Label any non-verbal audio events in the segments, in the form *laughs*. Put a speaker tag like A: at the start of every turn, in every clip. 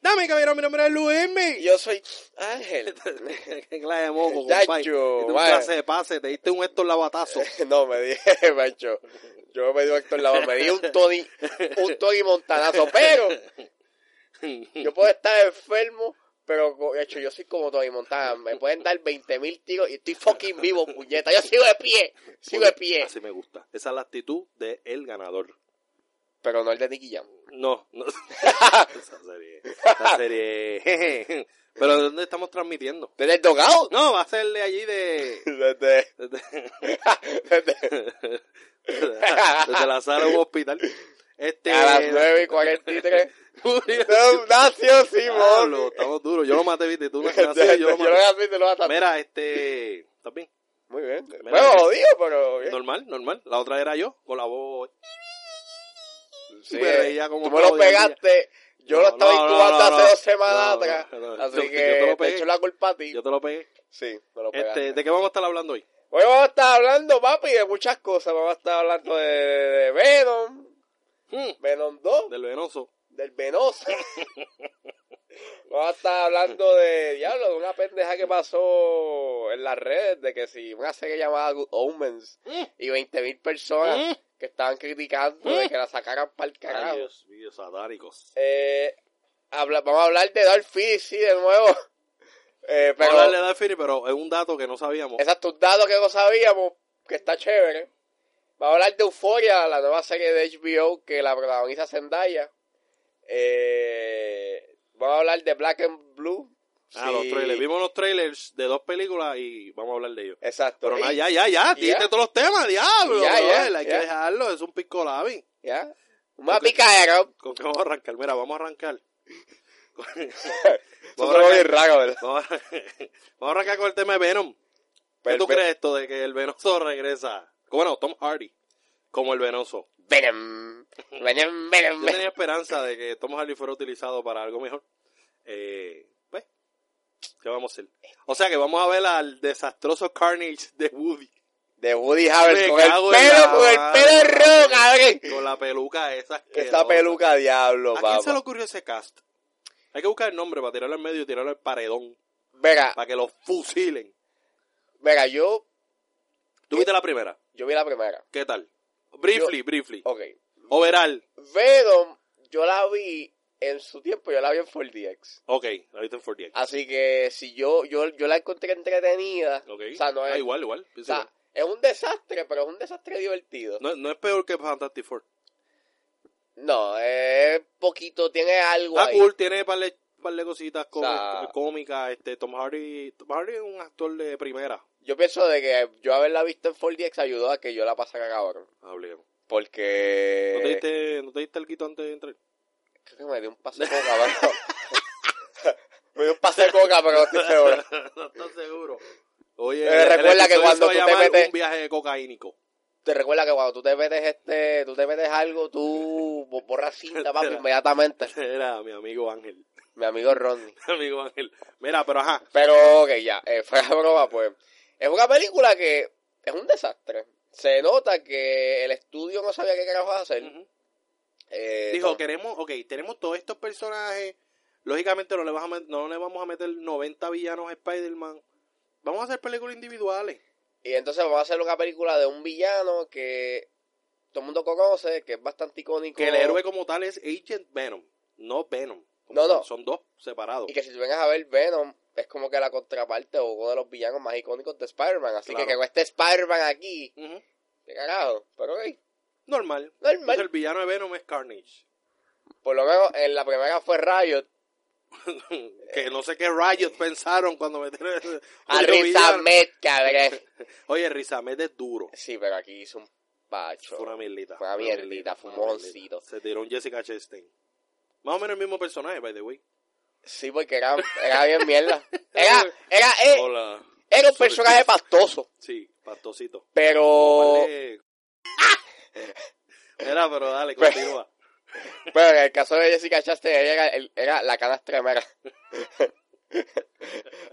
A: Dame, caballero, mi nombre es Luis M.
B: Yo soy Ángel. *laughs*
C: *laughs* Qué clase de moco,
B: Yacho,
C: compadre. Diste un
B: vaya.
C: clase de pase, te diste un Héctor lavatazo.
B: no, me dije, *laughs* macho. Yo me di un Héctor Lavoe, me di un Tony, un Tony Montanazo, pero yo puedo estar enfermo, pero co- de hecho, yo soy como Tony Montana. Me pueden dar 20 mil tiros y estoy fucking vivo, puñeta. Yo sigo de pie, sigo de pie.
C: Así me gusta. Esa es la actitud de el ganador.
B: Pero no el de Nicky Jam.
C: No, *laughs* no. esa *laughs* serie. Esa serie. jeje. Pero ¿de dónde estamos transmitiendo?
B: ¿Desde el dogado?
C: No, va a ser de allí de.
B: Desde,
C: desde-
B: desde
C: Desde la sala de un hospital. Este.
B: a las 9 y 43.
C: Julio.
B: Nació
C: Diablo,
B: Simón.
C: estamos duros. Yo lo maté, viste.
B: *laughs*
C: Tú no
B: Desde-
C: nací, yo
B: yo lo
C: lo maté.
B: nací, te lo vas a
C: Mira, este. ¿Estás bien?
B: Muy bien.
C: Mira,
B: Bueno, jodido, pero. bien.
C: Normal, normal. La otra era yo, con la voz.
B: Sí,
C: me reía como
B: tú me lo
C: Claudio
B: pegaste. Yo lo
C: No,
B: estaba
C: no, no,
B: incubando
C: no, no.
B: hace dos semanas
C: No, no,
B: atrás.
C: no, no.
B: así
C: Yo- yo
B: que
C: te lo
B: te,
C: pegué.
B: echo la culpa a ti.
C: Yo te lo pegué.
B: Sí, me lo pegaste.
C: Este, ¿De qué vamos a estar hablando hoy?
B: Hoy vamos a estar hablando, papi, de muchas cosas. Vamos a estar hablando de, de Venom,
C: Mm,
B: Venom 2,
C: Del venoso.
B: del Venoso. *laughs* vamos a estar hablando de, diablo, de una pendeja que pasó en las redes, de que si una serie llamada Good Omens
C: Mm.
B: y 20.000 personas
C: Mm.
B: que estaban criticando de que la sacaran para el
C: Ay,
B: carajo.
C: Dios mío, satánicos.
B: Eh, habla- vamos a hablar de Dark sí, de nuevo. *laughs* Eh, pero
C: Pero, hablarle de Alfiri, pero es un dato que no sabíamos.
B: exacto, un dato que no sabíamos, que está chévere. Vamos a hablar de Euforia, la nueva serie de HBO que la protagoniza Zendaya. Eh, vamos a hablar de Black and Blue.
C: Ah,
B: Sí,
C: los trailers. Vimos los trailers de dos películas y vamos a hablar de ellos.
B: Exacto.
C: Pero
B: Y-
C: nada, ya, ya, ya. Diste
B: ya.
C: todos los temas, diablo.
B: Ya,
C: brother,
B: ya,
C: hay
B: ya.
C: que dejarlo. Es un pisco labi.
B: ¿Ya? Una
C: Ok.
B: picadera.
C: ¿Con qué vamos a arrancar? Mira, vamos a
B: *laughs*
C: arrancar.
B: Eso suena bien raro, ¿verdad?
C: Vamos a, *laughs* vamos a arrancar con el tema de Venom. ¿Qué
B: Pero-
C: tú crees esto de que el venoso *laughs* regresa? Bueno, Tom Hardy, como el venoso.
B: Venom. Venom, Venom.
C: Yo tenía esperanza de que Tom Hardy fuera utilizado para algo mejor. Eh, pues, ¿qué vamos a hacer? O sea que vamos a ver al desastroso Carnage de Woody.
B: De Woody Harrelson.
C: Me
B: Con el
C: cago en la
B: pelo, con el
C: madre.
B: pelo rojo, cabrón.
C: Con la peluca esa.
B: Esa
C: asquerosa.
B: peluca, diablo,
C: ¿A quién se le
B: papá.
C: ocurrió ese cast? Hay que buscar el nombre para tirarlo al medio y tirarlo al paredón.
B: Venga,
C: Para que lo fusilen.
B: venga, yo,
C: ¿Tú viste la primera?
B: yo vi la primera.
C: ¿Qué tal? Briefly, briefly.
B: Ok.
C: Overall.
B: Venom, yo la vi en su tiempo, yo la vi en 4DX.
C: Ok, la viste en 4DX.
B: Así que si yo, yo, yo la encontré entretenida.
C: Ok.
B: O sea, no es.
C: Ah, igual, igual.
B: o sea, es un desastre, pero es un desastre divertido.
C: no, no es peor que Fantastic Four.
B: No, es poquito, tiene algo
C: Está
B: ahí.
C: Ah, cool, tiene par de, par de cositas com-
B: O sea-
C: cómicas. Este, Tom Hardy, Tom Hardy es un actor de primera.
B: Yo pienso de que yo haberla visto en 4DX ayudó a que yo la pasara cabrón.
C: Obligado.
B: Porque...
C: ¿No te diste, ¿No te diste el quito antes de
B: *laughs*
C: entrar?
B: Creo que me dio un paseo cabrón. *laughs* me dio un paseo coca, pero no estoy seguro.
C: no estás seguro. Oye,
B: Eh, recuerda
C: el
B: que
C: episodio
B: cuando
C: se va
B: tú
C: a
B: te
C: llamar
B: metes-
C: Un viaje cocaínico. *laughs*
B: Te recuerda que cuando tú te metes este, tú te metes algo, tú bo- borras cinta,
C: *laughs*
B: papi, inmediatamente.
C: Era mi amigo Ángel. *laughs*
B: Mi amigo Ronnie.
C: Mi amigo Ángel. Mira, pero ajá.
B: Pero ok, ya, eh, *laughs* fuera de broma, pues. Es una película que es un desastre. Se nota que el estudio no sabía qué carajo hacer.
C: Ujú.
B: Eh,
C: Dijo,
B: no.
C: queremos, ok, tenemos todos estos personajes. Lógicamente no le, vas a met- no le vamos a meter 90 villanos a Spider-Man. Vamos a hacer películas individuales.
B: Y entonces vamos a hacer una película de un villano que todo el mundo conoce, que es bastante icónico.
C: Que el héroe como tal es Agent Venom, no Venom. Como
B: No, no.
C: Son son dos separados.
B: Y que si tú vengas a ver Venom, es como que la contraparte o uno de los villanos más icónicos de Spider-Man. Así
C: Claro.
B: que que no esté Spider-Man aquí,
C: Ujú.
B: qué carajo. Pero ok,
C: Normal. Entonces,
B: normal.
C: el villano de Venom es Carnage. *laughs*
B: Por lo menos en la primera fue Riot.
C: que no sé qué Riot pensaron cuando metieron ese-
B: A
C: otro
B: Riza
C: villano.
B: Met, cabrón.
C: *laughs* Oye, Rizamed es duro.
B: Sí, pero aquí hizo un pacho.
C: Fue una mierdita.
B: Fue una mierdita, fue un
C: una mierdita.
B: mojoncito.
C: Se tiró un Jessica Chastain. Más o menos el mismo personaje, by the way.
B: Sí, porque era, era bien
C: *laughs*
B: mierda. Era, era, eh,
C: Hola.
B: era un
C: Sorry.
B: personaje pastoso.
C: Sí, pastosito.
B: Pero,
C: Vale. *laughs* Era, pero dale,
B: Pues,
C: continúa.
B: pero en el caso de Jessica Chastain, ella era, el- era la canastremera. *laughs*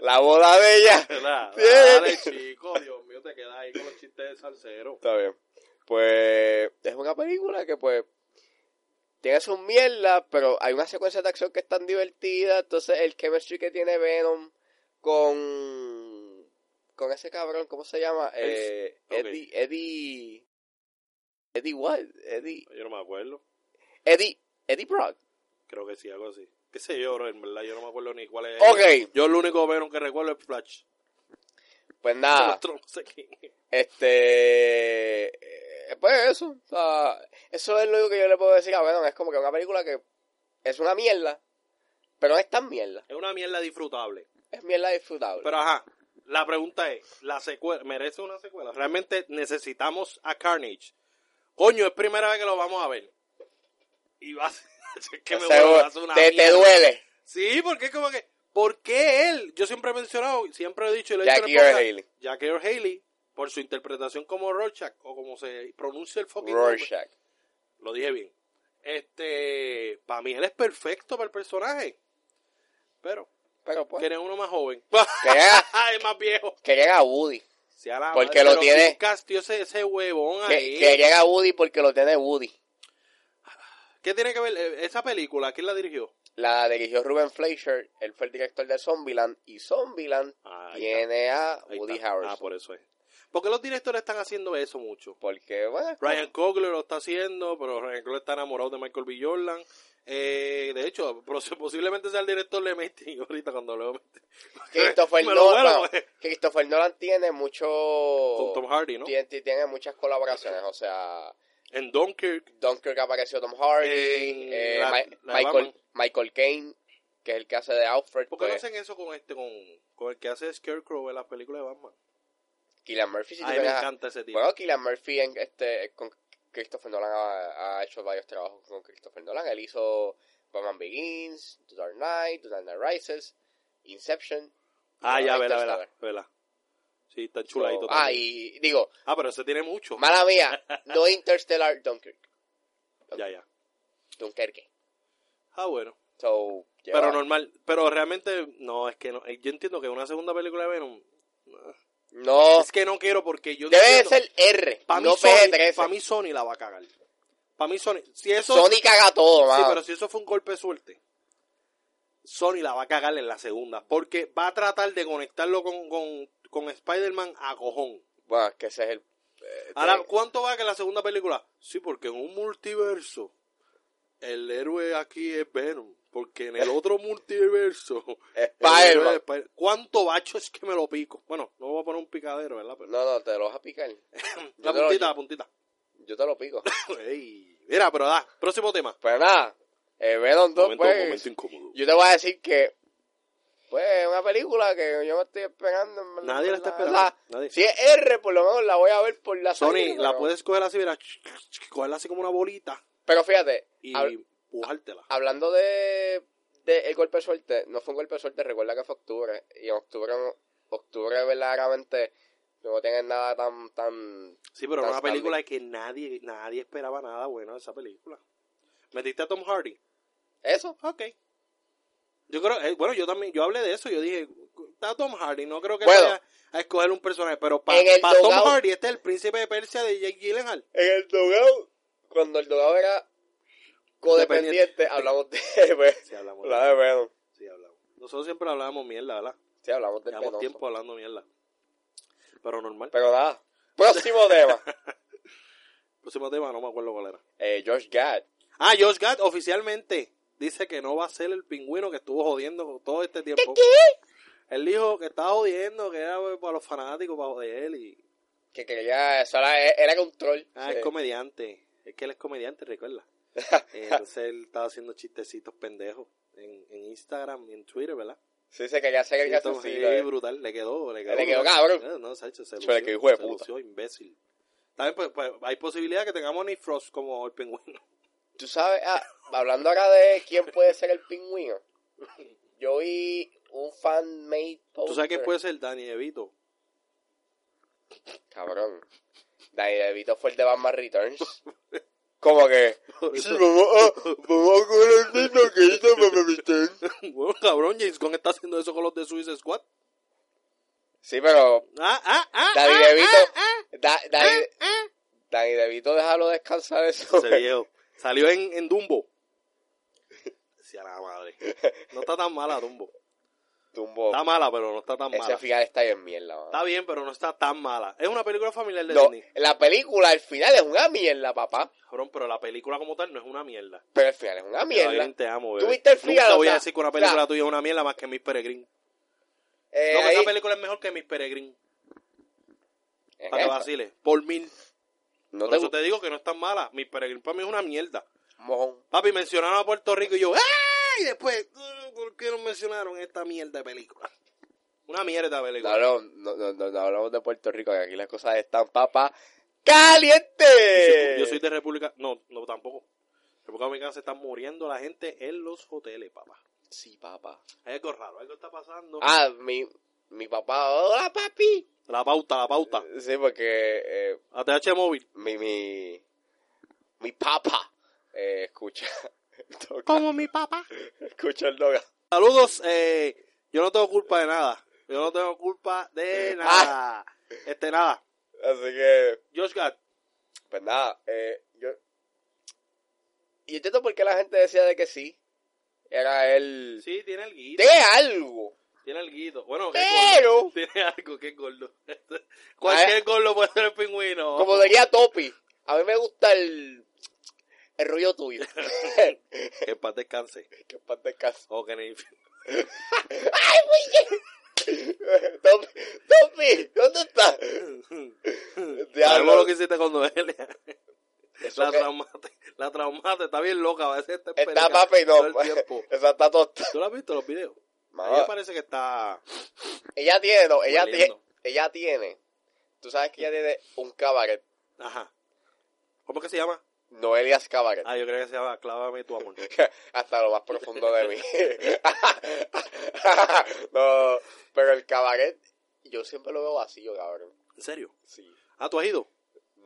B: la boda de
C: *laughs*
B: ella.
C: ¿Verdad?
B: *laughs* Sí.
C: Dale, chico, Dios mío, te quedas ahí con los chistes de salsero.
B: Está bien. Pues es una película que pues tiene sus mierdas, pero hay unas secuencias de acción que están divertidas. Entonces, el chemistry que tiene Venom con. con ese cabrón, ¿cómo se llama? Eh,
C: ok.
B: Eddie. Eddie. Eddie, what? Eddie.
C: Yo no me acuerdo.
B: Eddie. Eddie Brock.
C: Creo que sí, algo así. ¿Qué sé yo, bro? En verdad, yo no me acuerdo ni cuál es.
B: Ok.
C: Yo el único Venom que recuerdo es Flash.
B: Pues nada.
C: Otro no sé quién es.
B: Este. eh, Pues eso. o sea, eso es lo único que yo le puedo decir a Venom. Es como que una película que es una mierda, pero no es tan mierda.
C: Es una mierda disfrutable.
B: Es mierda disfrutable.
C: Pero ajá, la pregunta es, ¿la secuela merece una secuela? ¿Realmente necesitamos a Carnage? Coño, es primera vez que lo vamos a ver. Y va a ser *laughs* es que me
B: O
C: voy
B: sea,
C: a hacer una
B: te, te
C: mierda.
B: duele.
C: Sí, porque es como que ¿por qué él? Yo siempre he mencionado, siempre he dicho y lo he dicho
B: Jackie
C: en el podcast,
B: O'Haley.
C: Jackie O'Haley por su interpretación como Rorschach o como se pronuncia el fucking nombre.
B: Rorschach.
C: Lo dije bien. Este, para mí él es perfecto para el personaje. Pero
B: Pero pues.
C: quieren uno más joven. *laughs*
B: Querían,
C: Ay, más viejo.
B: que llega a Woody.
C: Sea la
B: Porque
C: madre,
B: lo
C: pero
B: tiene-
C: Kim Castillo, ese, ese huevón
B: Que,
C: ahí.
B: que llega a Woody porque lo tiene Woody.
C: ¿Qué tiene que ver eh, esa película? ¿Quién la dirigió?
B: La dirigió Ruben Fleischer. Él fue el director de Zombieland. Y Zombieland
C: Ah, ahí
B: tiene a
C: Ahí
B: Woody
C: está. Ah,
B: Harrison.
C: por eso es. Porque los directores están haciendo eso mucho.
B: Porque, bueno.
C: *laughs* Ryan Coogler lo está haciendo, pero Ryan Coogler está enamorado de Michael B. Jordan. Eh, de hecho, pro- posiblemente sea el director de Mesting *laughs* ahorita cuando leo Mesting.
B: *laughs* Christopher
C: Me lo
B: Nolan,
C: vuelo,
B: no,
C: pues.
B: Christopher Nolan tiene mucho.
C: Con Tom Hardy, ¿no?
B: Tiene, tiene muchas colaboraciones, o sea,
C: En Dunkirk.
B: Dunkirk apareció Tom Hardy,
C: En
B: eh, Mi-
C: la- la Batman.
B: Michael, Michael Caine, que es el que hace de Alfred,
C: ¿Por qué no
B: pues,
C: hacen eso con este, con, con el que hace Scarecrow en las películas de Batman?
B: Killian Murphy. Si tú
C: Ay, me
B: ves a-
C: encanta ese tipo.
B: Bueno, Killian Murphy en, este, con Christopher Nolan ha, ha hecho varios trabajos con Christopher Nolan. Él hizo Batman Begins, The Dark Knight, The Dark Knight Rises, Inception.
C: ah,
B: y
C: ya,
B: ahora
C: vela, vela,
B: Interstellar.
C: vela. Sí, está chuladito.
B: So,
C: también.
B: ah, y digo,
C: Ah, pero ese tiene mucho.
B: mala
C: *laughs*
B: mía, no Interstellar, Dunkirk.
C: Ya, ya.
B: Dunkerque.
C: Ah, bueno.
B: So, lleva-
C: Pero normal. Pero realmente, no, es que no. eh, Yo entiendo que una segunda película de Venom.
B: no,
C: Es que no quiero porque yo.
B: debe de
C: entiendo-
B: ser R,
C: Para mí,
B: no
C: Sony,
B: PG-13.
C: pa' mí Sony la va a cagar. Para mí Sony. Si eso.
B: Sony caga todo,
C: sí,
B: mano.
C: pero si eso fue un golpe de suerte. Sony la va a cagar en la segunda. Porque va a tratar de conectarlo con, con, con Spider-Man a cojón.
B: Bueno, es que ese es el... eh,
C: Ahora,
B: tiene-
C: ¿cuánto va que la segunda película? Sí, porque en un multiverso el héroe aquí es Venom. Porque
B: *laughs*
C: en el otro multiverso. el héroe
B: este, Spider-Man.
C: es Spider- ¿Cuánto bacho es que me lo pico? Bueno, no voy a poner un picadero, ¿verdad? Pero-
B: No, no, te lo vas a picar.
C: la
B: Mm, yo te lo-
C: puntita, la puntita. *coughs*
B: Yo te lo pico.
C: Ey, Mira, pero da. Próximo tema.
B: Pero Pues nada, eh, Venom 2,
C: momento,
B: pues,
C: momento incómodo.
B: yo te voy a decir que, pues, es una película que yo me estoy esperando. en verdad,
C: Nadie la está esperando,
B: ¿verdad?
C: nadie.
B: Si es R, por lo menos la voy a ver por la
C: Sony,
B: sangre,
C: la
B: pero-
C: puedes coger así, mira, ch- ch- cogerla así como una bolita
B: Pero fíjate,
C: y
B: hab-
C: pujártela.
B: hablando de, de el golpe de suerte, no fue un golpe de suerte, recuerda que fue octubre. Y en octubre, octubre verdaderamente no tienen nada tan, tan...
C: Sí, pero era una
B: Outstanding.
C: película que nadie nadie esperaba nada bueno de esa película. ¿Metiste a Tom Hardy?
B: Eso.
C: Ok. Yo creo, eh, bueno, yo también, yo hablé de eso, yo dije, está Tom Hardy, no creo que
B: Bueno.
C: vaya a escoger un personaje, pero para
B: En el
C: Tom
B: dogao-
C: Hardy este es el príncipe de Persia de Jake Gyllenhaal.
B: En el dogado, cuando el dogado era codependiente,
C: Dependiente.
B: hablamos de... *laughs* pues,
C: Sí, hablamos.
B: la de Venom.
C: Sí, hablamos. Nosotros siempre hablábamos mierda, ¿verdad?
B: Sí, hablamos del
C: Llevamos
B: penoso.
C: tiempo hablando mierda. Pero normal.
B: Pero nada. Próximo tema.
C: Próximo tema, no me acuerdo cuál era.
B: Eh, Josh Gad.
C: Ah, Josh Gad oficialmente dice que no va a ser el pingüino que estuvo jodiendo con todo este tiempo. Él dijo que estaba jodiendo, que era pues, para los fanáticos, para joder. Y...
B: Que quería... Eso era, era control.
C: Ah,
B: Sí.
C: es comediante. Es que él es
B: *laughs*
C: comediante, recuerda. Eh, Entonces él estaba haciendo chistecitos pendejos en, en Instagram y en Twitter, ¿verdad?
B: Sí, se quería hacer el
C: Y entonces,
B: gasoncillo.
C: sí,
B: eh.
C: brutal, le quedó, le quedó.
B: Le quedó
C: brutal. Eh,
B: cabrón.
C: No, no, Sacho, se
B: Se le
C: lució,
B: quedó hijo de
C: se
B: puta.
C: lució, imbécil. También pues, pues, hay posibilidad que tengamos Nick Frost como el pingüino.
B: Tú sabes, ah, hablando ahora de quién puede ser el pingüino, yo vi un fan made
C: ¿Tú sabes quién puede ser? Dani Evito.
B: Cabrón. Danny DeVito fue el de Batman Returns. Como que. Sí, vamos a, vamos a coger el niño que hizo Batman Returns.
C: *laughs* bueno, cabrón, James Gunn está haciendo eso con los de Suicide Squad.
B: Sí, pero.
C: Ah, ah, ah.
B: Danny
C: ah,
B: DeVito.
C: ah,
B: Da,
C: ah,
B: Danny,
C: ah.
B: Danny DeVito, déjalo descansar eso. *laughs*
C: Ese viejo. Salió en, en Dumbo. a la madre. No está tan mala, Dumbo.
B: Tumbo.
C: Está mala, pero no está tan
B: Ese
C: mala.
B: final está bien mierda, mano.
C: Está bien, pero no está tan mala. Es una película familiar de
B: No,
C: Disney.
B: la película, el final es una mierda, papá.
C: Cabrón, pero la película como tal no es una mierda.
B: Pero el final es una mierda.
C: Cabrón, te amo, bebé.
B: ¿Tú viste el final?
C: Nunca
B: O
C: voy a
B: sea,
C: decir que una
B: o sea,
C: película tuya es una mierda más que Miss Peregrine.
B: eh,
C: no, que
B: ahí-
C: esa película es mejor que Miss Peregrine.
B: en
C: Para que
B: esa.
C: vaciles. Por mil.
B: No
C: Por
B: te
C: eso
B: gusta.
C: te digo que no es tan mala. Miss Peregrine para mí es una mierda.
B: Mojón.
C: Papi, mencionaron a Puerto Rico y yo, ¡ah! Y después, "Ah, ¿por qué no mencionaron esta mierda de película? Una mierda de
B: No
C: película.
B: hablamos, no, no- no- no hablamos de Puerto Rico, que aquí las cosas están, papá, calientes.
C: Yo soy de República. No, no, tampoco. República Dominicana se está muriendo la gente en los hoteles, papá.
B: Sí, papá.
C: Hay algo raro, algo está pasando.
B: Ah, mi, mi papá, hola, papi.
C: La pauta, la pauta.
B: Sí, porque eh,
C: ATH móvil.
B: mi, mi, mi papá eh, escucha, *laughs* toca-
C: Como mi papá.
B: escucha el doga.
C: Saludos, eh, yo no tengo culpa de nada. Yo no tengo culpa de nada. Este, nada.
B: Así que,
C: Josh Gad,
B: pues nada, eh, yo, y entiendo por qué la gente decía de que sí. Era él.
C: sí, tiene el guito.
B: Tiene algo.
C: Tiene alguito. Bueno, que es
B: Pero-
C: gordo. *laughs* Tiene algo que es gordo. *laughs* Cualquier gordo puede ser el pingüino.
B: Ah, eh. Como diría Topi, a mí me gusta el, el rollo
C: *laughs*
B: tuyo.
C: Que paz descanse.
B: que paz descanse. *laughs*
C: O que en el-
B: Topi, Topi, ¿dónde
C: *laughs*
B: estás?
C: Sabemos lo
B: Diablo,
C: que hiciste con Noelia.
B: eso
C: La
B: que-
C: traumate. La traumate. Está bien loca. Va a ser
B: está papi,
C: todo el
B: no. pues. *laughs*
C: tiempo.
B: Esa está tosta.
C: ¿Tú la has visto los videos?
B: No.
C: A ella parece que está...
B: Ella tiene, no, ella tiene,
C: Valiendo.
B: ella tiene. Tú sabes que ella tiene un cabaret.
C: Ajá. ¿Cómo es que se llama?
B: Noelia's Cabaret.
C: Ah, yo creo que se llama Clávame tu amor.
B: *laughs* Hasta lo más profundo de mí. *laughs* no, pero el cabaret, yo siempre lo veo vacío, cabrón.
C: ¿En serio?
B: Sí.
C: Ah, ¿tú has ido?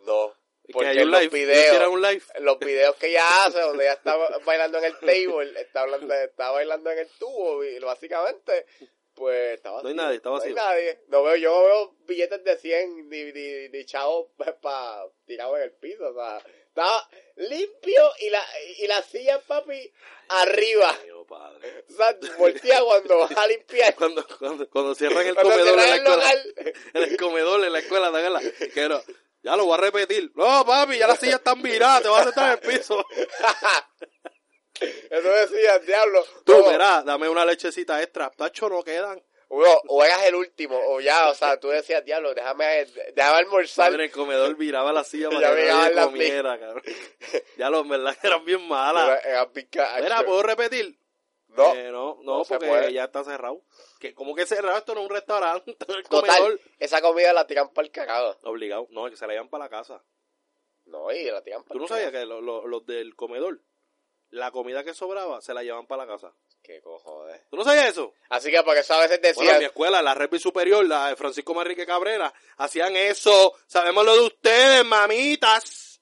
B: No.
C: Que
B: Porque
C: hay un
B: en los
C: live.
B: videos-
C: ¿Hicieron un live?
B: los videos que ella hace donde ella está bailando en el table, está hablando, está bailando en el tubo y básicamente pues está vacío.
C: No hay nadie, está
B: No hay
C: vacío.
B: nadie. No veo, yo no veo billetes de 100 ni, ni, ni chavos para tirados en el piso, o sea, estaba limpio y la y la silla papi arriba.
C: Ay, oh, padre.
B: O sea, voltea cuando vas a limpiar.
C: Cuando, cuando, cuando cierran el
B: Cuando
C: comedor de
B: cierran
C: la
B: el
C: escuela.
B: local.
C: en el comedor, en la escuela, dágala. Que no, ya lo voy a repetir. No, papi, ya las sillas están viradas, te vas a sentar en
B: *laughs*
C: el piso.
B: Eso decía, diablo.
C: Tú,
B: No,
C: verás, dame una lechecita extra. Tacho, no quedan.
B: o- o eras el último, o ya, o sea, tú decías, diablo, déjame, déjame almorzar.
C: En el comedor viraba la silla para
B: Ya
C: que
B: viraban
C: nadie
B: las
C: comiera, cabrón. Ya los, en verdad, que eran bien malas.
B: Era- era pica-
C: Mira, ¿puedo repetir?
B: no,
C: Eh, no, no,
B: no se
C: porque
B: puede.
C: ya está cerrado. Que como que cerrado esto no es un restaurante, *laughs* esto es el
B: total,
C: comedor.
B: esa comida la tiran para el cagado.
C: Obligado, no, que se la llevan para la casa.
B: No, y la tiran para
C: ¿Tú no sabías que lo- lo- los del comedor, la comida que sobraba, se la llevan para la casa?
B: Qué cojones.
C: ¿Tú no sabías eso?
B: Así que por eso a veces
C: Bueno, en
B: decían,
C: mi escuela, la Repi Superior, la de Francisco Manrique Cabrera, hacían eso. Sabemos lo de ustedes, mamitas.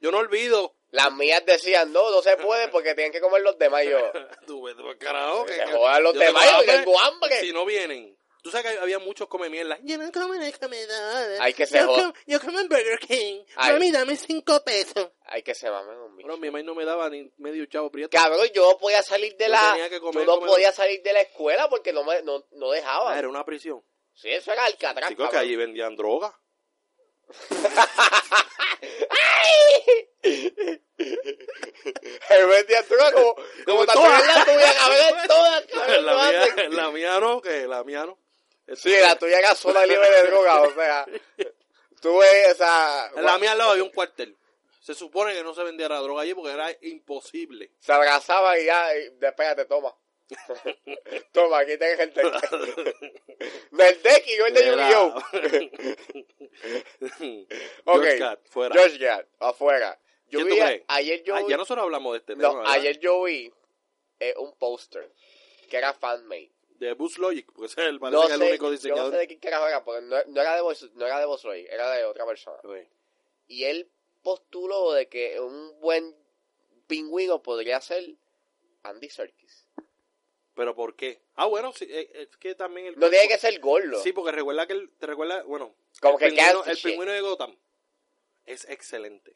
C: Yo no olvido.
B: las mías decían, no, no se puede porque tienen que comer los demás. Y
C: *laughs*
B: yo,
C: *laughs* Tú vete por carajo.
B: que se jodan los
C: yo tengo
B: demás, yo
C: hambre.
B: tengo hambre.
C: Si no vienen. Tú sabes que había muchos come mierda. Yo no como en el comedor.
B: Ay, que se
C: yo,
B: joda.
C: como, yo como en Burger King.
B: Ay.
C: Mami, dame cinco pesos.
B: Hay que se mamen un bicho.
C: Bueno, mi mamá no me daba ni medio chavo prieto.
B: Cabrón, yo no podía salir de
C: Yo
B: la,
C: tenía que
B: yo
C: comer,
B: no
C: comer.
B: podía salir de la escuela porque no me, no, no
C: Ah,
B: dejaba.
C: Era una prisión.
B: Sí, eso era Alcatraz,
C: Chicos, que
B: cabrón. *laughs*
C: allí vendían droga.
B: Ahí vendían drogas
C: *laughs*
B: como, como tatuajes
C: todas.
B: la tuya, cabrón,
C: *laughs*
B: todas, cabrón,
C: la,
B: todas
C: mía, la mía no, que la mía no.
B: Sí, la tuya era sola libre de droga, o
C: *laughs*
B: sea. Tuve esa.
C: En la mía al lado había un cuartel. Se supone que no se vendiera droga allí porque era imposible.
B: Se abrazaba y ya, y, despégate,
C: *laughs*
B: toma. toma, aquí tenés el deck. Del deck y yo el de Yu-Gi-Oh!
C: *laughs*
B: Ok.
C: George Cat, fuera.
B: George Gad, afuera. Yo
C: ¿Quién
B: vi,
C: tú crees?
B: ayer yo
C: Ah,
B: vi,
C: ya nosotros hablamos de este tema.
B: no,
C: ¿verdad?
B: ayer yo vi eh, un póster que era fanmade.
C: De Boost Logic, porque ese es el, parece
B: No
C: que
B: sé,
C: es el único
B: yo no
C: diseñador.
B: sé de quién carajo era, porque no, no era de Voice, no era de Voice Roy, era de otra persona.
C: Ok.
B: y él postuló de que un buen pingüino podría ser Andy Serkis.
C: Pero ¿por qué? Ah, bueno, sí, eh, es que también el.
B: No tiene que ser gordo.
C: Sí, porque recuerda que el. Te recuerda, bueno.
B: Como que
C: el, pingüino,
B: casi
C: el
B: shit.
C: pingüino de Gotham es excelente.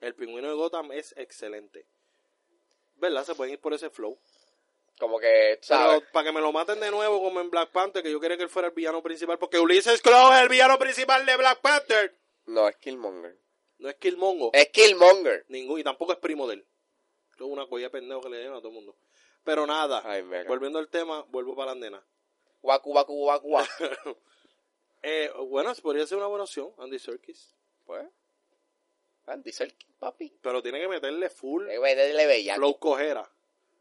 C: El pingüino de Gotham es excelente. ¿verdad? Se pueden ir por ese flow.
B: Como que, ¿sabes?
C: Pero para que me lo maten de nuevo como en Black Panther, que yo quería que él fuera el villano principal, porque Ulises Claw es el villano principal de Black Panther.
B: No, es Killmonger.
C: No es Killmongo.
B: Es Killmonger.
C: Ningún, y tampoco es primo de él. Esto es una colla de pendejo que le dieron a todo el mundo. Pero nada,
B: Ay, verga.
C: volviendo al tema, vuelvo para la nena.
B: Waku, waku, waku, waku.
C: Eh, bueno, podría ser una buena opción, Andy Serkis.
B: *laughs* pues. Andy Serkis, papi.
C: Pero tiene que meterle full
B: Le voy a darle bella.
C: flow cojera.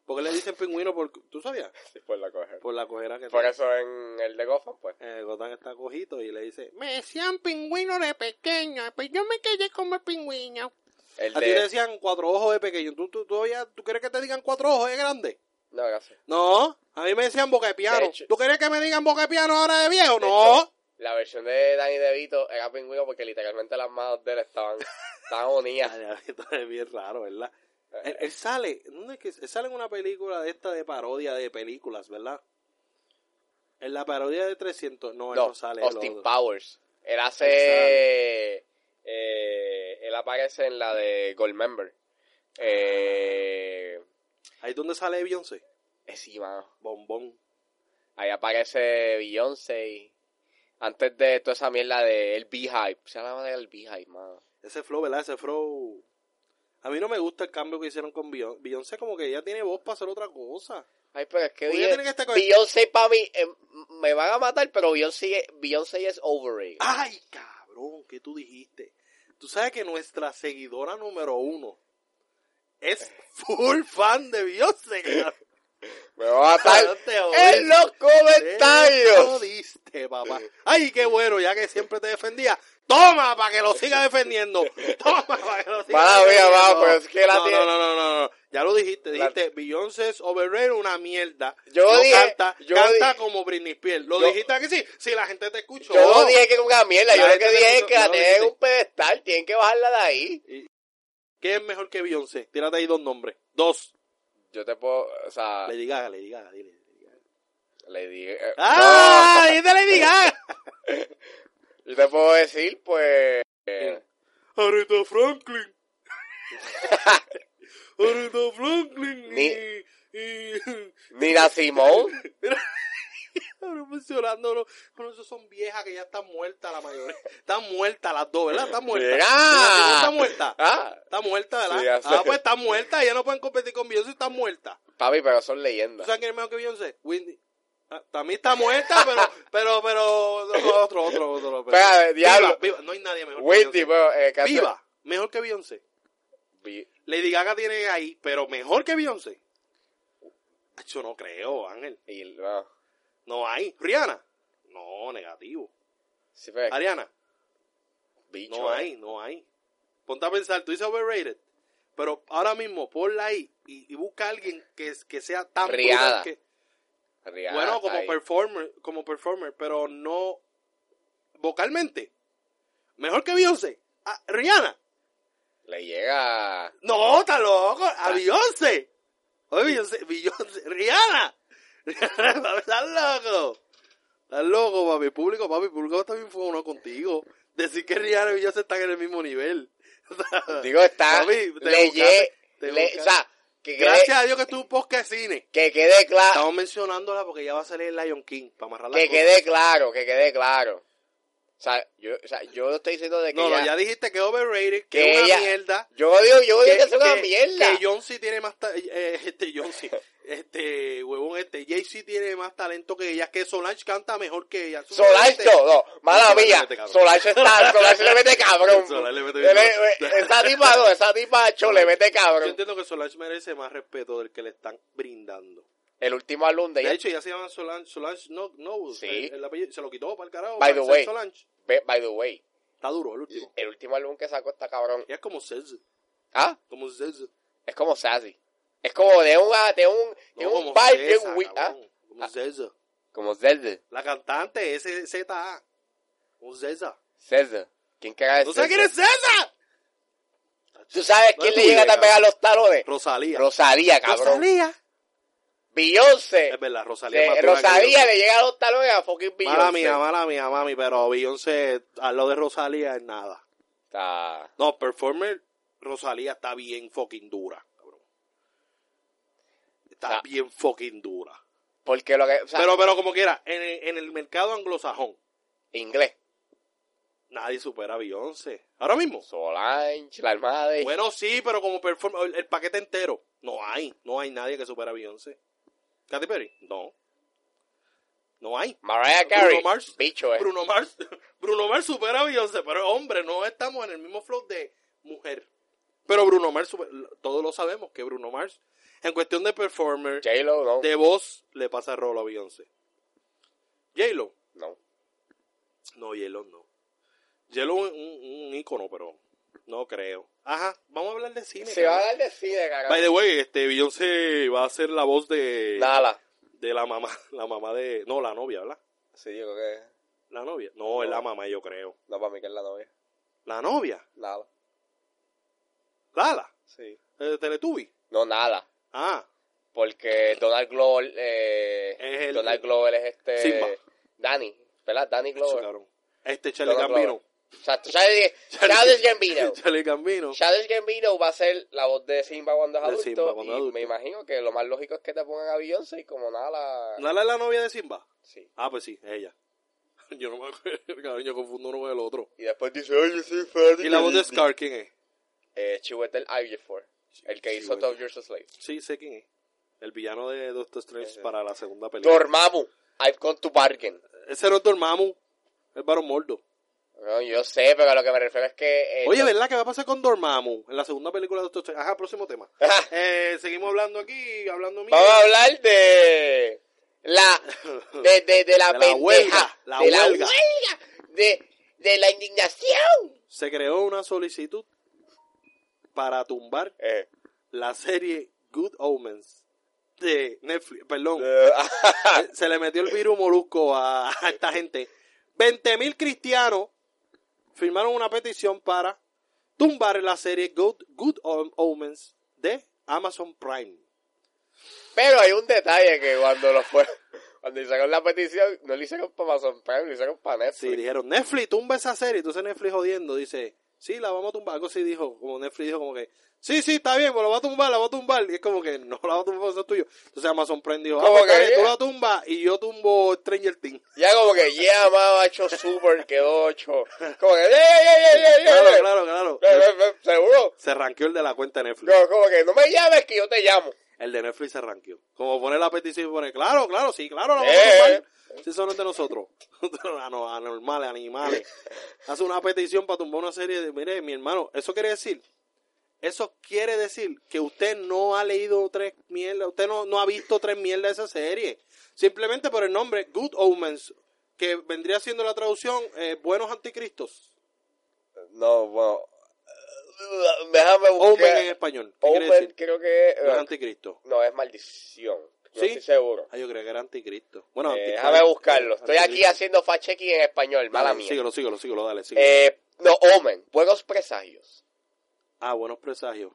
C: Porque le dicen pingüino por... ¿Tú sabías?
B: por la coger.
C: Por la cojera que
B: Por
C: tiene.
B: eso en el de Gotham, pues.
C: Eh, Gotham está cojito y le dice...
D: Me decían pingüino de pequeño, pues yo me quedé como el pingüino.
B: El
C: A ti le
B: de.
C: decían cuatro ojos de pequeño. ¿Tú, tú, tú, ya- ¿Tú quieres que te digan cuatro ojos de grande?
B: No, gracias.
C: No, a mí me decían boca de piano.
B: De hecho-
C: ¿Tú quieres que me digan boca de piano ahora de viejo?
B: De
C: no.
B: hecho, La versión de Danny DeVito era pingüino porque literalmente las manos de él
C: *laughs*
B: estaban, estaban unidas.
C: Ay, *laughs* esto es bien raro, ¿verdad? Él, él sale, ¿dónde es que él sale en una película de esta de parodia de películas, ¿verdad? En la parodia de 300, no, él no,
B: No,
C: sale.
B: Austin
C: lo-
B: Powers. Él hace.
C: sale.
B: eh, él aparece en la de Goldmember. Eh,
C: Ahí es donde sale Beyoncé,
B: eh, sí, mano.
C: bombón.
B: Ahí aparece Beyoncé. y- Antes de toda esa mierda de El Beehive. Se llama el Beehive, mano.
C: Ese flow, ¿verdad? Ese flow. A mí no me gusta el cambio que hicieron con Beyoncé. Beyoncé como que ella tiene voz para hacer otra cosa.
B: Ay, pero es que
C: Porque
B: Beyoncé,
C: ella tiene que estar con-
B: Beyoncé para mí eh, me van a matar, pero Beyoncé, Beyoncé es overrated.
C: Ay, cabrón, ¿qué tú dijiste? Tú sabes que nuestra seguidora número uno es full fan de
B: *laughs*
C: Beyoncé. cabrón.
B: Me va a matar
C: Cabrón, te jodiste.
B: en los
C: Te
B: comentarios.
C: jodiste, papá. Ay, qué bueno, ya que siempre te defendía. Toma para que lo siga defendiendo. Toma para que lo siga
B: Mala mía,
C: defendiendo.
B: va, pero es que la
C: no,
B: tiene-
C: no, no, no, no, no. Ya lo dijiste,
B: La-
C: dijiste, Beyoncé es overrated, una mierda.
B: Yo
C: no
B: dije-
C: canta,
B: yo
C: canta
B: di-
C: como Britney Spears. Lo
B: yo-
C: dijiste que sí, si la gente te escuchó.
B: Yo no dije que era una mierda, yo
C: La
B: lo que
C: gente
B: dije es
C: no-
B: que la
C: no
B: tienen en
C: dice.
B: un pedestal, tienen que bajarla de ahí.
C: ¿Qué es mejor que Beyoncé? Tírate ahí dos nombres. Dos.
B: Yo te puedo, o sea,
C: Lady Gaga, Lady Gaga, dile. Lady Gaga.
B: le dije. eh,
C: ¡Ah!
B: *laughs*
C: ¡Dice Lady Gaga!
B: Yo te puedo decir, pues. eh,
C: Aretha *laughs* Franklin. Aretha Franklin.
B: Ni-
C: y- y-
B: Nina Simone.
C: *laughs* Ahora mencionando, no, pero esos son viejas que ya están muertas la mayoría. Están muertas las dos, ¿verdad? Están muertas.
B: Mira.
C: Mira, Está muerta.
B: Ah,
C: Está muerta,
B: Sí,
C: ¿verdad?
B: ya sé.
C: ah, pues está muerta. Ya no pueden competir con Beyoncé, está muerta.
B: papi, pero son
C: ¿Tú
B: leyendas.
C: sabes quién es mejor que Beyoncé? Whitney. Ah, también está muerta, *laughs* pero, pero, pero, otro, otro, otro. otro.
B: Espera,
C: Viva,
B: diablo.
C: viva. No hay nadie mejor
B: Whitney,
C: que
B: pero. Eh,
C: Beyoncé.
B: casi-
C: Viva, mejor que Beyoncé.
B: Vi-
C: Lady Gaga tiene ahí, pero mejor que Beyoncé. Yo no creo, Ángel.
B: Y, no.
C: No hay. Rihanna. No, negativo.
B: Sí, pero es
C: Ariana.
B: bicho,
C: No
B: eh.
C: hay, no hay. Ponte a pensar, tú dices overrated. Pero ahora mismo, ponla ahí y, y busca a alguien que, que sea tan brutal
B: Rihanna.
C: que-
B: Rihanna
C: bueno,
B: está
C: como
B: ahí.
C: performer, como performer, pero no vocalmente. Mejor que Beyoncé. A Rihanna.
B: Le llega.
C: No, está loco.
B: Ah.
C: A Beyoncé. Oye, Beyoncé, Beyoncé, Rihanna. *laughs* Rihanna, estás loco. Estás loco, papi. Público, papi, público está bien fue uno contigo. Decir que Rihanna y Beyoncé están en el mismo nivel.
B: *laughs* Digo, está.
C: Papi, te
B: le
C: buscaste, te
B: le- O
C: buscaste.
B: sea, que quede,
C: Gracias a Dios que tú podcast cine.
B: que quede claro.
C: Estamos mencionándola porque ya va a salir el Lion King para amarrar la
B: Ah. Que quede claro, que quede claro. O sea, yo, o sea, yo estoy diciendo de que
C: No,
B: ya,
C: no, ya dijiste que es overrated, que,
B: Que
C: es una
B: ella-
C: mierda.
B: Yo digo, yo digo que, es una mierda.
C: que John C tiene más ta- eh, este
B: *laughs*
C: John C, este huevón este Jay-Z tiene más talento que ella, que Solange canta mejor que ella. este,
B: Solange, no, no, mala
C: Solange le
B: mía.
C: mete cabrón.
B: Solange está, Solange le mete
C: *laughs*
B: cabrón.
C: Solange le mete
B: Él
C: bien
B: es- eh, esa tipa no, esa tipa hecho le mete
C: Yo
B: cabrón.
C: entiendo que Solange merece más respeto del que le están brindando.
B: El último álbum de
C: De
B: ella,
C: hecho, ya se llama Solange, Solange no, no,
B: Sí.
C: el, el apellido, se lo quitó para el carajo.
B: By
C: para
B: the
C: ser
B: way.
C: Solange.
B: Ve- by the way,
C: Está duro el último.
B: el último álbum que sacó está cabrón.
C: Ella es como Zez,
B: Ah,
C: como Zez.
B: es como sassy. Es como de una, de un, de
C: No,
B: un
C: como
B: vibe bien
C: Zeza,
B: wi- ah,
C: cabrón, como
B: Ah.
C: Zeza.
B: Como Zelda,
C: La cantante es ZA. Como Zeza.
B: Zelda. ¿Quién que era
C: ¿No sabes quién es Zeza?
B: ¿Tú sabes
C: No
B: quién
C: es
B: le
C: tuya,
B: llega también a
C: cabrón.
B: los talones?
C: Rosalía.
B: Rosalía, cabrón.
C: Rosalía.
B: Beyoncé.
C: Es verdad, Rosalía. es más
B: Le-
C: dura que
B: Eh, Rosalía
C: Beyoncé.
B: le llega a los talones a fucking Beyoncé.
C: Mala mía, mala mía, mami, pero Beyoncé, a lo de Rosalía es nada.
B: Está-
C: No, performer, Rosalía está bien fucking dura. cabrón. está
B: Ah.
C: bien fucking dura.
B: Porque lo que. o sea,
C: Pero, pero como quiera, en el, en el mercado anglosajón,
B: inglés.
C: nadie supera a Beyoncé. Ahora mismo.
B: Solange, la hermana de.
C: Bueno, sí, pero como performance, el, el paquete entero, no hay. No hay nadie que supera a Beyoncé. Katy Perry, no. No hay.
B: Mariah Carey.
C: Bruno Mars.
B: Bicho, eh.
C: Bruno Mars, *laughs* Bruno Mars supera a Beyoncé, pero hombre, no estamos en el mismo flow de mujer. Pero Bruno Mars, super- todos lo sabemos que Bruno Mars, en cuestión de performer,
B: J-Lo, no.
C: de voz, le pasa rolo a Beyoncé. J-Lo,
B: No.
C: no, J-Lo no. J-Lo un, un, un ícono, pero no creo. Ajá, vamos a hablar de cine.
B: Se va a
C: cabrón.
B: dar de cine, carajo.
C: By the way, este, Beyoncé va a ser la voz de,
B: Nala.
C: de la mamá, *laughs* la mamá de, no, la novia, ¿verdad?
B: Sí, yo creo que.
C: La novia. No, es la mamá, yo creo.
B: No, para mí que es la novia.
C: La novia,
B: Nala.
C: Lala.
B: Sí.
C: Eh, Teletubby.
B: No, nada.
C: Ah,
B: Porque Donald Glover. Eh,
C: Es el-
B: Donald Glover es este.
C: Simba.
B: Danny. ¿Verdad? Danny
C: eso,
B: Glover.
C: cabrón. Este Charlie
B: Donald *laughs*
C: Gambino.
B: Exacto.
C: *laughs*
B: Childish Childish Gambino.
C: Charlie Gambino.
B: Childish Gambino va a ser la voz de Simba cuando es
C: De
B: adulto.
C: Simba cuando
B: y
C: es adulto.
B: me imagino que lo más lógico es que te pongan a Beyoncé y como Nala.
C: ¿Lala es la novia de Simba?
B: Sí.
C: Ah, pues sí, ella. *laughs* Yo no me acuerdo, cabrón, yo confundo uno con el otro.
B: Y después dice, oye, yo soy fan
C: ¿Y la voz de
B: Disney".
C: Scar quién es?
B: Eh, Chiwetel Ejiofor, el que hizo
C: Chiwetel.
B: Dog Years a Slave.
C: Sí, sé quién es. El villano de Doctor Strange
B: Ese.
C: para la segunda película.
B: Dormammu, I've gone to bargain.
C: Ese no es Dormammu, es Barón Mordo.
B: No, yo sé, pero a lo que me refiero es que... eh,
C: Oye,
B: no-
C: ¿verdad que va a pasar con Dormammu en la segunda película de Doctor Strange? Ajá, próximo tema. Eh, seguimos hablando aquí, hablando
B: *laughs*
C: mierda.
B: Vamos a hablar de...
C: *laughs*
B: La... De, de, de la,
C: De la
B: pendeja.
C: huelga, la
B: de la
C: huelga.
B: huelga. De, de la indignación.
C: Se creó una solicitud para tumbar
B: Eh,
C: la serie Good Omens de Netflix, perdón,
B: eh,
C: se le metió el virus molusco a, a esta gente. 20.000 cristianos firmaron una petición para tumbar la serie Good, Good Om- Omens de Amazon Prime.
B: pero hay un detalle que cuando lo fue... Cuando hicieron la petición, no lo hicieron para Amazon Prime, lo hicieron para
C: Sí,
B: Netflix.
C: dijeron, Netflix, tumba esa serie. Entonces Netflix jodiendo dice, sí, la vamos a tumbar. Algo así dijo, como Netflix dijo como que, sí, sí, está bien, pues la va a tumbar, la va a tumbar. Y es como que, no, la va a tumbar, eso es tuyo. Entonces Amazon Prime dijo, ah,
B: Como
C: pues,
B: que
C: está bien, tú
B: ya.
C: la tumbas y yo tumbo Stranger Things.
B: Ya como que, ya, yeah, mamá, ha hecho super, quedó ocho. Como que, eh, eh, eh, eh, eh,
C: Claro,
B: eh.
C: claro, claro.
B: Eh, eh, eh, Seguro.
C: Se ranqueó el de la cuenta de Netflix.
B: No, como que no me llames que yo te llamo.
C: El de Netflix se ranqueó. Como pone la petición y pone, claro, claro, sí, claro, la vamos
B: Eh.
C: a tumbar. Si son de nosotros. *laughs* Ano- Anormales, animales. Hace una petición para tumbar una serie de. Mire, mi hermano, eso quiere decir. Eso quiere decir que usted no ha leído tres mierdas. Usted no, no ha visto tres mierdas de esa serie. Simplemente por el nombre Good Omens, que vendría siendo la traducción eh, Buenos Anticristos.
B: No, bueno. Eh, Déjame
C: Omen en
B: buscar.
C: español. ¿Qué quiere
B: Omen
C: decir?
B: creo que eh,
C: Los anticristos.
B: no es maldición. No
C: ¿Sí?
B: estoy seguro.
C: Ah, yo creía que era anticristo. Bueno,
B: Eh,
C: anticristo.
B: déjame buscarlo. Estoy aquí
C: Anticristo.
B: haciendo fact checking en español, mala
C: Dale,
B: mía.
C: Síguelo, síguelo, síguelo, dale, síguelo.
B: Eh, no, Omen, buenos presagios.
C: ah, buenos presagios.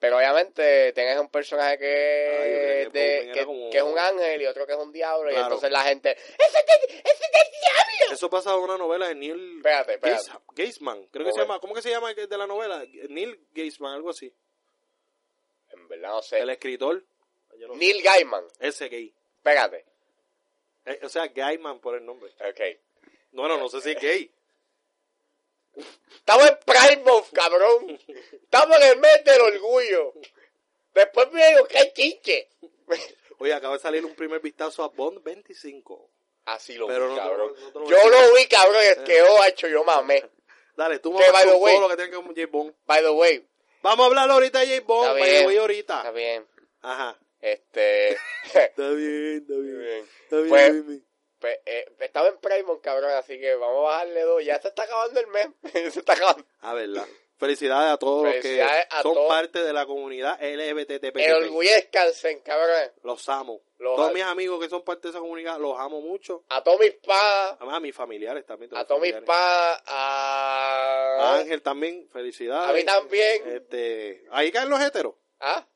B: Pero obviamente tengas un personaje
C: Ah, yo
B: que,
C: creía que
B: de-
C: Omen era
B: que-
C: como-
B: que es un ángel y otro que es un diablo. Y
C: Claro.
B: entonces la gente. ¡Ese es del- ese es del diablo!
C: Eso pasa en una novela de Neil
B: Espérate, espérate.
C: Gaiz- Gaisman. Creo que se
B: Omen.
C: llama, ¿cómo que se llama el de la novela? Neil Gaisman, algo así.
B: En verdad no
C: El
B: sé.
C: escritor.
B: Neil Gaiman,
C: Ese gay.
B: espérate.
C: Eh, o sea, Gaisman por el nombre.
B: Ok.
C: No, no, no sé si es gay.
B: Estamos en Prime Month, cabrón. Estamos en el mes del orgullo. Después me digo que hay chinche.
C: Oye, acaba de salir un primer vistazo a Bond 25.
B: Así lo
C: Pero
B: vi,
C: no te lo-
B: cabrón.
C: no te lo
B: yo
C: voy a Eh.
B: lo vi, cabrón, y el que oh, hecho, yo mamé.
C: Dale, tú
B: Que,
C: mamas
B: by the
C: con
B: way-
C: todo lo que tenga con J. Bond.
B: By the way,
C: Vamos a hablar ahorita de J. Bond.
B: Está
C: by the
B: bien.
C: way,
B: está
C: ahorita.
B: bien.
C: Ajá.
B: Este. *laughs*
C: Está bien, está bien. Está bien,
B: Pues-
C: Mimi.
B: pues, eh, estaba en Prime Month, cabrón, así que vamos a bajarle dos. Ya se está acabando el mes. *laughs* se está acabando.
C: Ah, verdad. Felicidades a todos los que
B: Felicidades a
C: son
B: todos.
C: parte de la comunidad LGBTP.
B: Enorgullezcanse, cabrón.
C: Los amo.
B: Los
C: todos
B: amo.
C: mis amigos que son parte de esa comunidad, los amo mucho.
B: A Tommy Espada.
C: Además, a mis familiares también. todos
B: A
C: mis
B: Tommy
C: familiares.
B: Espada.
C: A
B: A.
C: Ángel también, felicidades.
B: A mí también.
C: Este, ahí caen los heteros.
B: ¿Ah?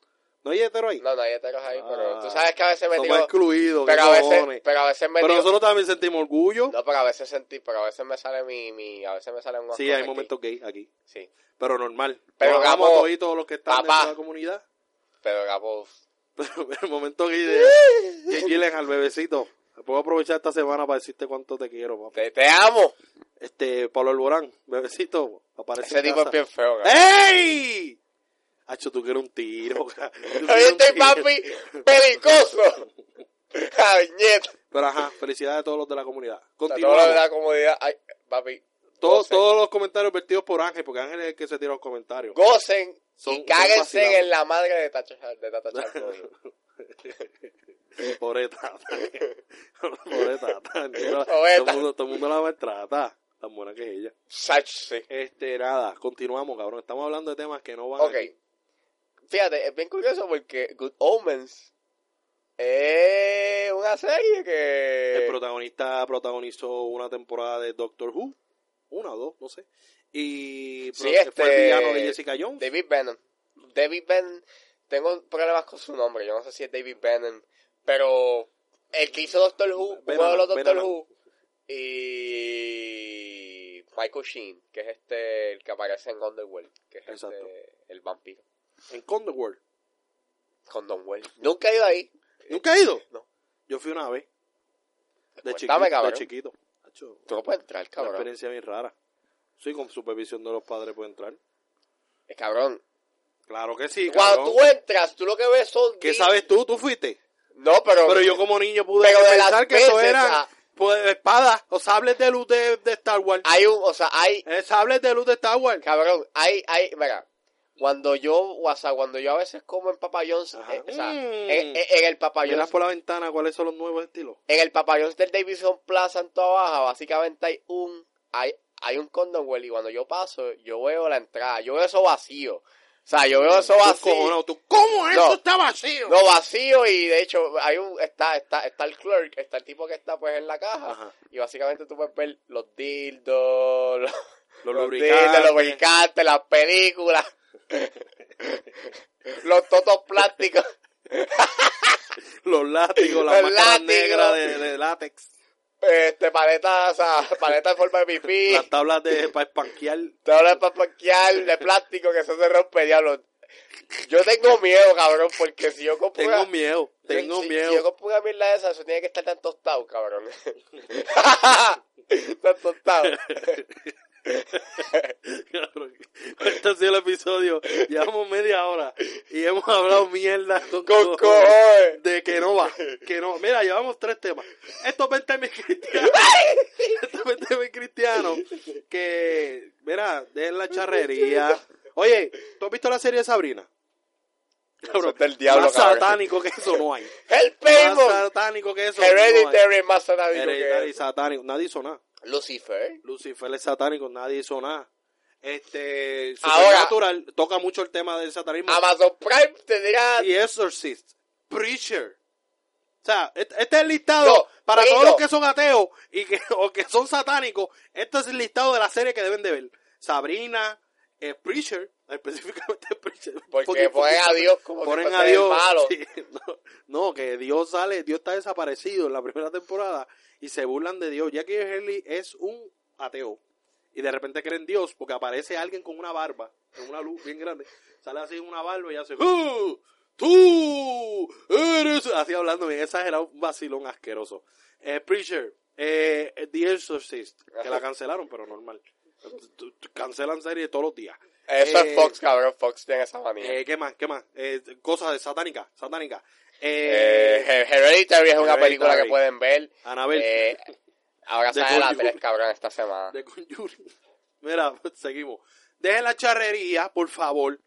C: No hay heteros ahí.
B: No, no hay heteros ahí, pero
C: Ah.
B: tú sabes que a veces me
C: Somos
B: digo-
C: excluidos.
B: pero
C: qué
B: a veces
C: cojones.
B: pero a veces me
C: Pero
B: digo-
C: nosotros también sentimos orgullo.
B: no pero a veces sentí pero a veces me sale mi, mi a veces me sale un
C: sí, hay momentos gay aquí.
B: sí
C: Pero normal.
B: Pero
C: Los amo a
B: Gabo,
C: todos los que están
B: papá.
C: en la comunidad.
B: pero Gabo
C: Pero en el momento que,
B: *laughs*
C: que Gillen al bebecito, puedo aprovechar esta semana para decirte cuánto te quiero, papá.
B: Te, te amo.
C: Este, Pablo Alborán, bebecito,
B: Ese
C: aparece. en
B: tipo es
C: casa. ¿Eh?
B: bien feo, cabrón.
C: ¡Ey! Hacho, tú que eres un tiro, *laughs* ca- tú que eres
B: Ahí
C: un
B: estoy,
C: tiro.
B: papi,
C: *laughs*
B: pericoso. Ay, nieto.
C: Pero ajá, felicidades a todos los de la comunidad.
B: Todo lo de
C: Continuamos.
B: la comodidad. Ay, papi,
C: Todos,
B: gocen.
C: todos los comentarios vertidos por Ángel, porque Ángel es el que se tira los comentarios.
B: gocen
C: Son-
B: y
C: son
B: cáguense
C: vacilados.
B: en la madre de Tacha Char- de Tata
C: *laughs*
B: Charco.
C: *laughs* Pobre tata. *laughs* Pobre tata. Todo
B: Pobre
C: el
B: tata.
C: mundo, todo el mundo la maltrata. Tan buena que es ella.
B: Sach, sí.
C: Este, nada, continuamos, cabrón. Estamos hablando de temas que no van
B: Ok.
C: aquí.
B: Fíjate, es bien curioso porque Good Omens es una serie
C: El
B: que...
C: protagonista protagonizó una temporada de Doctor Who. Una o dos, no sé. Y
B: Sí,
C: pro- fue el
B: este,
C: villano de Jessica Jones.
B: David Bannon. David Bannon. Tengo problemas con su nombre. Yo no sé si es David Bannon. Pero el que hizo Doctor Who, uno de los
C: Bannon,
B: Doctor
C: Bannon.
B: Who. Y Michael Sheen, que es este, el que aparece en Underworld. Que es este,
C: Exacto.
B: el vampiro.
C: En Condor
B: Condom Nunca he ido ahí.
C: ¿Nunca he ido?
B: No.
C: Yo fui una vez. De
B: Cuéntame, Pues
C: chiquito. De
B: cabrón.
C: chiquito. Hacho,
B: Tú no puedes entrar,
C: una
B: cabrón.
C: experiencia bien rara. Sí, con supervisión de los padres puede entrar.
B: Eh, Cabrón.
C: Claro que sí,
B: Cuando
C: cabrón.
B: tú entras, tú lo que ves son.
C: ¿Qué
B: di-
C: sabes tú? ¿Tú fuiste?
B: No, pero.
C: Pero yo como niño pude
B: Pero de
C: pensar
B: las
C: que eso
B: veces,
C: eran
B: ah.
C: pues, espadas o sables de luz de, de Star Wars.
B: Hay un. O sea, hay.
C: Eh, sables de luz de Star Wars.
B: Cabrón, hay. hay mira. Cuando yo. O sea, cuando yo a veces como en Papa John's.
C: Ajá.
B: eh, o sea,
C: Mm.
B: en, en- en el Papa
C: Miras
B: John's.
C: por la ventana cuáles son los nuevos estilos.
B: En el Papa John's del Davidson Plaza en toda baja, básicamente hay un. Hay, hay un condom well, y cuando yo paso, yo veo la entrada. Yo veo eso vacío. O sea, yo veo eso
C: Tú
B: vacío.
C: cojonado, tú-
D: ¿Cómo eso
B: No.
D: está vacío?
B: No, vacío y de hecho hay un está está está el clerk, está el tipo que está pues en la caja
C: Ajá.
B: y básicamente tú puedes ver los dildos, los,
C: Los
B: los
C: lubricantes.
B: dildos, los lubricantes, las películas, *laughs* los totos plásticos,
C: Los látigos, las
B: Los
C: máscaras
B: látigos.
C: negras de, de látex.
B: este paletas, o sea, paletas en forma de pipí,
C: Las tablas de para espanquear.
B: te hablan para bloquear de plástico que eso se rompe diablo. Yo tengo miedo, cabrón, porque si yo compro
C: Tengo
B: una-
C: miedo, tengo
B: si, Si yo
C: *laughs* miedo.
B: compro una mierda de esas, eso tiene que estar tan tostado,
C: *laughs*
B: cabrón. tan tostado.
C: Cabrón, Este ha sido el episodio. Llevamos media hora y hemos hablado mierda con,
B: Con
C: cojones
B: cojones.
C: de que no
B: *laughs*
C: va, que no. Mira, llevamos tres temas. Estos 20
B: *laughs*
C: mil cristianos, estos 20 mil cristianos que, mira, de la charrería. Oye, ¿tú has visto la serie de Sabrina?
B: Eso es del diablo,
C: más
B: cabrón.
C: satánico que eso
B: *laughs*
C: no hay.
B: El
C: Más
B: Paymon.
C: satánico que eso no
B: Hereditary más
C: hay.
B: satánico
C: Hereditary
B: que
C: satánico, nadie hizo nada.
B: Lucifer.
C: Lucifer es satánico, nadie hizo nada. Este,
B: Ahora-
C: Supernatural toca mucho el tema del satanismo.
B: Amazon Prime te dirá.
C: y Exorcist, Preacher. O sea, et- este es el listado
B: No,
C: para
B: Rico.
C: todos los que son ateos y que, *laughs* o que son satánicos. Este es el listado de las series que deben de ver. Sabrina, eh, Preacher, *laughs* específicamente Preacher.
B: Porque ponen a Dios como si
C: Ponen
B: fuese
C: a
B: el
C: Dios.
B: malo.
C: sí, *laughs* no, no, que Dios sale, Dios está desaparecido en la primera temporada y se burlan de Dios. Jackie Henley es un ateo y de repente creen en Dios porque aparece alguien con una barba, con una luz bien grande, sale así en una barba y hace "¡Uh! ¡Tú eres! Así hablando bien exagerado, un vacilón asqueroso. Eh, Preacher, eh, The Exorcist,
B: *laughs*
C: que la cancelaron, pero normal. T- t- Cancelan series todos los días.
B: Eso
C: Eh,
B: es Fox, cabrón. Fox tiene esa manía.
C: Eh, ¿Qué más? ¿Qué más? Eh, cosas de satánica, satánica.
B: Eh,
C: Eh,
B: Her- Hereditary es una
C: Hereditary.
B: película que pueden ver.
C: Anabel,
B: Eh, ahora
C: De
B: sale la
C: Hollywood.
B: 3, cabrón, esta semana.
C: de Conjuring. *laughs* Mira, pues, seguimos. Dejen la charrería, por favor.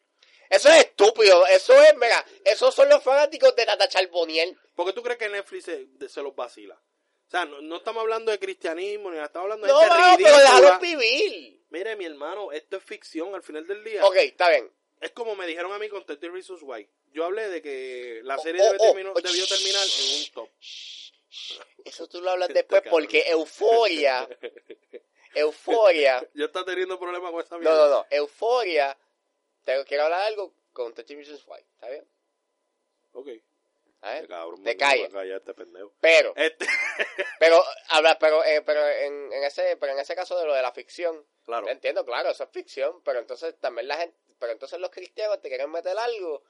B: Eso es estúpido. Eso es, mira, esos son los fanáticos de Tata Charboniel.
C: ¿Por qué tú crees que Netflix se, de- se los vacila? O sea, no, no estamos hablando de cristianismo, ni estamos hablando de
B: No,
C: este
B: mano, pero
C: ridículo.
B: déjalos vivir.
C: Mire, mi hermano, esto es ficción al final del día.
B: Ok, está bien.
C: Es como me dijeron a mí con 30 Reasons Why. Yo hablé de que la serie
B: Oh,
C: debe
B: oh,
C: termino-
B: oh,
C: debió
B: shh.
C: terminar en un top.
B: Eso tú lo hablas
C: Este
B: después
C: cabrón.
B: porque
C: *laughs*
B: euforia. euforia.
C: Ya está teniendo problemas con esa
B: No, no, no. Euforia. Te quiero hablar algo con Touching Mrs. White. ¿Está bien?
C: Ok.
B: ¿Está bien?
C: Cabrón,
B: Eh, Te
C: mano,
B: callas.
C: voy a callar este pendejo.
B: Pero,
C: Este,
B: pero, habla, pero, eh, pero en, en ese, pero en ese caso de lo de la ficción,
C: claro.
B: Yo entiendo, claro, eso es ficción, pero entonces también la gente, pero entonces los cristianos te quieren meter algo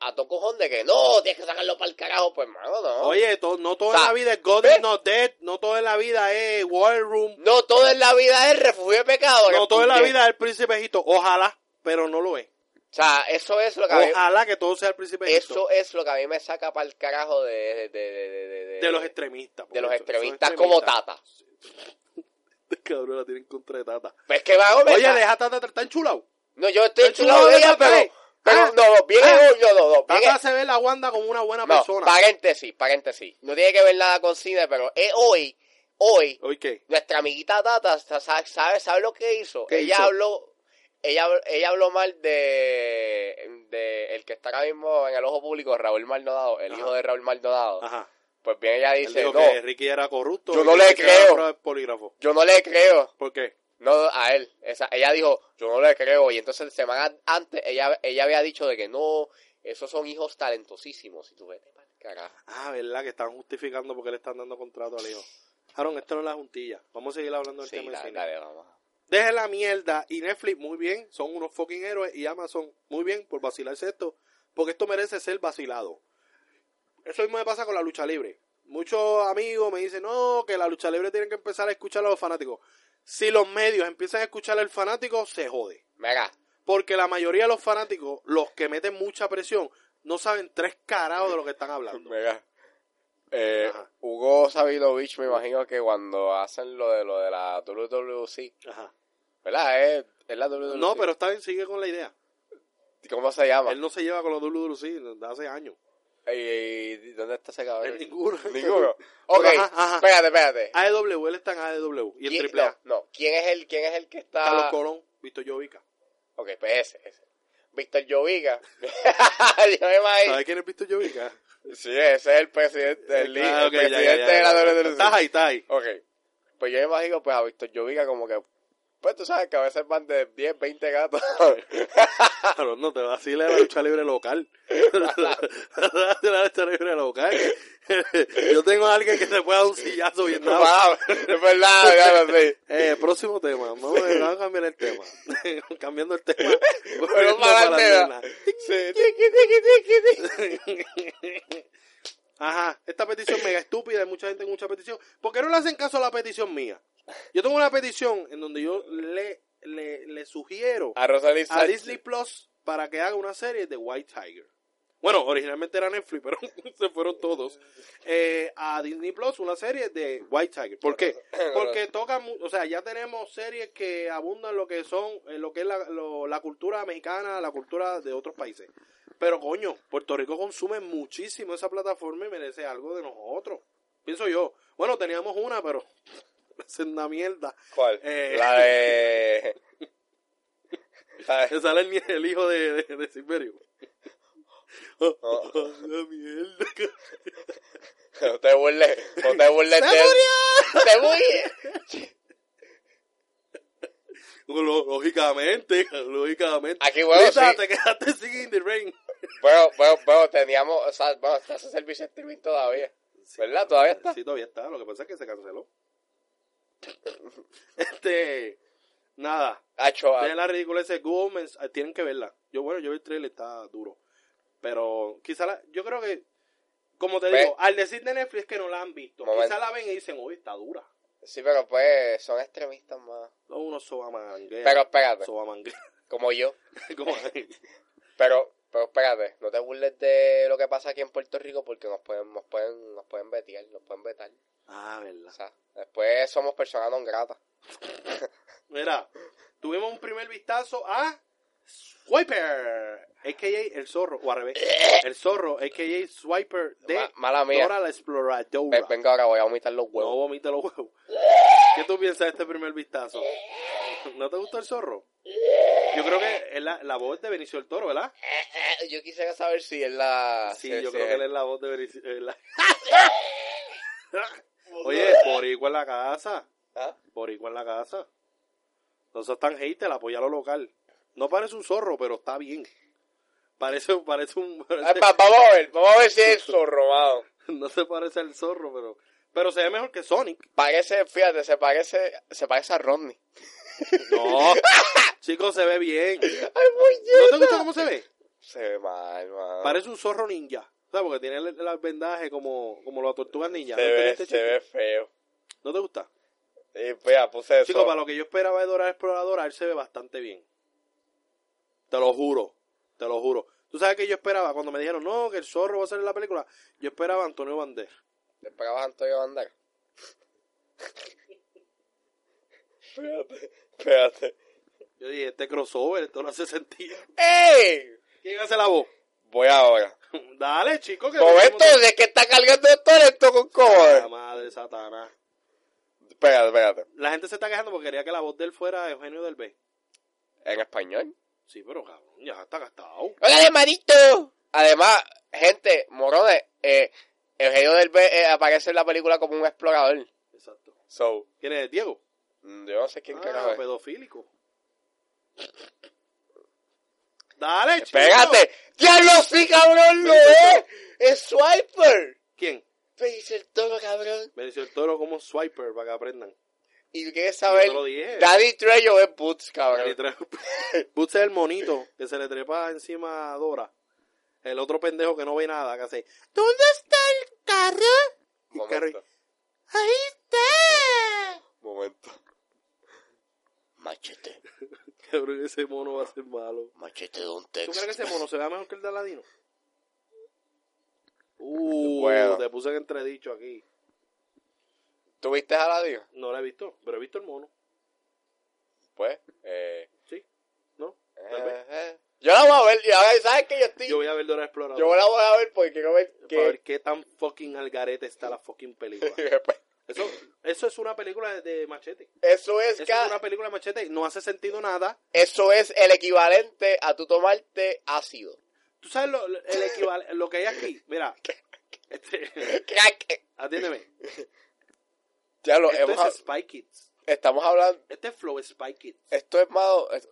B: a tu cojón de que no, tienes que sacarlo para el carajo, pues mano, no.
C: Oye, to- no toda
B: O sea,
C: la vida es God
B: ¿ves?
C: is not dead, no toda la vida es War Room,
B: No todo en la vida es refugio de pecado.
C: no toda la
B: porque-
C: vida es el príncipe Egipto. Ojalá, pero no lo es.
B: O sea, eso es lo que a mí,
C: Ojalá que todo sea el príncipe Egipto.
B: eso es lo que a mí me saca para el carajo de, de, de, de- de- de-
C: de los extremistas.
B: eh, de los
C: porque son- son
B: extremistas como
C: extremistas.
B: Tata.
C: *laughs* Cabrón, la tienen contra de Tata.
B: Pues que va, hombre.
C: Oye,
B: está-
C: deja a Tata estar enchulado.
B: No, yo estoy
C: Estoy
B: chulado de ella,
C: chulado de
B: pero.
C: ella,
B: pero
C: ah,
B: no, no, bien,
C: ah.
B: no, no, no, bien-
C: Tata se ve la Wanda como una buena
B: no,
C: persona.
B: paréntesis, paréntesis. No tiene que ver nada con cine, pero eh, hoy, hoy,
C: Oye, ¿qué?
B: nuestra amiguita Tata, sa- sa- ¿sabe, sabe lo que hizo?
C: ¿Qué
B: ella
C: hizo?
B: habló. Ella, ella habló mal de, de el que está ahora mismo en el ojo público, Raúl Maldonado, el
C: Ajá.
B: hijo de Raúl Maldonado.
C: Ajá.
B: Pues bien, ella
C: Él
B: dice,
C: dijo
B: no,
C: que Ricky era corrupto.
B: Yo
C: y
B: no le
C: que se
B: creo.
C: agarró el polígrafo.
B: yo no le creo.
C: ¿Por qué?
B: No, a él. Esa, ella dijo, yo no le creo. Y entonces semanas antes ella, ella había dicho de que no, esos son hijos talentosísimos. Y tú vete pa'l carajo.
C: Ah, verdad, que están justificando porque le están dando contrato al hijo. Aaron, esto no es la juntilla. Vamos a seguir hablando del
B: Sí,
C: tema de
B: dale,
C: cine.
B: dale, vamos.
C: Deje la mierda y Netflix, muy bien, son unos fucking héroes y Amazon, muy bien por vacilarse esto, porque esto merece ser vacilado. Eso mismo me pasa con la lucha libre. Muchos amigos me dicen, no, que la lucha libre tienen que empezar a escuchar a los fanáticos. Si los medios empiezan a escuchar al fanático, se jode.
B: Mira,
C: Porque la mayoría de los fanáticos, los que meten mucha presión, no saben tres carados de lo que están hablando.
B: mira. Eh,
C: Ajá.
B: Hugo Sabinovich, me imagino que cuando hacen lo de lo de la WWC,
C: Ajá.
B: ¿verdad? Es, es la WWC.
C: No, pero está bien, sigue con la idea.
B: ¿Cómo se llama?
C: Él no se lleva con los WWC desde hace años.
B: Eh, eh, ¿Dónde está ese cabrón?
C: En ninguno. *laughs*
B: Ninguno. Ok,
C: Ajá, ajá.
B: espérate, espérate.
C: AEW, E él está en AEW y en
B: ¿Quién-
C: AAA.
B: No, no. ¿Quién es el, quién es el que está...?
C: Carlos Colón, Víctor Jovica.
B: Ok, pues ese, ese. Víctor Jovica. *laughs* Yo me imagino.
C: ¿Sabes quién es Víctor
B: *laughs*
C: Jovica?
B: Sí, ese es el presidente, el, líder,
C: Ah, ok, ya, ya,
B: presidente
C: ya,
B: de la
C: ya.
B: WWE.
C: Estás ahí, estás
B: *laughs*
C: ahí.
B: Ok. Pues yo me imagino pues a Víctor Jovica como que. Pues tú sabes que a veces van de 10, 20
C: *laughs*
B: gatos.
C: Claro, no te vaciles a la lucha libre local. *laughs* Vacila la lucha libre local. *laughs* Yo tengo a alguien que te pueda dar un sillazo bien dado.
B: *laughs* Wow, es verdad, ya lo sé.
C: Eh, próximo tema. Vamos, a- vamos a cambiar el tema. *laughs* Cambiando el tema.
B: Pero
C: volviendo
B: para
C: la
B: la
C: nena.
B: Sí, tiqui, tiqui, tiqui, tiqui.
C: Ajá, esta petición mega estúpida, hay mucha gente con mucha petición. ¿Por qué no le hacen caso a la petición mía? Yo tengo una petición en donde yo le, le, le sugiero
B: A Rosalía
C: a
B: Sánchez.
C: Disney Plus para que haga una serie de White Tiger. Bueno, originalmente era Netflix, *laughs* pero se fueron todos. Eh, a Disney Plus una serie de White Tiger. ¿Por qué? Porque toca, mu- o sea, ya tenemos series que abundan lo que son, eh, lo que es la, lo- la cultura mexicana, la cultura de otros países. Pero coño, Puerto Rico consume muchísimo esa plataforma y merece algo de nosotros. Pienso yo. Bueno, teníamos una, pero *laughs* es una mierda.
B: ¿Cuál?
C: Eh.
B: La de. La de-
C: Que *laughs* sale el, nie- el hijo de, de, de Silverio.
B: Oh.
C: *laughs* La mierda.
B: No te burles, no te burles de él. ¡Se murió!
C: Lo- Lógicamente, lógicamente.
B: Aquí, huevo,
C: Lisa,
B: Ah, sí.
C: te quedaste sin In the Rain.
B: Bueno, bueno, bueno, teníamos, o sea, bueno, está ese servicio de streaming todavía. ¿Verdad? ¿Todavía está?
C: Sí, todavía está. Lo que pasa es que se canceló. *laughs* este. Nada.
B: Hacho,
C: De la ridícula ese Google Tienen que verla. Yo, bueno, yo vi el trailer, está duro. Pero quizá la. Yo creo que. Como te
B: Ve.
C: digo, al decir de Netflix que no la han visto,
B: Pues, Momento.
C: quizá la ven y dicen, uy, está dura.
B: sí, pero pues son extremistas más.
C: Son unos sobamangueros.
B: Pero espérate,
C: *laughs* Sobamangueros.
B: como yo.
C: Como-
B: Pero, pero espérate, no te burles de lo que pasa aquí en Puerto Rico porque nos pueden, nos pueden, nos pueden vetear, nos pueden vetar.
C: ah,
B: O
C: verdad.
B: sea, después somos personas no gratas.
C: Mira, tuvimos un primer vistazo a Swiper, a.k.a. el zorro, o al revés, el zorro, a.k.a. Swiper de
B: Ma- mala mía.
C: Dora la
B: Ve-
C: Exploradora.
B: Venga, ahora voy a vomitar los
C: No
B: huevos.
C: vomita los huevos. ¿Qué tú piensas de este primer vistazo? ¿No te gustó el zorro? Yo creo que es la, la voz de Benicio del Toro, ¿verdad?
B: Eh, Yo quisiera saber si es la...
C: Ah, Sí,
B: si-
C: yo
B: si
C: creo
B: es-
C: que él es la voz de Benicio. eh, *laughs* la- Oye, boricua en la casa.
B: ¿Ah?
C: Boricua en la casa. No seas tan hater, apoya lo local. No parece un zorro, pero está bien. Parece, parece un... parece-
B: Ay, Ah, pa- vamos a ver, vamos a ver si es el zorro, mano.
C: *laughs* no se parece al zorro, pero... Pero se ve mejor que Sonic.
B: Parece, fíjate, se parece, se parece a Rodney.
C: No. *laughs* Chicos, se ve
B: Ay,
C: bien.
B: muy
C: ¿No te gusta cómo se ve?
B: Se ve mal, mano.
C: Parece un zorro ninja. ¿Sabes? Porque tiene el, el vendaje como, como la tortuga ninja.
B: se
C: ¿No,
B: ve,
C: entendiste,
B: se
C: chico?
B: ve feo.
C: ¿No te gusta?
B: Y vea, puse eso.
C: Chico, para lo que yo esperaba de Dora la Exploradora, él se ve bastante bien. Te lo juro, te lo juro. ¿Tú sabes que yo esperaba? Cuando me dijeron, no, que el zorro va a salir en la película, yo esperaba a Antonio Banderas.
B: ¿Te pegabas a Antonio Banderas? espérate, espérate.
C: Yo dije, este crossover, esto no hace sentido. *laughs*
B: ¡Ey!
C: ¿Quién hace la voz? *laughs*
B: Voy ahora.
C: Dale, chico, que...
B: Momento de que está cargando esto esto con
C: La
B: cojones.
C: madre satana.
B: Espérate, espérate.
C: La gente se está quejando porque quería que la voz de él fuera Eugenio del B.
B: ¿En español?
C: Sí, pero cabrón, ya está gastado.
B: ¡Órale, manito! Además, gente, morones, eh, Eugenio del B eh, aparece en la película como un explorador.
C: Exacto.
B: So,
C: ¿Quién es? ¿Diego?
B: mm, yo no sé quién carajo
C: ah,
B: es.
C: pedofílico. Dale, chico.
B: ¡Pégate! ¡Diablo, sí, cabrón, lo es! ¡Es Swiper!
C: ¿Quién?
B: Me dice el toro, cabrón.
C: Benicio del Toro como un swiper para que aprendan.
B: Y quieres saber,
C: Yo te lo dije.
B: Daddy Trejo es Boots,
C: Le
B: cabrón.
C: *laughs* tra- Boots es el monito que se le trepa encima a Dora. El otro pendejo que no ve nada, que hace.
D: ¿Dónde
C: *laughs*
D: está el carro?
B: Momento,
D: Ahí está.
B: momento. Machete,
C: Cabrón, ese mono va a ser malo.
B: machete de un
C: ¿Tú
B: texto.
C: crees que ese mono se vea mejor que el de Aladino?
B: *laughs*
C: Uh,
B: Bueno.
C: te puse en entredicho aquí.
B: ¿Tú viste a la diva?
C: No lo he visto, pero he visto el mono.
B: Pues, eh...
C: Sí, ¿no? Tal vez.
B: eh, Yo la voy a ver, y ahora sabes que yo estoy...
C: Yo
B: Eh, Yo,
C: voy a ver Dora Exploradora.
B: la voy a ver porque quiero ver
C: Para
B: qué... *laughs*
C: ver qué tan fucking al garete está la fucking película. Eso, eso es una película de machete.
B: Eso es,
C: Eso
B: ca-
C: es una película de machete, no hace sentido nada.
B: eso es el equivalente a tu tomarte ácido.
C: Tú sabes lo, lo- el equival- lo que hay aquí. Mira, este, *laughs*
B: Crack. eh,
C: atiéndeme.
B: *laughs* Ya lo hemos...
C: Esto es
B: hab-
C: Spy Kids.
B: Estamos hablando...
C: Este es Flow Spy Kids.
B: Esto es más...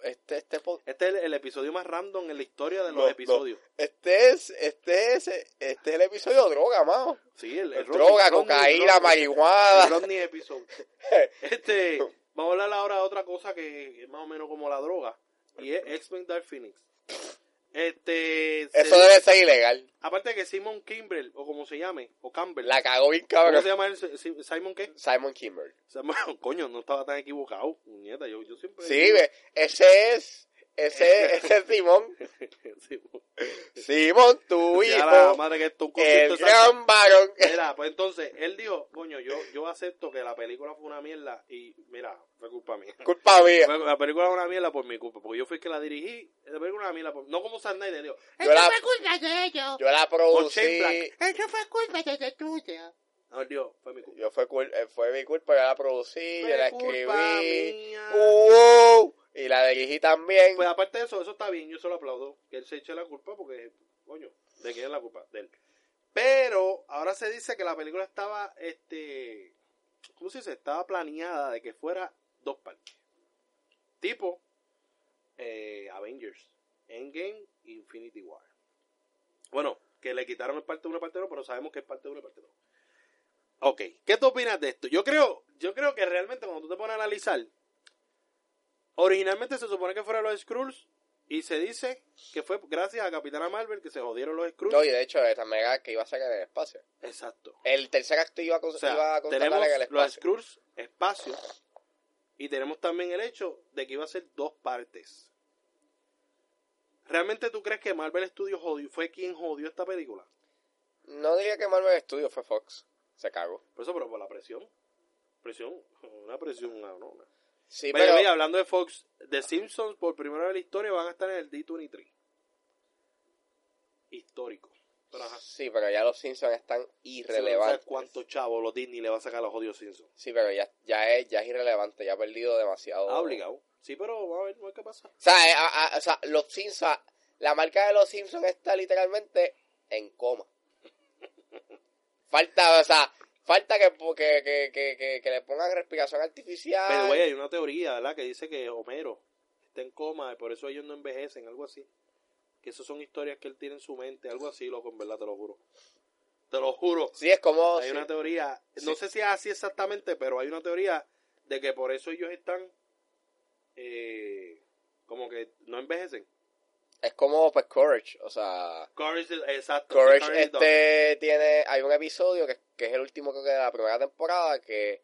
B: Este, este podcast...
C: Este es el, el episodio más random en la historia de los
B: No, no.
C: episodios.
B: Este es, este es, este es el episodio de droga, mano.
C: Sí, el, el
B: Droga,
C: Rodney-
B: cocaína,
C: Rodney- El
B: marihuana.
C: Rodney episode. Este, vamos a hablar ahora de otra cosa que es más o menos como la droga. Y es X-Men Dark Phoenix. Este.
B: *laughs*
C: se
B: Eso
C: dice-
B: debe ser ilegal.
C: Aparte de que Simon Kimbrell, o como se llame, o Campbell.
B: La cagó bien
C: ¿Cómo se
B: cabrón.
C: llama él? Si- si- ¿Simon qué?
B: Simon Kimber.
C: *laughs* Simon- coño, no estaba tan equivocado, nieta. Yo, yo siempre.
B: Sí, ve, ese es,
C: *laughs*
B: ese, ese es Simón.
C: Sí, pues.
B: Simón, tu
C: Ya la
B: hijo,
C: madre que esto es un
B: oh, el
C: concierto de salsa.
B: gran varón.
C: Mira, pues entonces, él dijo, coño, yo, yo acepto que la película fue una mierda y, mira, fue
B: *laughs*
C: culpa mía.
B: *laughs* Culpa
C: *laughs*
B: mía.
C: Fue- La película fue una mierda por mi culpa, porque yo fui el que la dirigí. La película fue una mierda por... No como Zack Snyder, digo,
B: Yo
D: Eso
B: la,
D: fue culpa de ellos.
B: yo la producí.
C: Black.
D: Eso fue culpa de, de tuya.
C: no, digo, fue mi culpa.
B: Yo fue, cul- eh, fue mi culpa, yo la producí, yo
C: Fue
B: la
C: culpa
B: escribí.
C: mía.
B: Uh, y la dirigí también.
C: Pues aparte de eso, eso está bien, yo se lo aplaudo. Que él se eche la culpa porque, coño, ¿de quién es la culpa? De él. Pero ahora se dice que la película estaba, este, ¿cómo se dice? Estaba planeada de que fuera dos partes. Tipo eh, Avengers, Endgame, Infinity War. Bueno, que le quitaron el parte 1 y parte 2, pero sabemos que es parte 1 y parte 2. Ok, ¿qué tú opinas de esto? Yo creo, yo creo que realmente cuando tú te pones a analizar, Originalmente se supone que fueron los Skrulls y se dice que fue gracias a Capitana Marvel que se jodieron los Skrulls.
B: No, y de hecho, esta mega que iba a sacar en el espacio.
C: Exacto.
B: El tercer acto iba a, cons-
C: O sea,
B: iba a
C: tenemos
B: constatar en el
C: los
B: espacio.
C: Skrulls espacio y tenemos también el hecho de que iba a ser dos partes. ¿Realmente tú crees que Marvel Studios jodió, fue quien jodió esta película?
B: No diría que Marvel Studios fue Fox. Se cagó.
C: Por eso, pero por la presión. Presión, *laughs* una presión, no, no. no.
B: Sí,
C: By the
B: pero
C: way, hablando de Fox, The Simpsons por primera vez en la historia van a estar en el D23. Histórico. Pero ajá.
B: sí, pero ya los Simpsons están
C: ¿Sabes
B: irrelevantes.
C: cuántos chavos los Disney le va a sacar a los jodidos Simpsons?
B: Sí, pero ya, ya es ya es irrelevante, ya ha perdido demasiado.
C: Ah, obligado. Sí, pero vamos a ver, vamos a ver qué pasa.
B: O sea, eh, a- a- o sea, los Simpsons, la marca de los Simpsons está literalmente en
C: *laughs*
B: coma. Falta, o sea, falta que que, que, que, que, que le pongan respiración artificial.
C: Pero, güey, hay una teoría, ¿verdad? Que dice que Homero está en coma y por eso ellos no envejecen, algo así. Que esas son historias que él tiene en su mente, algo así, loco, en verdad, te lo juro. Te lo juro.
B: sí, es como
C: hay
B: sí,
C: una teoría, no
B: Sí.
C: sé si es así exactamente, pero hay una teoría de que por eso ellos están eh, como que no envejecen.
B: Es como, pues, Courage. O sea,
C: Courage, exacto.
B: Courage,
C: Courage the Dog.
B: este tiene, hay un episodio que, que es el último creo que de la primera temporada que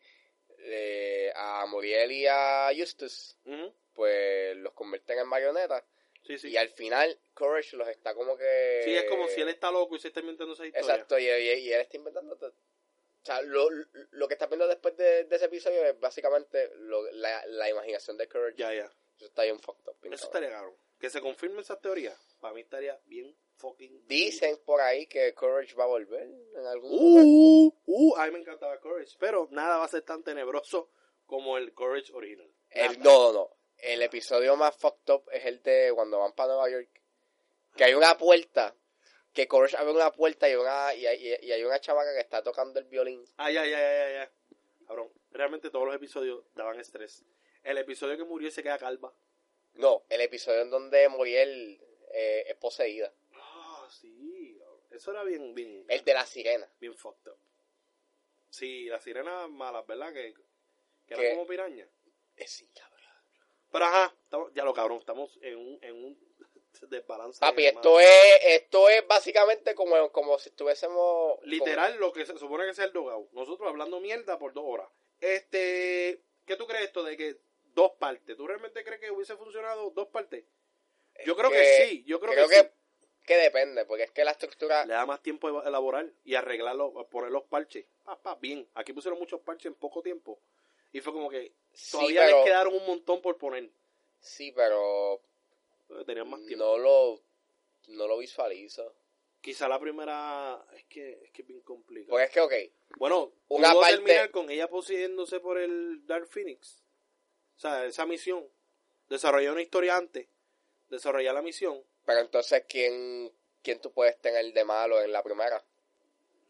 B: eh, a Muriel y a Justus
C: Ujú,
B: pues los convierten en marionetas
C: Sí, sí.
B: y al final Courage los está como que
C: Sí, es como si él está loco y se está inventando esa historia.
B: exacto y, y- y él está inventando todo. o sea lo, lo que está viendo después de, de ese episodio es básicamente lo- la, la imaginación de Courage
C: Ya, ya.
B: eso está bien fucked up bien
C: Eso
B: cabrón.
C: estaría cabrón. Que se confirme esa teoría. Para mí estaría bien fucking.
B: dicen por ahí que Courage va a volver en algún momento.
C: Uh, uh, a mí me encantaba Courage. Pero nada va a ser tan tenebroso como el Courage original.
B: El,
C: Nada.
B: no, no, no. El episodio más fucked up es el de cuando van para Nueva York. Que hay una puerta. Que Courage abre una puerta y, una, y, hay, y hay una chavaca que está tocando el violín.
C: Ah, ya, ya, ya, ya, ya. Cabrón, realmente todos los episodios daban estrés. El episodio que murió y se queda calva.
B: No, el episodio en donde Muriel eh, es poseída.
C: Ah, sí. cabrón. Eso era bien, bien,
B: El de la sirena.
C: bien fucked up. Sí, las sirenas malas, ¿verdad? Que, que
B: ¿Qué?
C: eran como piraña.
B: Eh, sí, cabrón.
C: Pero ajá, estamos- ya lo cabrón, estamos en un, en un *laughs* desbalance.
B: Papi,
C: de-
B: esto es, esto es básicamente como, como si estuviésemos... como-
C: Literal, lo que se supone que sea el dogout. Nosotros hablando mierda por dos horas. Este, ¿qué tú crees esto de que dos partes? ¿Tú realmente crees que hubiese funcionado dos partes? Yo creo que, sí, yo creo, que, sí.
B: que depende, porque es que la estructura...
C: Le da más tiempo eva- elaborar y arreglarlo, poner los parches. Pa, pa, bien, aquí pusieron muchos parches en poco tiempo. Y fue como que
B: sí,
C: todavía
B: pero-
C: les quedaron un montón por poner.
B: Sí, pero
C: Tenían más tiempo.
B: no lo, no lo visualizo.
C: Quizá la primera es que es que es bien complicado.
B: Porque es que, ok,
C: Bueno,
B: Una
C: una
B: parte-
C: terminar con ella poseyéndose por el Dark Phoenix. O sea, esa misión. Desarrollar una historia antes. Desarrollar la misión.
B: pero entonces, ¿quién, quién tú puedes tener de malo en la primera?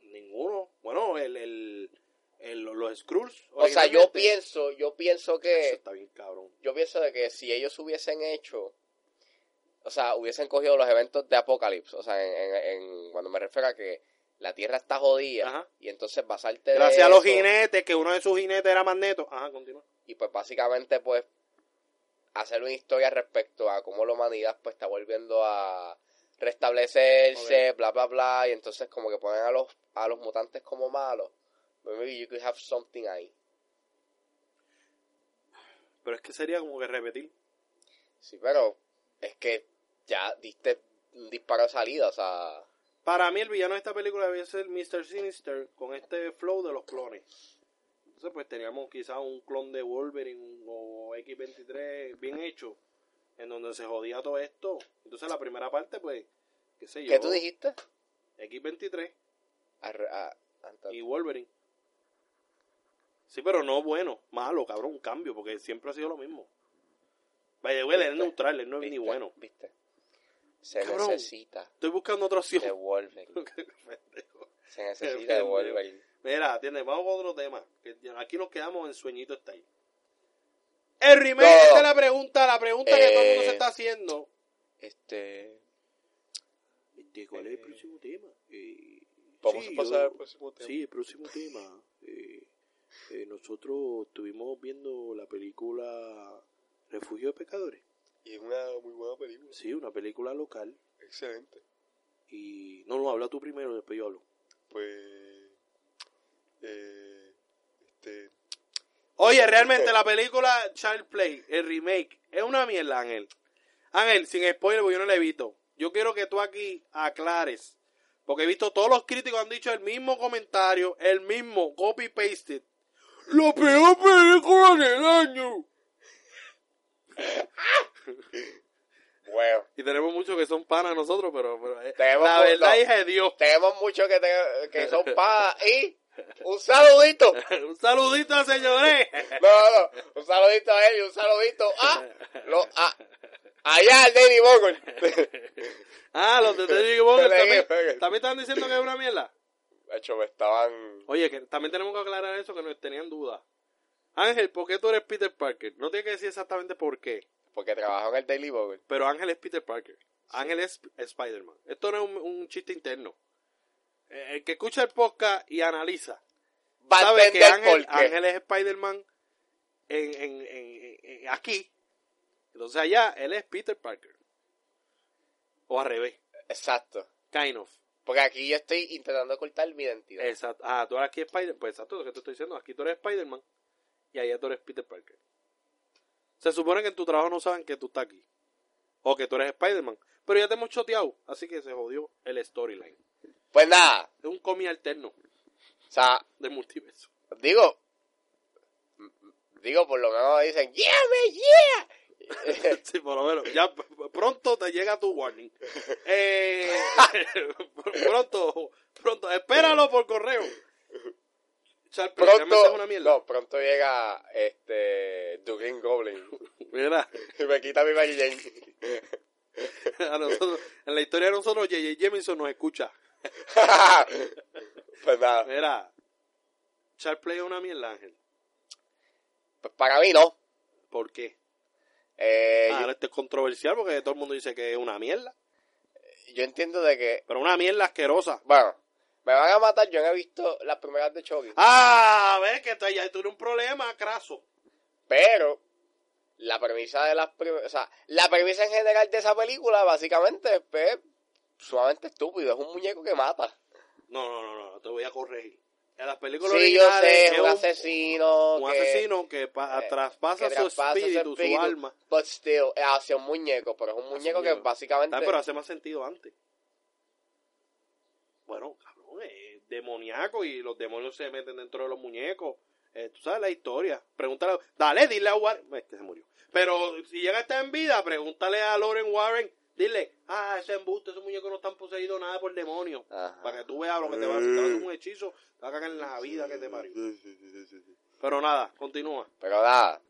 C: Ninguno. Bueno, el, el, el- los Skrulls.
B: O sea, yo
C: originalmente.
B: pienso, yo pienso
C: Eso
B: que,
C: está bien cabrón.
B: yo pienso de que si ellos hubiesen hecho, o sea, hubiesen cogido los eventos de Apocalipsis, o sea, en, en- en- cuando me refiero a que la Tierra está jodida,
C: Ajá.
B: y entonces basarte de
C: Gracias a los
B: eso,
C: jinetes, que uno de sus jinetes era Magneto. Ajá, continúa.
B: y pues básicamente, pues, hacer una historia respecto a cómo la humanidad, pues, está volviendo a restablecerse, bla, bla, bla, y entonces como que ponen a los, a los mutantes como malos. Pues, Maybe you could have something ahí.
C: Pero es que sería como que repetir.
B: Sí, pero es que ya diste un disparo de salida, o sea,
C: Para mí el villano de esta película debe ser Mr. Sinister con este flow de los clones. Entonces pues teníamos quizás un clon de Wolverine un- o X-23 bien hecho, en donde se jodía todo esto. Entonces la primera parte pues, qué sé yo,
B: ¿qué tú dijiste?
C: X-23
B: Arre- a- anta-
C: y Wolverine. Sí, pero no bueno, malo, cabrón, un cambio, porque siempre ha sido lo mismo. Vaya, güey, él es
B: ¿Viste?
C: neutral, él no es ni
B: ¿Viste?
C: bueno.
B: ¿Viste? Se
C: Cabrón.
B: necesita
C: Estoy buscando otra opción.
B: de
C: *laughs*
B: Wolverine. Se necesita de
C: pendejo.
B: Wolverine.
C: Mira, atiende, vamos a otro tema. que Aquí nos quedamos en sueñito está ahí. El remake,
B: No.
C: esta es la pregunta, la pregunta que todo el mundo
B: Eh.
C: se está haciendo.
B: Este.
C: Este, ¿Cuál es el próximo tema? Eh,
B: Vamos
C: sí,
B: a pasar pues.
C: yo-
B: al próximo tema.
C: Sí, el próximo tema. Eh, eh, nosotros estuvimos viendo la película Refugio de Pecadores.
A: Y es una muy buena película.
C: Sí, una película local.
A: Excelente.
C: Y no, no, habla tú primero, después yo hablo.
A: Pues. Eh, este.
C: Oye, realmente la película Child Play, el remake, es una mierda, Ángel. Ángel, sin spoiler, porque yo no la he visto. Yo quiero que tú aquí aclares. Porque he visto todos los críticos han dicho el mismo comentario, el mismo copy-pasted. La peor película del año.
B: Bueno,
C: Y tenemos muchos que son panas nosotros, pero, pero, eh,
B: Tenemos
C: la
B: mucho-
C: verdad hija de Dios. *laughs*
B: tenemos muchos que, te- que son padas. Y un saludito. No,
C: Un saludito, señores.
B: no, no. Un saludito a él y un saludito a. Lo, a allá al Danny Bogle.
C: Ah, los de Terry Bogard
B: Terry
C: también,
B: Bogard.
C: también están diciendo que es una mierda.
B: De hecho, me estaban.
C: Oye, que también tenemos que aclarar eso que nos tenían dudas. Ángel, ¿por qué tú eres Peter Parker? No tiene que decir exactamente por qué,
B: Porque trabajó en el Daily Bogle.
C: pero Ángel es Peter Parker. Ángel es Sp- Spider-Man. Esto no es un, un chiste interno. Eh, El que escucha el podcast y analiza
B: Va a
C: sabe que
B: entender por
C: Ángel,
B: qué.
C: Ángel es Spider-Man en, en- en- en- en- aquí. Entonces allá él es Peter Parker. O al revés.
B: Exacto.
C: Kind of.
B: Porque aquí yo estoy intentando ocultar mi identidad.
C: Exacto. Ah, tú eres aquí Spider-Man. Pues exacto, lo que te estoy diciendo. Aquí tú eres Spider-Man y allá tú eres Peter Parker. Se supone que en tu trabajo no saben que tú estás aquí. O que tú eres Spider-Man. Pero ya te hemos choteado. Así que se jodió el storyline.
B: Pues nada,
C: Es un cómic alterno
B: o sea,
C: de multiverso.
B: digo, digo, por lo menos dicen, yeah, man, yeah.
C: *laughs* sí, por lo menos. Ya p- p- pronto te llega tu warning. Eh, *laughs* pr- pronto, pronto. Espéralo por correo. Charles, pero ya me haces
B: Pronto,
C: una mierda.
B: no, pronto llega este, The Green Goblin *laughs*
C: Mira,
B: y me quita mi Mary Jane.
C: a nosotros, en la historia de nosotros, J.J. Jameson nos escucha.
B: *laughs* pues nada,
C: Mira, Charles Play es una mierda, Ángel.
B: pues para mí no.
C: ¿Por qué?
B: Eh,
C: Ah, ahora esto es controversial porque todo el mundo dice que es una mierda.
B: yo, yo entiendo de que,
C: Pero una mierda asquerosa.
B: bueno, me van a matar, yo no he visto las primeras de Chucky,
C: Ah, ves que tú ya tienes un problema, craso.
B: pero la premisa de las prim- o sea, la premisa en general de esa película básicamente es pues, sumamente estúpido, es un muñeco que mata.
C: No, no, no, no, no, te voy a corregir. En las películas
B: Sí, yo
C: originales
B: sé,
C: es
B: un asesino.
C: un
B: que-
C: asesino que pa-
B: eh,
C: traspasa
B: que
C: su
B: traspasa su
C: espíritu, su,
B: espíritu.
C: alma.
B: But still, eh, hacia un muñeco, pero es un muñeco
C: un
B: que
C: muñeco.
B: básicamente.
C: Ah, pero hace más sentido antes. Bueno, cabrón, es demoníaco y los demonios se meten dentro de los muñecos. Eh, tú sabes la historia. Pregúntale. Dale, dile a Warren. Es que se murió. Pero si llega a estar en vida, pregúntale a Loren Warren. Dile, ah, ese embuste, esos muñecos no están poseídos nada por demonios.
B: Ajá.
C: Para que tú veas lo que te va a hacer. Te va a hacer un hechizo. Te va a cagar en la vida que te parió. Pero nada, continúa.
B: Pero nada.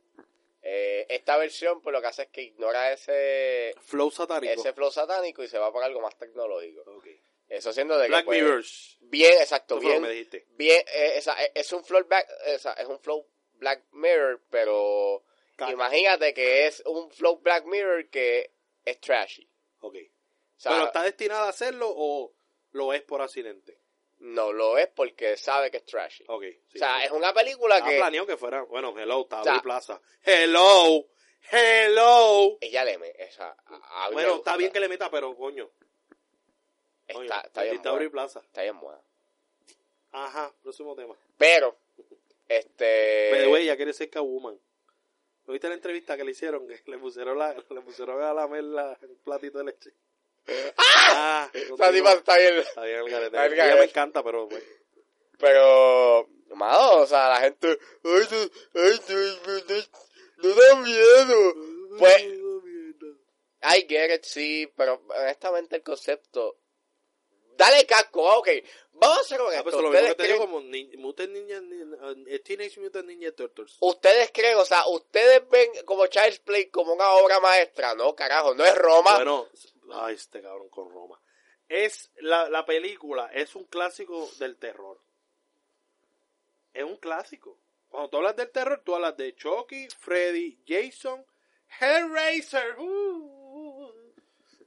B: eh, esta versión, pues lo que hace es que ignora ese.
C: Flow satánico.
B: Ese flow satánico y se va por algo más tecnológico.
C: Ok.
B: Eso siendo de que.
C: Black
B: pues,
C: Mirrors.
B: Bien, exacto,
C: Eso fue lo que me
B: bien.
C: dijiste.
B: Bien, eh, esa- eh, es un flow back, esa- es un flow Black Mirror, pero.
C: Caca.
B: Imagínate que es un flow Black Mirror que es trashy.
C: Ok.
B: O sea,
C: ¿Pero está destinada a hacerlo o lo es por accidente?
B: No lo es porque sabe que es trashy.
C: Ok. Oh, sí,
B: o sea,
C: sí.
B: es una película
C: Estaba
B: que
C: planeado que fuera. Bueno, hello, estaba
B: O sea-
C: en Plaza. Hello, hello.
B: ella le me, o sea, a- a mí me
C: Bueno,
B: gusta.
C: está bien que le meta, pero coño. coño,
B: está, está bien pues.
C: maldita Aubrey
B: buena,
C: Plaza.
B: está bien buena.
C: Ajá, próximo tema.
B: Pero
C: By the way,
B: este *laughs*
C: ya quiere ser Catwoman. ¿No viste la entrevista que le hicieron? *laughs* Que le pusieron, la, le pusieron a lamer la, el platito de leche. ¡Ah!
B: esa tipa está bien,
C: Está bien el garete.
B: Está bien el
C: Ella me
B: garete.
C: encanta, pero... pues. bueno.
B: pero mano, o sea, la gente ay, Dios- ay, Dios mío, no, no da miedo. Pues- I get it, sí, pero honestamente el concepto Dale casco, ah, ok. Vamos a hacer con
C: Ah,
B: esto.
C: pues lo mismo
B: ustedes,
C: que te digo
B: creen,
C: como ni- Mutant Ninja, Nin- eh, Teenage Mutant Ninja Turtles.
B: ustedes creen, o sea, ustedes ven como Child's Play como una obra maestra. No, carajo, no es Roma.
C: Bueno, ay, este cabrón con Roma. Es la, la película, es un clásico del terror. Es un clásico. Cuando tú hablas del terror, tú hablas de Chucky, Freddy, Jason, Hellraiser. Uh, uh,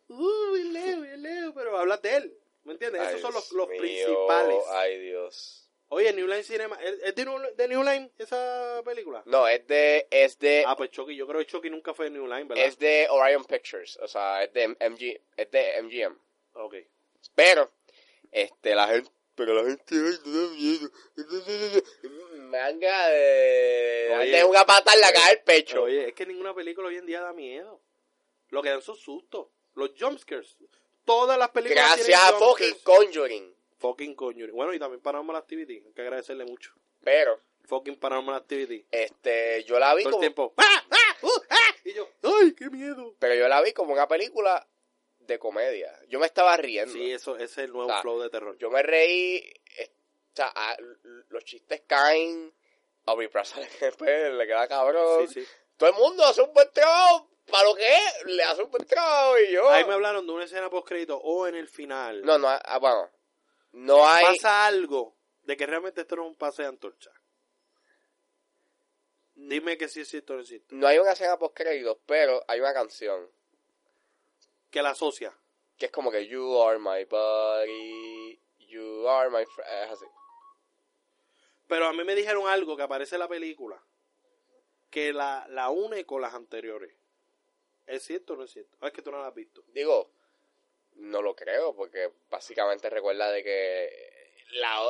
C: uh, y Leo, y Leo, pero hablas de él. ¿Me entiendes?
B: Ay,
C: Esos son los,
B: Dios
C: los
B: mío,
C: principales.
B: Ay, Dios.
C: Oye, New Line Cinema, ¿es es de New, de New Line esa película?
B: No, es de, es de,
C: Ah, pues Chucky, yo creo que Chucky nunca fue de New Line, ¿verdad?
B: Eh, es de Orion Pictures, o sea, es de MG, es de MGM.
C: Ok.
B: Pero, este, la gente, pero la gente, ay, no da miedo. no, no, no, no. Manga de,
C: Oye.
B: de una pata en la cara del pecho.
C: Oye, es que ninguna película hoy en día da miedo. Lo que dan son sustos. Los jumpscares. Todas las películas
B: Gracias
C: tienen
B: a fucking
C: jumpscares.
B: Conjuring.
C: Fucking Conjuring. Bueno, y también Paranormal Activity. Hay que agradecerle mucho.
B: Pero,
C: Fucking Paranormal Activity.
B: este, yo la vi
C: Todo el
B: como,
C: tiempo. ¡Ah! ¡Ah! ¡Uh! ¡Ah! Y yo, ¡ay, qué miedo!
B: pero yo la vi como una película de comedia. Yo me estaba riendo.
C: Sí, eso ese es el nuevo
B: O sea,
C: flow de terror.
B: Yo me reí, eh, o sea, a- l- los chistes caen, a mi plaza le le queda cabrón.
C: Sí, sí.
B: Todo el mundo hace un buen trabajo, para lo que es, le hace un buen trabajo y yo...
C: Ahí me hablaron de una escena post crédito o en el final.
B: No, no, ah, bueno, no hay...
C: Pasa algo de que realmente esto no es un pase de antorcha. Dime que sí existe o no existe.
B: No hay una escena post créditos, pero hay una canción
C: Que la asocia.
B: que es como que You are my buddy, you are my friend, es así.
C: Pero a mí me dijeron algo que aparece en la película que la, la une con las anteriores. ¿Es cierto o no es cierto? Ah, es que tú no la has visto.
B: Digo, No lo creo, porque básicamente recuerda de que la,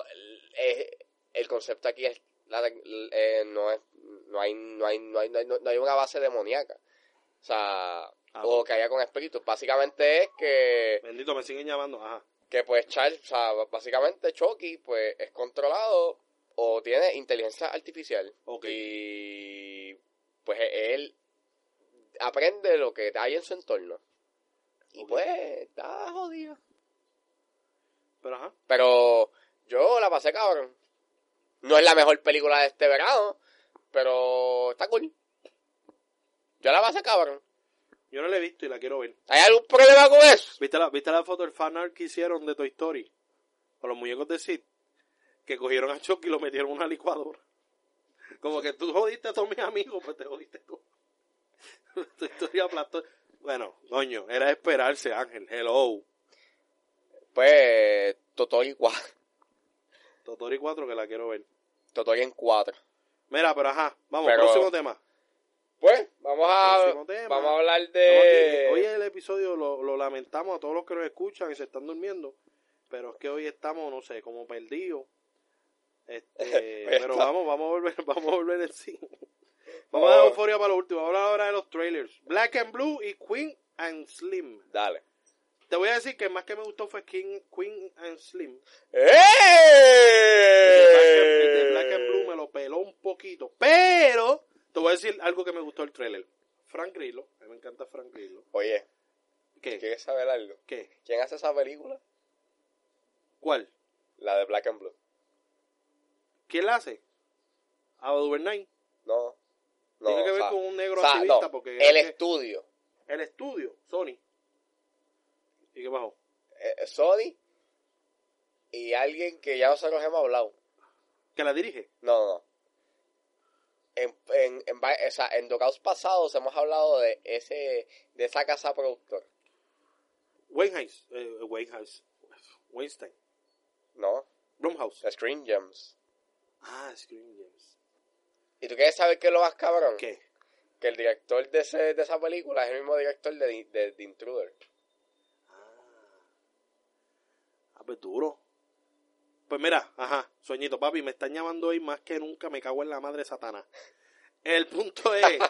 B: eh, el concepto aquí es la de- eh, no es no hay no hay no hay, no hay, no hay una base demoníaca. O sea,
C: Ah,
B: o que haya con espíritus. Básicamente es que,
C: Bendito, me siguen llamando. Ajá.
B: que pues Charles, o sea, básicamente Chucky pues es controlado o tiene inteligencia artificial.
C: Ok.
B: Y pues él aprende lo que hay en su entorno. Y
C: Ok.
B: pues está jodido.
C: Pero ajá.
B: Pero yo la pasé cabrón. No es la mejor película de este verano, pero está cool. Yo la pasé cabrón.
C: Yo no la he visto y la quiero ver.
B: ¿Hay algún problema con eso?
C: ¿Viste la, ¿Viste la foto del fanart que hicieron de Toy Story? Con los muñecos de Sid. Que cogieron a Chucky y lo metieron en una licuadora. Como que tú jodiste a todos mis amigos, pues te jodiste tú. *laughs* Toy Story aplastó. Bueno, coño, era de esperarse, Ángel. Hello.
B: Pues Totori 4.
C: Totori 4 que la quiero ver.
B: Totori en 4.
C: Mira, pero ajá. Vamos,
B: Pero-
C: próximo tema.
B: Pues vamos
C: Próximo tema.
B: a, vamos a hablar
C: Estamos aquí. Hoy
B: de...
C: el episodio lo, lo lamentamos a todos los que nos escuchan y se están durmiendo, pero es que hoy estamos, no sé, como perdidos. *laughs* Este, pero vamos, vamos a volver, *laughs* vamos a volver en sí. Vamos a dar euforia para lo último. Vamos a hablar ahora de los trailers. Black and Blue y Queen and Slim.
B: Dale.
C: Te voy a decir que el más que me gustó fue King- Queen and Slim.
B: ¡Eh!
C: El de Black and- el de Black and Blue me lo peló un poquito. Pero te voy a decir algo que me gustó del trailer. Frank Grillo, a mí me encanta Frank Grillo.
B: Oye,
C: ¿Qué?
B: ¿quieres saber algo?
C: ¿Qué?
B: ¿Quién hace esa película?
C: ¿Cuál?
B: La de Black and Blue.
C: ¿Quién la hace? A Duvernay.
B: No. no
C: Tiene que
B: o
C: ver
B: sea,
C: con un negro
B: o sea,
C: activista
B: no,
C: porque
B: el
C: es que-
B: estudio.
C: el estudio, Sony. ¿Y qué pasó?
B: eh, Sony y alguien que ya nosotros hemos hablado.
C: ¿Que la dirige?
B: No, no, no. En, en, en, va- o sea, en Docaos pasados hemos hablado de ese de esa casa productora.
C: Wayne Hayes. Eh, Wayne Hayes. Weinstein.
B: No,
C: Blumhouse.
B: Screen Gems.
C: Ah, Screen Games.
B: ¿Y tú quieres saber qué es lo más cabrón?
C: ¿Qué?
B: Que el director de, ese, de esa película es el mismo director de, The- de The Intruder.
C: Ah, pues duro. Pues mira, ajá, sueñito, papi, me están llamando hoy más que nunca, me cago en la madre satana. El punto
B: *laughs*
C: es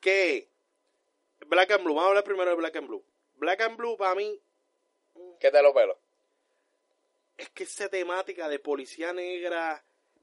C: que Black and Blue, vamos a hablar primero de Black and Blue. Black and Blue para mí
B: ¿Qué te lo pelo?
C: es que esa temática de policía negra,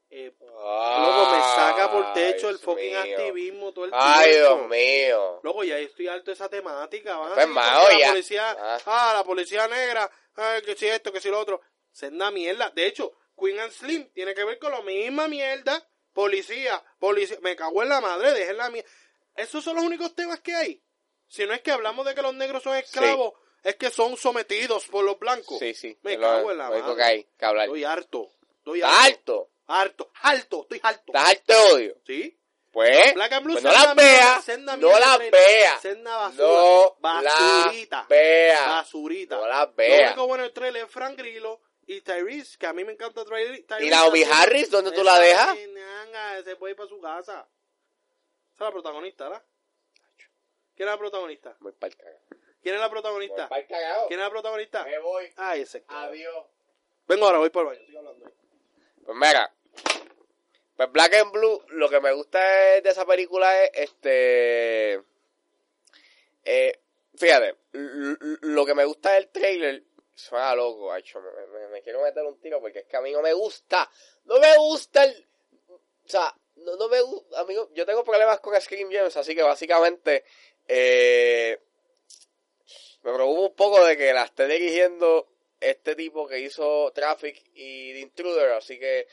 C: eh,
B: Luego
C: loco, me saca por techo el fucking activismo todo el
B: Ay,
C: tiempo.
B: Dios mío.
C: Loco, ya estoy harto de esa temática. Van a
B: Pues,
C: seguir
B: mao,
C: con que la
B: ya.
C: policía, ah.
B: Ah.
C: la policía negra, ay, que si esto, que si lo otro. Es una mierda. De hecho, Queen and Slim tiene que ver con la misma mierda. Policía, policía, me cago en la madre, dejen la mierda. Esos son los únicos temas que hay. Si no es que hablamos de que los negros son esclavos, es que son sometidos por los blancos.
B: Sí, sí.
C: Me
B: es lo-
C: cago en la
B: lo único
C: madre.
B: que hay que hablar.
C: Estoy harto. Estoy
B: ¿Estás
C: harto.
B: alto?
C: Harto, harto, estoy harto.
B: ¿Estás alto de odio?
C: ¿Sí?
B: Pues,
C: Black and Blue
B: pues no
C: senda
B: las
C: mierda,
B: vea,
C: senda
B: no
C: mierda,
B: las
C: Freddy.
B: vea,
C: Senda basura.
B: no
C: basurita.
B: la vea,
C: Basurita.
B: no la
C: Lo
B: vea.
C: único bueno del trailer es Frank Grillo y Tyrese, que a mí me encanta Tyrese. Tyrese
B: ¿Y Naomi
C: haciendo-
B: Harris, dónde tú la
C: Esa
B: dejas?
C: ñanga, Se puede ir para su casa. Esa es la protagonista, ¿verdad? ¿Quién es la protagonista?
B: Voy pa'l cagao.
C: ¿Quién es la
B: Voy
C: protagonista?
B: pa'l cagao.
C: ¿Quién es la protagonista?
B: Me voy.
C: Ay, ese. cabrón.
B: Adiós.
C: Vengo ahora, voy por el baño. Sigo hablando.
B: Pues mira, pues Black and Blue, lo que me gusta es- de esa película es, este, eh, fíjate, l- l- lo que me gusta del trailer, suena loco, hacho, me, me- me quiero meter un tiro porque es que a mí no me gusta, no me gusta el, o sea, no, no me gusta, amigo, yo tengo problemas con Scream Gems, así que básicamente, eh, me preocupa un poco de que la esté dirigiendo este tipo que hizo Traffic y The Intruder, así que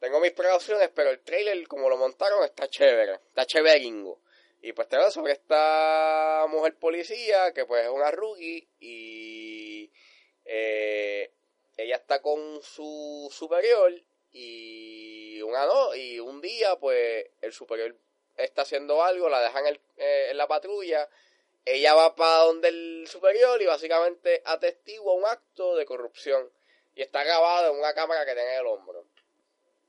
B: tengo mis precauciones, pero el trailer como lo montaron está chévere, está chéveringo. Y pues te habla sobre esta mujer policía que pues es una rookie y eh, ella está con su superior y una no, y un día pues el superior está haciendo algo, la dejan en- eh, en la patrulla ella va para donde el superior y básicamente atestigua un acto de corrupción. Y está grabado en una cámara que tiene en el hombro.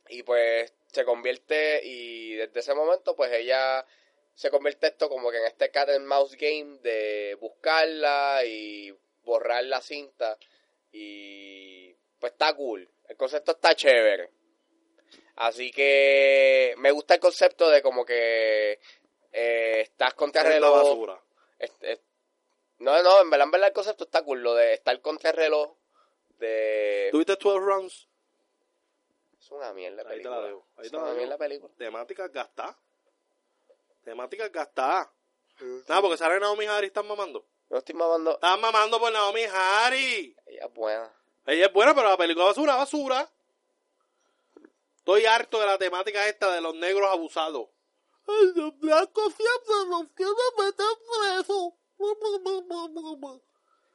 B: Y pues se convierte, y desde ese momento, pues ella se convierte esto como que en este cat and mouse game de buscarla y borrar la cinta y pues está cool. El concepto está chévere. Así que me gusta el concepto de como que eh, estás contra el
C: Es la
B: reloj.
C: basura.
B: Este, es- no, no, en verdad, en verdad el concepto está cool, lo de estar contra el reloj de...
C: ¿Tuviste 12 rounds?
B: Es una mierda
C: Ahí te
B: película.
C: la dejo. Ahí
B: es
C: te la
B: una
C: dejo.
B: mierda película.
C: Temáticas gastadas. Temáticas gastadas. Nada, porque sale Naomi Harry están mamando.
B: No estoy mamando...
C: Están mamando por Naomi Harry.
B: Ella es buena.
C: Ella es buena, pero la película es basura, basura. Estoy harto de la temática esta de los negros abusados.
D: Ay, los blancos siempre los quieren meter preso.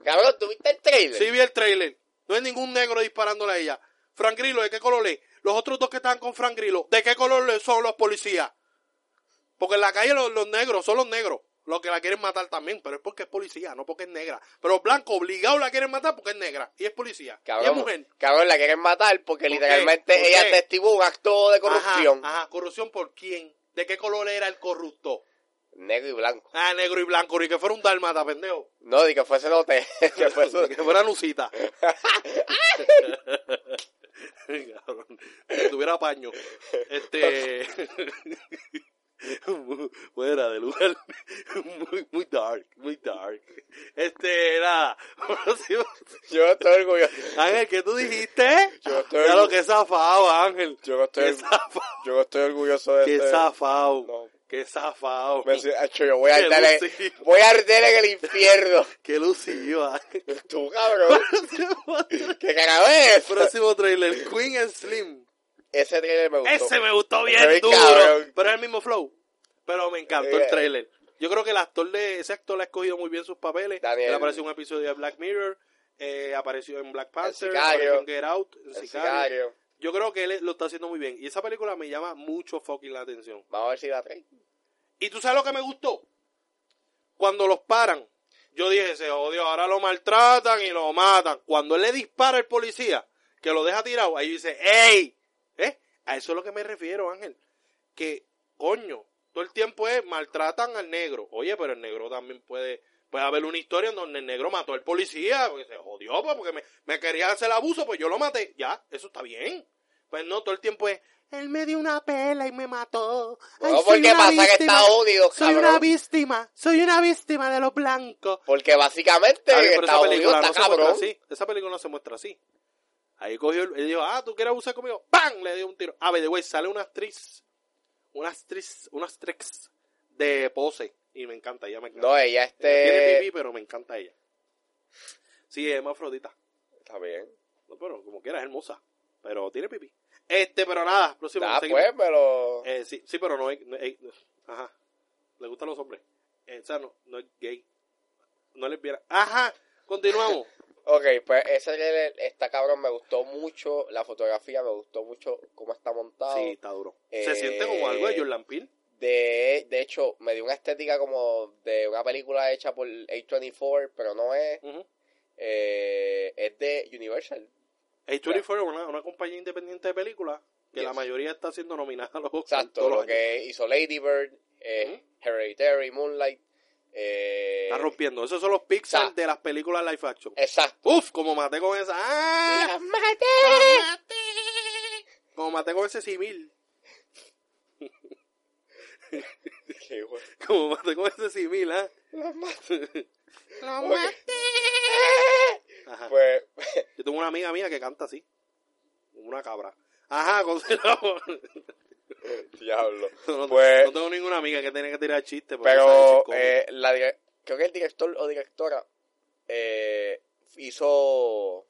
B: Cabrón, ¿tuviste el trailer?
C: Sí vi el trailer. No hay ningún negro disparándole a ella. Frank Grillo, ¿de qué color es? Los otros dos que estaban con Frank Grillo, ¿de qué color le- son los policías? Porque en la calle los, los negros son los negros. Los que la quieren matar también, pero es porque es policía, no porque es negra. Pero los blancos obligados la quieren matar porque es negra y es policía. Y es
B: Cabrón,
C: mujer.
B: cabrón, la quieren matar porque
C: ¿Por qué?
B: literalmente
C: ¿Por
B: ella
C: qué?
B: testiguó un acto de corrupción.
C: Ajá, ah. ajá, corrupción por quién? ¿De qué color era el corrupto?
B: Negro y blanco.
C: Ah, negro y blanco, ni que fuera un dálmata, pendejo.
B: No, di que fuese lote. *laughs* que fuese...
C: que fuera Lucita. Cabrón. Que tuviera paño. Este. *laughs* Fuera de lugar. Muy, muy dark, muy dark. Este, nada. Próximo.
B: *laughs* Yo estoy orgulloso.
C: Ángel, ¿qué tú dijiste?
B: Yo estoy,
C: Ya lo
B: orgu-
C: que zafado, Ángel.
B: yo no estoy,
C: Qué zafado.
B: yo no estoy orgulloso de
C: Qué
B: este-
C: zafado.
B: No,
C: Qué zafado.
B: me siento- hecho, yo voy a
C: Qué
B: arder en,
C: lucido.
B: voy a arder en el infierno. *laughs*
C: Qué lucido, Ángel.
B: Tú, cabrón. ¿Qué carajo es eso?
C: Próximo trailer. Queen and Slim.
B: Ese trailer me gustó.
C: Ese me
B: Ese
C: gustó bien
B: bien
C: duro.
B: cabrón.
C: Pero es el mismo flow. Pero me encantó el
B: Eh.
C: trailer. Yo creo que el actor de, ese actor le ha escogido muy bien sus papeles.
B: Daniel.
C: Él apareció en un episodio de Black Mirror. eh, apareció en Black Panther.
B: Sicario.
C: apareció en Get Out. en
B: El
C: Sicario.
B: sicario.
C: Yo creo que él lo está haciendo muy bien. Y esa película me llama mucho fucking la atención.
B: Vamos a ver si da tres.
C: ¿Y tú sabes lo que me gustó? Cuando los paran. Yo dije, se odio, ahora lo maltratan y lo matan. Cuando él le dispara al policía, que lo deja tirado, ahí dice, ¡Ey! ¿Eh? A eso es lo que me refiero, Ángel. Que, coño, todo el tiempo es maltratan al negro. Oye, pero el negro también puede, puede haber una historia en donde el negro mató al policía, porque se jodió, pues, porque me, me quería hacer abuso, pues yo lo maté. Ya, eso está bien. Pues no, todo el tiempo es,
D: Él me dio una pela y me mató. Ay,
B: No,
D: soy
B: porque
D: una
B: pasa que
D: víctima.
B: Estados Unidos,
D: Soy una
B: cabrón.
D: víctima, soy una víctima de los blancos.
B: Porque básicamente
C: Está bien, pero
B: Estados Unidos está
C: se muestra
B: cabrón.
C: así. Esa película no se muestra así. Ahí cogió, el- él dijo, ah, ¿tú quieres abusar conmigo? ¡Pam! Le dio un tiro. Ah, by the way, sale una actriz, una actriz, una actriz de pose. Y me encanta, ella me encanta.
B: No, ella
C: Ella Tiene pipí,
B: este...
C: pero me encanta ella. Sí, es hermafrodita.
B: Está bien.
C: No, pero como quiera, es hermosa. Pero tiene pipí. Este, pero nada, próximo.
B: Ah,
C: seguimos.
B: pues, pero...
C: Eh, sí, sí, pero no es. no es- ajá. Le gustan los hombres. Eh, o sea, no, no es gay. No es lesbiana. Ajá. Continuamos.
B: Ok, pues ese trailer está cabrón, me gustó mucho la fotografía, me gustó mucho cómo *laughs* está montado.
C: Sí, está duro.
B: Eh,
C: Se siente como algo de Jordan Peele.
B: De, de hecho, me dio una estética como de una película hecha por A24, pero no es.
C: Ujú.
B: eh, es de Universal.
C: A24 es una, una compañía independiente de películas que
B: Yes.
C: la mayoría está siendo nominada a los Oscars
B: Exacto,
C: todos los
B: lo
C: años.
B: que hizo Lady Bird, eh, Hereditary, Moonlight. Eh,
C: Está rompiendo. Esos son los pixels
B: Está.
C: de las películas live
B: Eh.
C: action.
B: Exacto.
C: Uf, como maté con esa. ¡Ah! Como maté con ese simil.
B: Qué bueno.
C: *laughs* Como maté con ese simil, ¿ah?
D: Lo
B: Ok.
D: maté.
C: Ajá.
B: Pues,
C: Yo tengo una amiga mía que canta así. Como Una cabra. Ajá, *laughs* continuamos.
B: diablo.
C: *laughs* No,
B: Pues-
C: no tengo ninguna amiga que tenga que tirar chistes. porque sabe
B: Pero
C: decir
B: eh, la dire- creo que el director o directora eh, hizo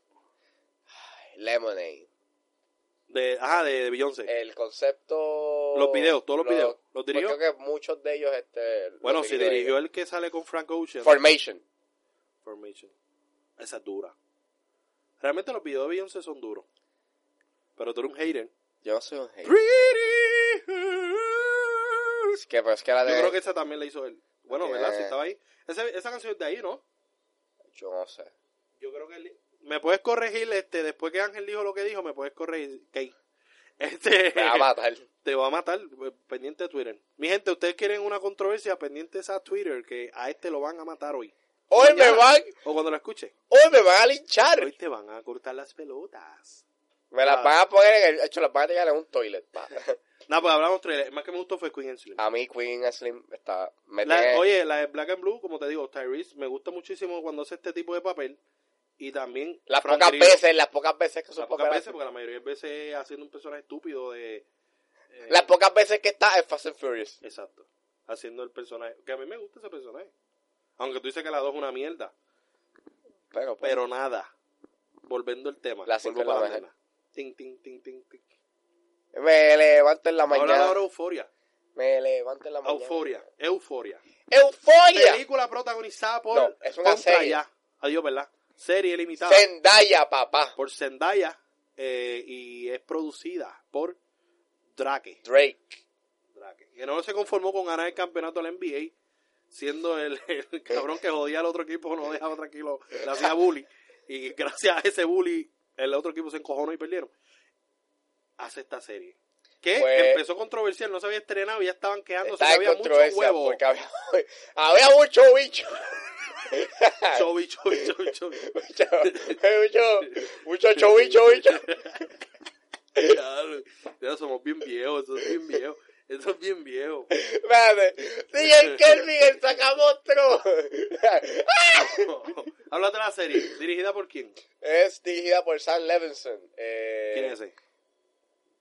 B: ay, Lemonade.
C: cómo. de, ajá, de, de Beyoncé.
B: El concepto.
C: Los videos, todos los videos. ¿Los
B: pues
C: dirigió?
B: creo que muchos de ellos. Este, los
C: bueno, si
B: ella.
C: dirigió el que sale con Frank Ocean.
B: Formation.
C: Formation. Esa es dura. Realmente los videos de Beyoncé son duros. Pero tú eres un hater.
B: Yo no soy un hater.
C: Pretty hurt.
B: Es que, pero es que la
C: Yo
B: de.
C: creo que esa también la hizo él. Bueno,
B: Tiene-
C: ¿verdad? Si estaba ahí. Esa, esa canción es de ahí, ¿no?
B: Yo no
C: *laughs*
B: sé.
C: Yo creo que él- Me puedes corregir, este, después que Ángel dijo lo que dijo, me puedes corregir, Kate. *laughs* Este,
B: Me va a matar.
C: te va a matar, eh, pendiente de Twitter. Mi gente, ustedes quieren una controversia, pendientes a Twitter, que a este lo van a matar hoy.
B: Hoy me
C: Mañana.
B: van,
C: O cuando la escuche.
B: hoy me van a linchar.
C: Hoy te van a cortar las pelotas.
B: Me las
C: Ah.
B: van a poner en el, de hecho, las van a tirar en un toilet. pa.
C: No, pues hablamos trailer. El más que me gustó fue Queen and Slim.
B: A mí Queen Slim está, me
C: La-
B: tiene-
C: oye, la de Black and Blue, como te digo, Tyrese, me gusta muchísimo cuando hace este tipo de papel. Y también.
B: las
C: Frank
B: pocas
C: Grillo.
B: veces, las pocas veces que
C: Las
B: son
C: pocas veces, porque la mayoría de veces haciendo un personaje estúpido de. eh,
B: las pocas veces que está en Fast and Furious.
C: Exacto. Haciendo el personaje. Que a mí me gusta ese personaje. Aunque tú dices que la 2 es una mierda.
B: Pero, pues,
C: Pero nada. Volviendo al tema.
B: La
C: Vuelvo
B: cinco es la
C: para
B: mejor.
C: nena. Ting, ting, ting, ting, ting.
B: me levanto en la
C: Ahora
B: mañana.
C: ahora euforia.
B: Me levanto en la mañana.
C: Euforia. Euforia.
B: Euforia.
C: Película protagonizada por.
B: No, es una
C: Contra
B: serie.
C: Ya. Adiós, ¿verdad? Serie limitada.
B: Zendaya, papá.
C: por Zendaya. eh, y es producida por Drake.
B: Drake.
C: Drake, Que no se conformó con ganar el campeonato de la NBA, siendo el,
B: Eh.
C: el cabrón que jodía al otro equipo, no dejaba tranquilo, le hacía bully. Y gracias a ese bully, el otro equipo se encojonó y perdieron. Hace esta serie. Que
B: Pues-
C: empezó controversial, no se había estrenado y ya estaban quejándose que
B: Está en
C: había mucho
B: controversia
C: huevo.
B: porque había, *laughs* había mucho bicho. ah.
C: Chovi, chovi, chovi, chovi.
B: *laughs* mucho, mucho, mucho bicho, bicho.
C: Ya, ya somos bien viejos, eso es bien viejo. Eso es bien viejo. *laughs*
B: Espérate. DJ Kelvin, el sacamonstruo.
C: Háblate de la serie, dirigida por quién?
B: es dirigida por Sam Levinson. Eh,
C: ¿Quién es ese?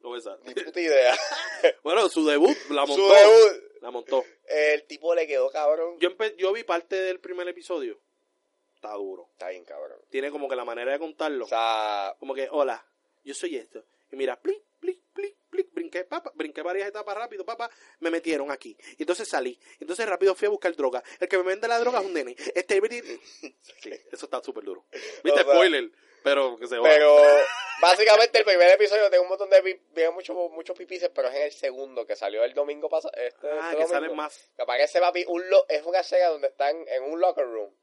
C: No esa.
B: Ni puta idea. *laughs*
C: Bueno, su debut la
B: Su
C: montó.
B: debut.
C: La montó.
B: El tipo le quedó cabrón.
C: Yo, empe- yo vi parte del primer episodio. Está duro.
B: Está bien cabrón.
C: Tiene como que la manera de contarlo.
B: O sea,
C: como que, hola, yo soy esto. Y mira, plic, plic, plic, plic, brinqué, papá, brinqué varias etapas rápido, papá, me metieron aquí. Y entonces salí. Y entonces rápido fui a buscar droga. El que me vende la droga es un nene. Este, Sí, eso está súper duro. Viste,
B: O sea,
C: spoiler, pero que se va.
B: pero básicamente el primer episodio tengo un montón de pi- tiene muchos muchos pipices, pero es en el segundo que salió el domingo pasado. Este,
C: ah,
B: este
C: que
B: domingo.
C: salen más.
B: Capaz que ese papi un lo- es una escena donde están en un locker room.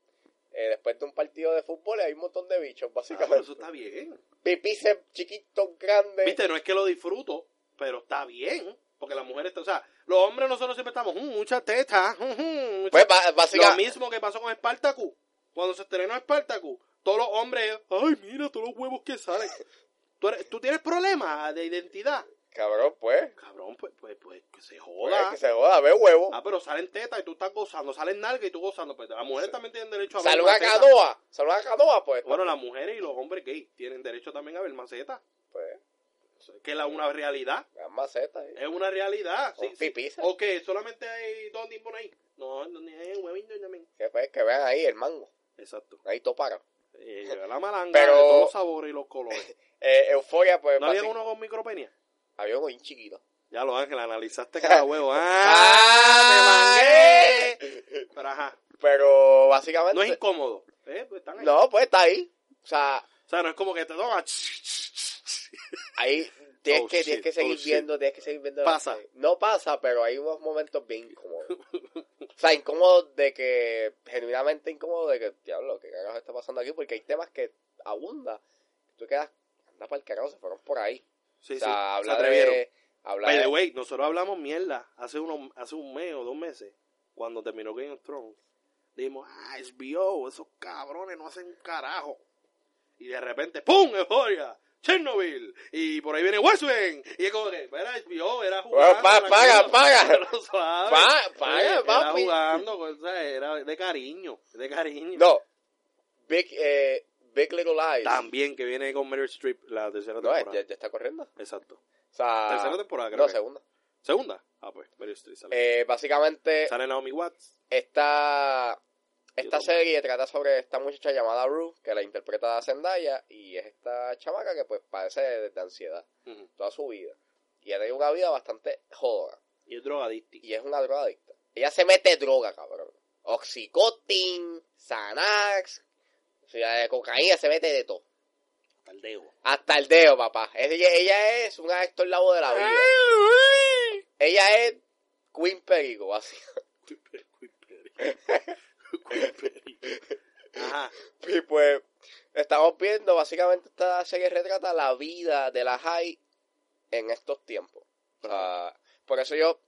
B: eh, después de un partido de fútbol y hay un montón de bichos,
C: Ah, pero
B: básicamente.
C: eso está bien.
B: Pipices chiquitos, grandes.
C: Viste, no es que lo disfruto, pero está bien. Porque las mujeres, o sea, los hombres nosotros siempre estamos, "Mm, muchas tetas. mm, mm, muchas-".
B: Pues ba-
C: lo
B: básicamente.
C: mismo que pasó con Spartacus. Cuando se estrenó Spartacus, todos los hombres, ay, mira todos los huevos que salen. tú, eres- tú tienes problemas de identidad.
B: Cabrón, pues.
C: Cabrón, pues, pues, pues, que se
B: pues,
C: joda.
B: que se joda, ve huevo.
C: Ah, pero salen tetas y tú estás gozando, salen nalgas y tú gozando. Pues las mujeres también tienen derecho a ver.
B: Saluda a
C: más tetas.
B: Canoa. Saluda a Canoa, pues.
C: Bueno, las mujeres y los hombres gays tienen derecho también a ver macetas.
B: Pues,
C: Que es la- una realidad.
B: las macetas. eh.
C: Es una realidad.
B: Son
C: Sí, Oh. sí.
B: *laughs* pipizas.
C: O que solamente hay dos tipos ahí. No, no ni hay huevín ni también.
B: Que, pues, que vean ahí el mango.
C: Exacto.
B: Ahí topara.
C: Eh, la malanga
B: Pero-
C: de todos los sabores y los colores.
B: Eh, Euforia, pues.
C: ¿No había
B: basic-
C: uno con micropenia?
B: había uno bien chiquito.
C: Ya lo, Ángel, analizaste cada huevo.
B: ¡Ah,
C: ¡Ah! ¡Me mangué! Pero ajá,
B: Pero básicamente.
C: no es incómodo. Eh, pues están ahí.
B: Pues, No, pues está ahí. O sea,
C: O sea, no es como que te *laughs* toma.
B: ahí tienes,
C: Oh,
B: que, tienes
C: shit,
B: que seguir
C: oh, shit.
B: viendo, tienes que seguir viendo. la
C: Pasa.
B: serie. No pasa, pero hay unos momentos bien
C: *laughs*
B: incómodos. O sea, incómodos de que, genuinamente incómodos de que, diablo, ¿qué carajo está pasando aquí? Porque hay temas que abunda. Tú quedas, anda para el carajo, se fueron por ahí.
C: Sí,
B: o sea,
C: sí, se
B: habla
C: atrevieron.
B: de. Habla
C: By
B: de-
C: the way, nosotros hablamos mierda hace, unos, hace un mes o dos meses, cuando terminó Game of Thrones. Dijimos, ah, HBO, esos cabrones no hacen un carajo. Y de repente, ¡pum! ¡Euforia! ¡Chernobyl! Y por ahí viene West Wing. Y es como que, era HBO, era jugando.
B: Bueno, pa-
C: la *laughs*
B: paga,
C: cosa,
B: paga.
C: pero suave.
B: Pa- paga,
C: Era
B: papi.
C: jugando, cosa, era de cariño, de cariño.
B: No. Big, eh, Big Little Lies.
C: También que viene con Meryl Streep la tercera
B: No,
C: temporada.
B: ya, ya está corriendo. O
C: Exacto.
B: sea.
C: tercera temporada, creo.
B: No,
C: que.
B: segunda.
C: Segunda. Ah, pues, Meryl Streep sale.
B: Eh, básicamente,
C: sale Naomi Watts.
B: esta, esta
C: tampoco.
B: serie trata sobre esta muchacha llamada Rue, que la interpreta Zendaya, y es esta chamaca que pues padece de, de ansiedad
C: Ujú.
B: toda su vida. Y ella tiene una vida bastante joda.
C: Y es drogadicto.
B: Y es una drogadicta. Ella se mete droga, cabrón. Oxicotin, Xanax, o sea, de cocaína, se mete de todo.
C: *laughs* Tardeo.
B: Hasta el dedo, papá. Es- Ella, ella es un actor labo de la vida. Ella es Queen Perico, así.
C: Ajá.
B: *laughs* Y pues estamos viendo básicamente esta serie retrata la vida de la high en estos tiempos. O sea, por eso yo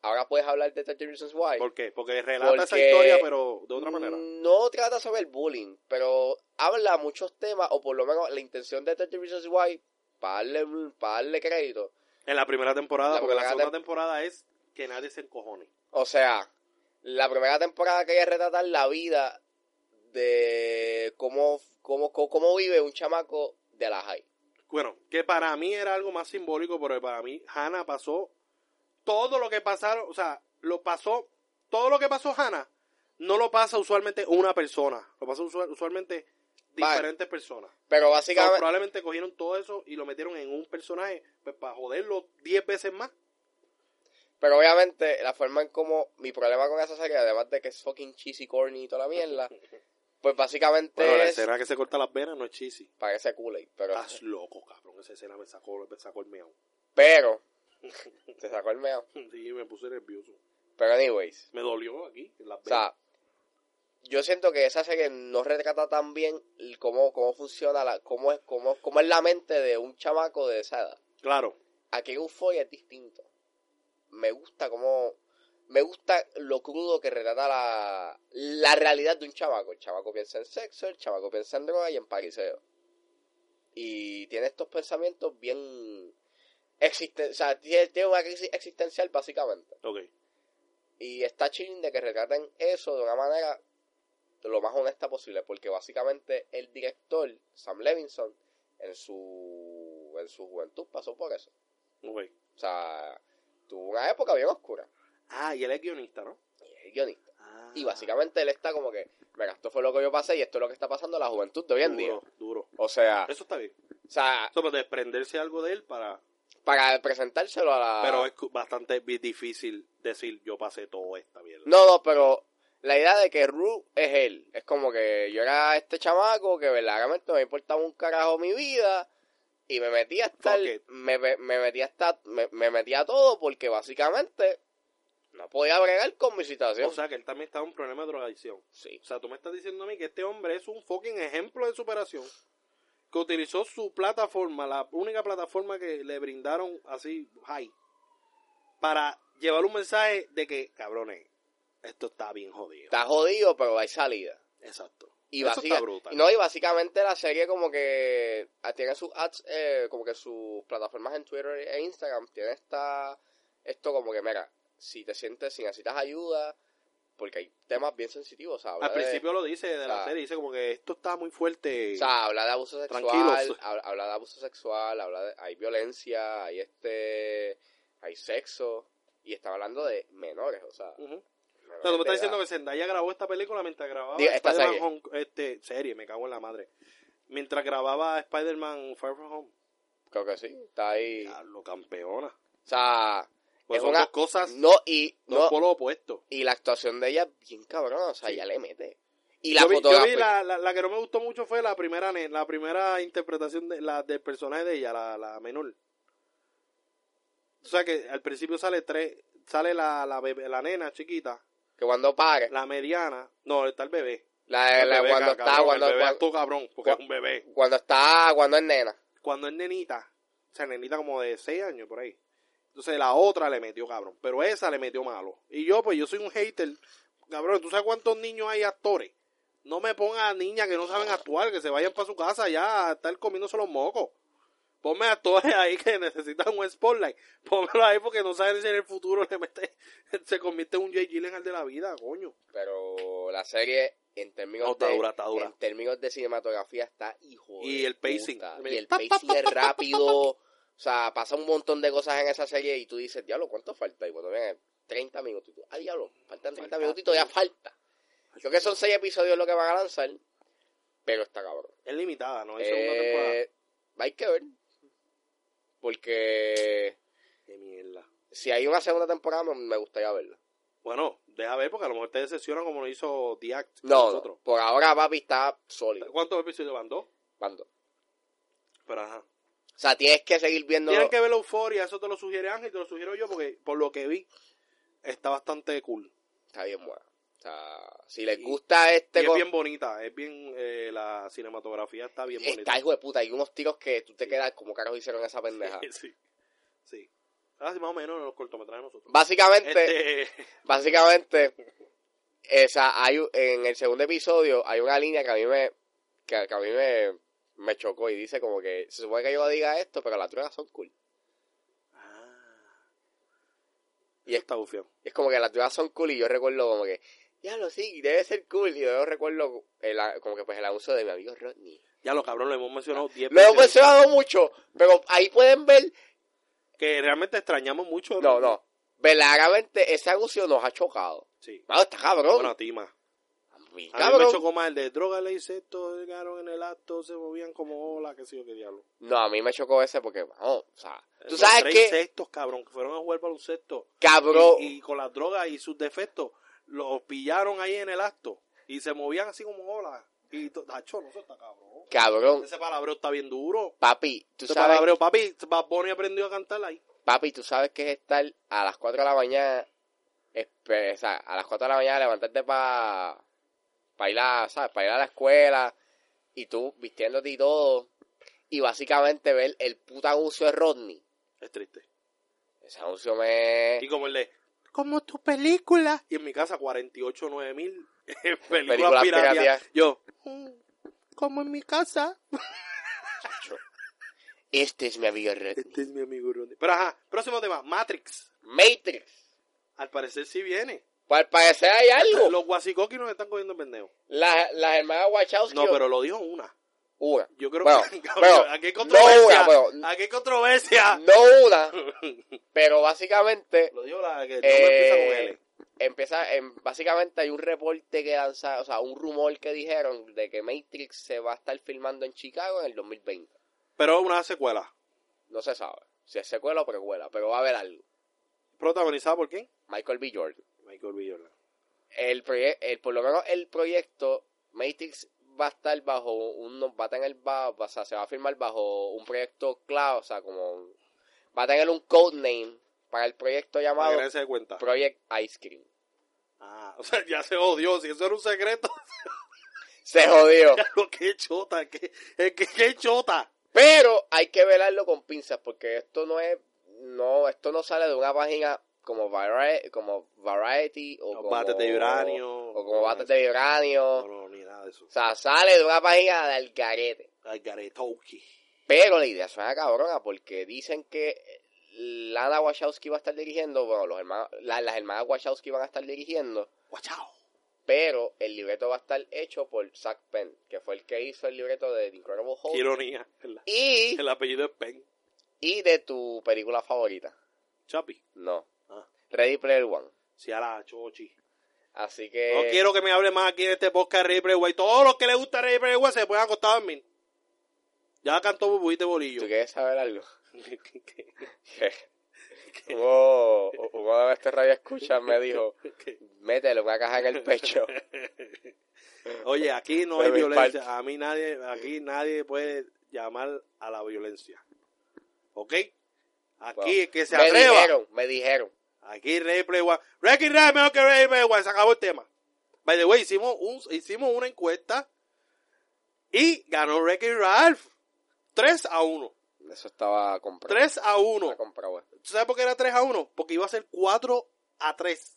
B: Ahora puedes hablar de 13 Reasons Why.
C: ¿Por qué? Porque relata esa
B: Porque- Mm.
C: historia, pero de otra manera.
B: No trata sobre el bullying, pero habla muchos temas, o por lo menos la intención de 13 Reasons Why, para darle, pa' darle crédito.
C: En la primera temporada,
B: La
C: porque la
B: primera
C: segunda
B: tem-
C: temporada es que nadie se encojone.
B: O sea, la primera temporada quería retratar la vida de cómo, cómo, cómo, cómo vive un chamaco de la high.
C: Bueno, que para mí era algo más simbólico, pero para mí Hannah pasó todo lo que pasaron, o sea, lo pasó, todo lo que pasó Hannah no lo pasa usualmente una persona, lo pasa usual- usualmente
B: Vale.
C: diferentes personas.
B: Pero
C: O sea,
B: básicamente,
C: probablemente cogieron todo eso y lo metieron en un personaje pues, para joderlo 10 veces más.
B: pero obviamente la forma en como mi problema con esa serie, además de que es fucking cheesy, corny y toda la
C: *laughs*
B: mierda, pues básicamente
C: Pero la
B: es
C: escena Ah, que se corta las venas no es cheesy.
B: parece cool pero *laughs*
C: Estás loco, cabrón. Esa escena me sacó, me sacó el meao. *laughs*
B: pero *laughs* se sacó el meo.
C: Sí, me puse nervioso.
B: Pero anyways,
C: Me dolió aquí, en las
B: O
C: venas.
B: sea, yo siento que esa serie no retrata tan bien el cómo, cómo funciona, la, cómo, es, cómo, cómo es la mente de un chamaco de esa edad.
C: claro.
B: Aquí en Euphoria es distinto. Me gusta cómo... Me gusta lo crudo que retrata la, la realidad de un chamaco. El chamaco piensa en sexo, el chamaco piensa en droga y en pariseo. Y tiene estos pensamientos bien... Existen, o sea, tiene, tiene una crisis existencial básicamente.
C: Ok.
B: Y está chilling de que retraten eso de una manera lo más honesta posible, porque básicamente el director, Sam Levinson, en su, en su juventud pasó por eso.
C: Ok.
B: O sea, tuvo una época bien oscura.
C: Ah, y él es guionista, ¿no? Ah,
B: Y es guionista. Y básicamente él está como que, mira, esto fue lo que yo pasé y esto es lo que está pasando a la juventud de hoy en día. Ah.
C: Duro, duro.
B: O sea,
C: Eso está bien.
B: o sea,
C: Sobre desprenderse algo de él para...
B: para presentárselo a la...
C: Pero es cu- bastante bi- difícil decir, yo pasé todo esta mierda.
B: No, no, pero la idea de que Ru es él. Es como que yo era este chamaco que verdaderamente no me importaba un carajo mi vida. Y me metí a estar.
C: Fuck it.
B: Me, me, me metí a estar. Me, me metí a todo porque básicamente no podía bregar con mi situación.
C: O sea, que él también está en un problema de drogadicción. O
B: sí.
C: sea, tú me estás diciendo a mí que este hombre es un fucking ejemplo de superación. Que utilizó su plataforma, la única plataforma que le brindaron así, high, para llevar un mensaje de que, cabrones, esto está bien jodido.
B: Está jodido, pero hay salida.
C: Exacto.
B: Y,
C: Eso
B: básica-
C: está brutal.
B: y no, y básicamente la serie como que ah, tiene sus ads, eh, como que sus plataformas en Twitter e Instagram tiene esta, esto como que, mira, si te sientes, si necesitas ayuda, porque hay temas bien sensitivos, ¿sabes?
C: Al principio lo dice de la
B: Ah.
C: serie, dice como que esto está muy fuerte.
B: O sea, habla de abuso sexual,
C: Tranquilos.
B: hab- habla de abuso sexual, habla de, hay violencia, hay este, hay sexo, y está hablando de menores, o sea.
C: Ujú.
B: menores
C: O sea, tú me
B: de
C: estás diciendo
B: edad.
C: que Zendaya grabó esta película mientras grababa
B: Diga, esta
C: Spider-Man
B: serie.
C: Home- este, serie, me cago en la madre. Mientras grababa Spider-Man Far From Home.
B: Creo que sí, está ahí.
C: Diablo, campeona.
B: O sea,
C: Pues
B: Es
C: son
B: una-
C: dos cosas,
B: no, y...
C: dos
B: no-
C: polos opuestos.
B: Y la actuación de ella es bien cabrona, o sea, ella le mete. Y la
C: Yo vi, yo vi
B: fotografía.
C: la, la- la que no me gustó mucho fue la primera ne- la primera interpretación de, la, del personaje de ella, la, la menor. O sea que al principio sale tres, sale la, la, bebé- la nena chiquita,
B: Que cuando pare,
C: la mediana, no, está el bebé.
B: la,
C: El
B: Eh, la-
C: bebé,
B: cuando
C: ca-
B: está,
C: cabrón,
B: cuando,
C: el bebé
B: cuan-
C: actúa, cabrón, porque es un bebé.
B: cuando está, cuando es nena.
C: Cuando es nenita, o sea, nenita como de 6 años por ahí. Entonces la otra le metió cabrón, pero esa le metió malo. Y yo, pues yo soy un hater. Cabrón, ¿tú sabes cuántos niños hay actores? No me pongas a niñas que no saben actuar, que se vayan para su casa ya a estar comiéndose los mocos. Ponme actores ahí que necesitan un spotlight. Pónmelo ahí porque no saben si en el futuro le mete, *laughs* se convierte en un Jay Gyllenhaal de la vida, coño.
B: Pero la serie, en términos
C: No, está
B: de.
C: dura, está dura.
B: En términos de cinematografía, está hijo.
C: Y
B: de
C: el pacing.
B: puta. Y el pacing es rápido. O sea, pasa un montón de cosas en esa serie y tú dices, diablo, ¿cuánto falta? Y cuando vienen 30 minutos, y tú, ah, diablo, faltan 30
C: Falta
B: minutos y todavía falta. Creo que son 6 episodios lo que van a lanzar, pero está cabrón.
C: Es limitada, ¿no? Es segunda temporada.
B: Eh, hay que ver. Porque
C: Qué mierda.
B: si hay una segunda temporada, me, me gustaría verla.
C: Bueno, deja ver porque a lo mejor te decepciona como lo hizo The Act. con
B: No,
C: nosotros.
B: no, por ahora papi está sólido.
C: ¿Cuántos episodios van? Dos.
B: Bando.
C: Pero ajá.
B: O sea, tienes que seguir viendo.
C: Tienen que ver Euforia, eso te lo sugiere Ángel, te lo sugiero yo porque por lo que vi está bastante cool.
B: Está bien buena. O sea, si les
C: Y-
B: gusta
C: Y
B: este.
C: es
B: co-
C: bien bonita, es bien eh, la cinematografía está bien
B: *laughs*
C: bonita.
B: Está hijo de puta. Hay unos tiros que tú te quedas como caros hicieron esa pendeja.
C: Sí. Sí. Ah, sí, más o menos en los cortometrajes nosotros.
B: Básicamente,
C: Este, *laughs*
B: básicamente esa hay u- en el segundo episodio hay una línea que a mí me que, que a mí me, me chocó y dice como que se supone que yo diga esto pero las truenas son cool
C: Ah.
B: Y es-
C: Eso está bufiado.
B: Y es como que las truenas son cool y yo recuerdo como que ya lo sí debe ser cool y yo recuerdo el a- como que pues el anuncio de mi amigo Rodney
C: Ya lo cabrón, lo hemos mencionado 10
B: lo he
C: veces.
B: mencionado mucho pero ahí pueden ver
C: Que realmente extrañamos mucho.
B: no no verdaderamente ese anuncio nos ha chocado
C: Sí.
B: Mano, está cabrón
C: Bueno, a ti más.
B: Muy
C: A mí
B: cabrón.
C: me chocó más el de droga, le hice esto, llegaron en el acto, se movían como ola, qué sé yo, qué diablo.
B: no a mí me chocó ese porque no, o sea tú
C: Los
B: sabes
C: tres
B: que
C: insectos, cabrón, que fueron a jugar baloncesto.
B: cabrón
C: Y, y con las drogas y sus defectos, los pillaron ahí en el acto. Y se movían así como olas. Y, to- tacho, no, eso está cabrón.
B: Cabrón,
C: Ese palabreo está bien duro.
B: papi, tú
C: Ese
B: sabes,
C: palabreo, papi, Bad Bunny aprendió a cantar ahí.
B: papi, tú sabes que es estar a las 4 de la mañana, espe- o sea, a las 4 de la mañana levantarte para pa ir a, ¿sabes? Para ir a la escuela y tú vistiéndote y todo y básicamente ver el puta anuncio de Rodney.
C: Es triste.
B: Ese anuncio me
C: Y como el de,
D: Como tu película.
C: y en mi casa 48, 9 mil *laughs*
B: Películas
C: películas piratas.
B: piratías.
C: Yo,
D: Mm, Como en mi casa.
B: este es mi amigo Rodney.
C: este es mi amigo Ronnie. Pero ajá, próximo tema, Matrix.
B: Matrix.
C: Al parecer sí viene.
B: Pues al parecer hay algo.
C: Los guasicoquis nos están cogiendo en pendejo.
B: Las, las hermanas Wachowski.
C: No, pero lo dijo una.
B: Una.
C: Yo creo
B: Bueno,
C: que *laughs*
B: bueno,
C: aquí hay
B: no
C: controversia.
B: una, bueno.
C: Aquí
B: *laughs*
C: hay controversia.
B: No una. Pero básicamente
C: Lo dijo la que el nombre empieza con
B: Eh,
C: L.
B: empieza en- básicamente hay un reporte que lanza, o sea, un rumor que dijeron de que Matrix se va a estar filmando en Chicago en el 2020.
C: Pero una secuela.
B: No se sabe si es secuela o precuela, pero va a haber algo.
C: ¿Protagonizada por quién?
B: Michael B. Jordan.
C: Michael B. Jordan.
B: El proye- el por lo menos el proyecto Matrix va a estar bajo un va a tener ba- o sea, se va a firmar bajo un proyecto clave, o sea, como va a tener un codename para el proyecto
C: Para que
B: llamado
C: nadie se dé cuenta.
B: Project Ice Cream.
C: Ah, o sea, ya se odió. Si eso era un secreto, *laughs*
B: Se jodió.
C: ya lo que chota. Que, es que qué chota.
B: Pero hay que velarlo con pinzas porque esto no es no esto no sale de una página como Variety, como Variety o
C: Los
B: como
C: bates de vibranio.
B: o como Bates de Vibranio.
C: No, no, ni nada de eso.
B: O sea, sale de una página de algarete.
C: Algaretowski.
B: Pero la idea suena cabrona porque dicen que Lana Wachowski va a estar dirigiendo, bueno, los hermanos, la- las hermanas Wachowski van a estar dirigiendo,
C: Guachao.
B: pero el libreto va a estar hecho por Zack Penn, que fue el que hizo el libreto de The Incredible
C: Qué
B: Hulk
C: ironía. El,
B: y,
C: el apellido es Penn.
B: y de tu película favorita.
C: Chapi.
B: No.
C: Ah.
B: Ready Player One.
C: Si a la chochi.
B: Así que.
C: No quiero que me hable más aquí en este podcast de Rey Breguay. Todos los que les gusta Rey Breguay se pueden acostar a dormir. Ya cantó Bubuy de
B: ¿Tú
C: bolillo.
B: quieres saber
C: *laughs*
B: algo? Hubo, hubo de este radio escucha me dijo: métele una caja en el pecho.
C: Oye, aquí no
B: De
C: hay
B: mi
C: violencia.
B: parte.
C: A mí nadie, aquí nadie puede llamar a la violencia. ¿Ok? Aquí
B: Wow.
C: el *laughs* que se
B: me
C: atreva.
B: dijeron, me dijeron.
C: Aquí Rey Breguay. Ricky Rey mejor que Rey Breguay. Se acabó el tema. By the way, hicimos, un, hicimos una encuesta y ganó Ricky Ralph. 3 a 1.
B: Eso estaba comprado.
C: 3 a 1.
B: Estaba comprado. pues.
C: ¿Tú sabes por qué era 3 a 1? Porque iba a ser 4 a 3.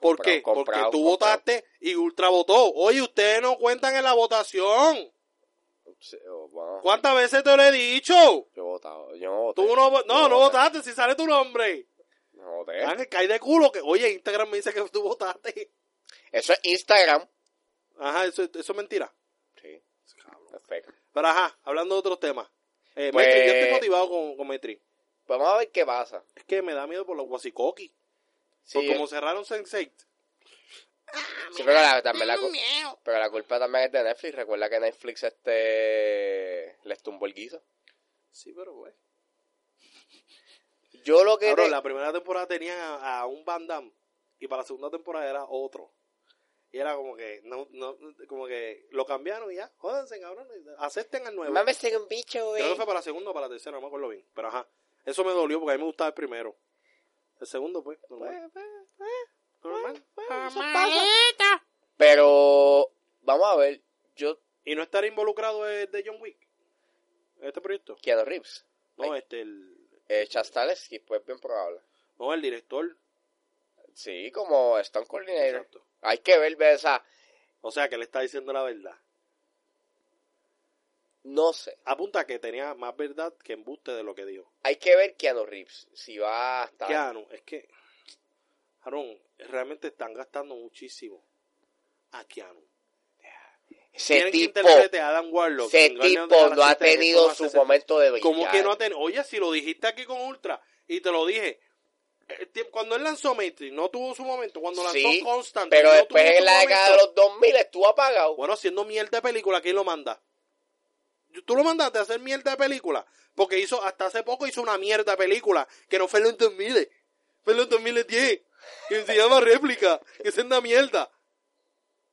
C: ¿Por
B: Comprado,
C: qué? Porque
B: comprado,
C: tú
B: comprado.
C: votaste y Ultra votó. Oye, ustedes no cuentan en la votación.
B: Sí, oh, bueno,
C: ¿Cuántas veces te lo he dicho?
B: Yo votaba. Yo no voté.
C: Tú no, vo- no,
B: Yo
C: no
B: voté.
C: votaste Ah, si sale tu nombre.
B: No voté.
C: Ángel, cae de culo que, oye, Instagram me dice que tú votaste.
B: Eso es Instagram.
C: Ajá, eso, eso es mentira.
B: Sí. Perfecto.
C: Pero ajá, hablando de otros temas. Eh,
B: Pues-
C: Maitri, yo estoy motivado con, con Maitri.
B: Vamos a ver qué pasa.
C: Es que me da miedo por los guasicoquis.
B: Sí,
C: Por Pues como cerraron Sensei.
B: sí, pero la- también la,
D: Tengo
B: cu-
D: miedo.
B: pero la culpa también es de Netflix. Recuerda que Netflix este les tumbó el guiso.
C: Sí, pero güey.
B: Yo lo que
C: Cabrón,
B: te-
C: la primera temporada tenían a, a un Van Damme y para la segunda temporada era otro. Y era como que, no, no, como que lo cambiaron y ya, jódense, cabrón, acepten al nuevo.
B: Mames, ser un bicho, güey.
C: Creo que fue para la segunda o para la tercera, no me acuerdo bien. Pero ajá, eso me dolió porque a mí me gustaba el primero. El segundo, pues, normal. normal. pues,
D: Mamaleta.
B: Pero vamos a ver, yo
C: Y no estar involucrado el de John Wick, este proyecto.
B: Keanu Reeves.
C: No,
B: Ay.
C: este, el,
B: Eh, Chastalesky, pues bien probable.
C: No, el director.
B: Sí, como Stone Coordinator.
C: Exacto.
B: Hay que ver, ve, o sea,
C: O sea, que le está diciendo la verdad.
B: no sé.
C: Apunta que tenía más verdad que embuste de lo que dijo.
B: Hay que ver Keanu Reeves, si va a estar...
C: Keanu, es que, Aaron, realmente están gastando muchísimo a Keanu.
B: Ese
C: Tienen que
B: tipo,
C: interprete a Adam Warlock.
B: ese
C: engañándote a
B: tipo
C: la
B: no ha
C: gente que
B: tenido
C: conoce
B: su
C: ese-
B: momento de brillar.
C: ¿Cómo que no ha tenido? Oye, si lo dijiste aquí con Ultra y te lo dije. el tiemp- Cuando él lanzó Matrix, no tuvo su momento. Cuando lanzó
B: Sí,
C: Constantine,
B: Pero
C: no
B: después
C: tuvo su
B: en la década de
C: momento.
B: los 2000 estuvo apagado.
C: Bueno, haciendo mierda de película, ¿quién lo manda? Tú lo mandaste a hacer mierda de película. Porque hizo, hasta hace poco hizo una mierda de película que no fue en los 2000. Fue en los 2010. Que se llama réplica. Que es una mierda.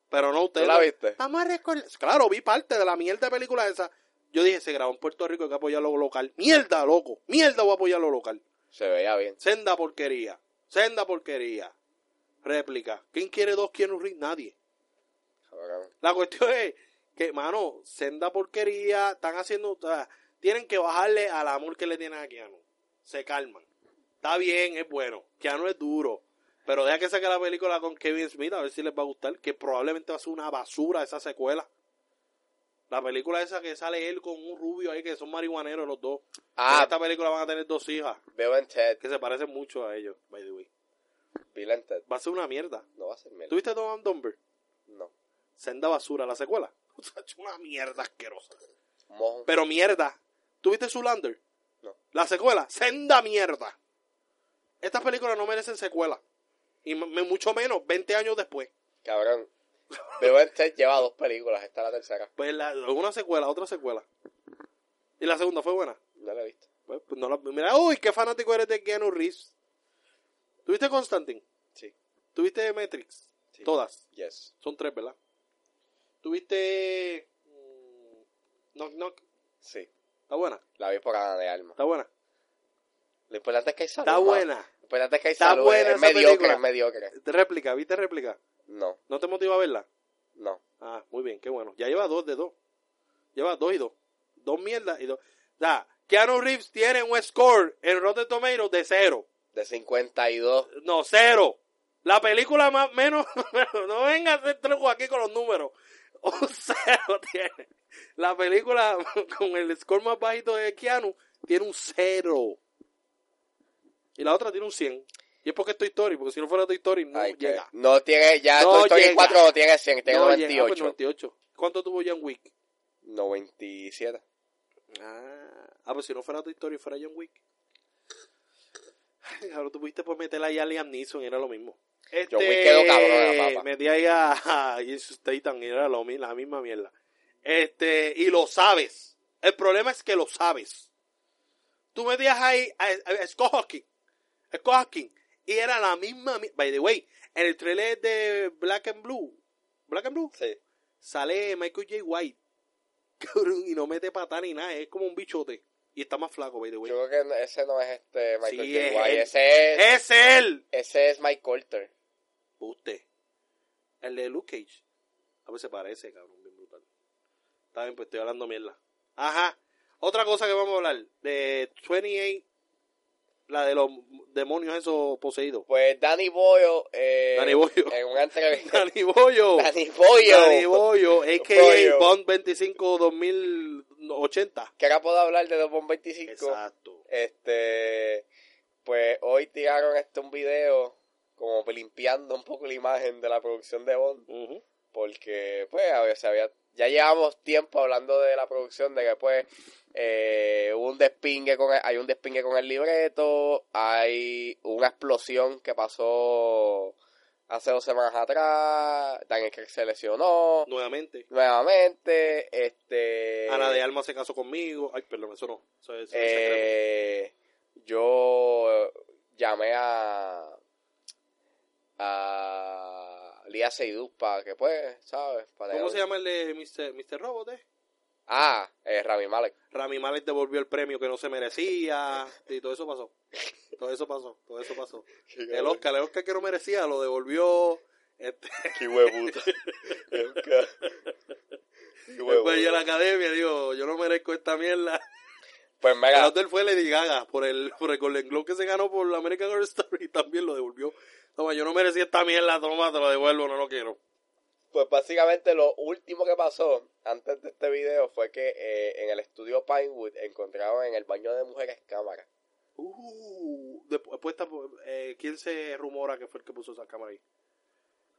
C: Pero no, usted.
B: ¿Tú la viste?
C: Vamos a recordar. Claro, vi parte de la mierda de película esa. Yo dije, se grabó en Puerto Rico, hay que apoyar lo local. Mierda, loco. Mierda, voy a apoyar lo local.
B: Se veía bien.
C: Senda porquería. Senda porquería. Réplica. ¿Quién quiere dos? ¿Quién un ring? Nadie.
B: cabrón.
C: La cuestión es que, mano, senda porquería, están haciendo. o sea, tienen que bajarle al amor que le tienen a Keanu. Se calman. Está bien, es bueno. Keanu es duro. Pero deja que saque la película con Kevin Smith a ver si les va a gustar. Que probablemente va a ser una basura esa secuela. La película esa que sale él con un rubio ahí que son marihuaneros los dos. En
B: Ah,
C: esta película van a tener dos hijas
B: Bill and Ted.
C: que se parecen mucho a ellos, by the way.
B: Bill and Ted.
C: Va a ser una mierda.
B: No va a ser mierda.
C: ¿Tuviste Tom and Dumber?
B: No.
C: Senda basura la secuela. *laughs* O sea, es una mierda asquerosa.
B: Mojón.
C: Pero mierda. ¿Tuviste Zulander?
B: No.
C: La secuela, senda mierda. Estas películas no merecen secuela. Y m- me- mucho menos 20 años después. *laughs*
B: Cabrón. Bill and Ted lleva dos películas. Esta es la tercera.
C: Pues la, una secuela, otra secuela. Y la segunda fue buena.
B: No la he visto.
C: Pues, pues no la, mira, uy, qué fanático eres de Keanu Reeves. ¿Tuviste Constantine?
B: Sí.
C: ¿Tuviste Matrix?
B: Sí.
C: Todas.
B: Yes.
C: Son tres, ¿verdad? ¿Tuviste... mm, Knock Knock?
B: Sí.
C: ¿Está buena?
B: La vi por Ana de Alma.
C: ¿Está buena?
B: Lo importante es que hay salud.
C: ¿Está
B: mano.
C: buena?
B: Lo importante es que hay
C: Está
B: salud.
C: buena
B: es
C: esa
B: mediocre,
C: película.
B: es mediocre.
C: Réplica, ¿viste réplica?
B: No,
C: ¿No te motiva a verla?
B: no.
C: Ah, muy bien, qué bueno. Ya lleva dos de dos. Lleva dos y dos. Dos mierdas y dos. O sea, Keanu Reeves tiene un score en Rotten Tomatoes de cero.
B: De 52.
C: No, cero. La película más menos. *laughs* no venga a hacer truco aquí con los números. *laughs* Un cero tiene. La película *laughs* con el score más bajito de Keanu tiene un cero. Y la otra tiene un 100. Y es porque es Toy Story, porque si no fuera Toy Story no
B: Ay, que-
C: llega.
B: No tiene, ya
C: No
B: estoy, estoy en
C: llega.
B: 4, no tiene 100, tiene
C: No llega, ah, pues
B: 98.
C: 98. ¿Cuánto tuvo John Wick?
B: 97.
C: Ah, ah, pues si no fuera tu historia fuera John Wick. Ay, Cabrón, tú pudiste pues meterla ahí a Liam Neeson, era lo mismo. Este,
B: Wick quedó cabrón, la papa.
C: Metí ahí a, a Jason Statham, era lo, mi- la misma mierda. Este, y lo sabes. El problema es que lo sabes. Tú metías ahí a, a- a Scott Hawking. Scott Hawking. Y era la misma. mi- By the way, en el trailer de Black and Blue. Black and Blue
B: Sí.
C: sale Michael J. White. *laughs* Cabrón, y no mete patada ni nada, es como un bichote. Y está más flaco, by the way.
B: Yo creo que no- ese no es este Michael
C: Sí,
B: J.
C: es
B: White,
C: él.
B: Ese es,
C: ¡Es él!
B: ese es Mike Colter.
C: Usted. El de Luke Cage. A ver, se parece, cabrón, bien brutal. Está bien, pues estoy hablando mierda. Ajá. Otra cosa que vamos a hablar. De 28. La de los demonios esos
B: *laughs*
C: poseídos.
B: Pues Danny Boyle. Eh,
C: Danny Boyle.
B: En una
C: *laughs*
B: entrevista.
C: Danny Boyo.
B: Danny Boyle.
C: Danny Boyo.
B: Boyo.
C: A.K.A. Bond 25 2080.
B: Que ahora puedo hablar de 2.25.
C: Exacto.
B: Este. Pues hoy tiraron este un video. Como limpiando un poco la imagen de la producción de Bond.
C: Ujú.
B: porque pues a ver, se había- ya llevamos tiempo hablando de la producción de que pues eh, hubo un despingue con el- hay un despingue con el libreto hay una explosión que pasó hace dos semanas atrás Daniel Craig se lesionó
C: Nuevamente.
B: nuevamente este
C: Ana de Alma se casó conmigo. Ay, perdón, eso no. Eso es, eso es secreto.
B: eh, yo llamé a a Lía Seydoux para que pues sabes para
C: ¿Cómo se llama el de Mr. Mr. Robot? eh?
B: Ah, eh, Rami Malek.
C: Rami Malek devolvió el premio que no se merecía. Y todo eso pasó. Todo eso pasó. Todo eso pasó. El Oscar, el Oscar que no merecía, lo devolvió. Este,
A: Qué huevuta. El ca- Qué
C: después yo a la
A: huevuta.
C: academia digo, yo no merezco esta mierda.
B: Pues
C: El
B: mira,
C: otro fue Lady Gaga por el, por el Golden Globe que se ganó por la American Horror Story *laughs* y también lo devolvió. Toma, yo no merecía esta mierda, toma, te lo devuelvo, no lo quiero.
B: pues básicamente lo último que pasó antes de este video fue que eh, en el estudio Pinewood encontraron en el baño de mujeres cámaras.
C: Uh, después, después está- eh, ¿quién se rumora que fue el que puso esa cámara ahí?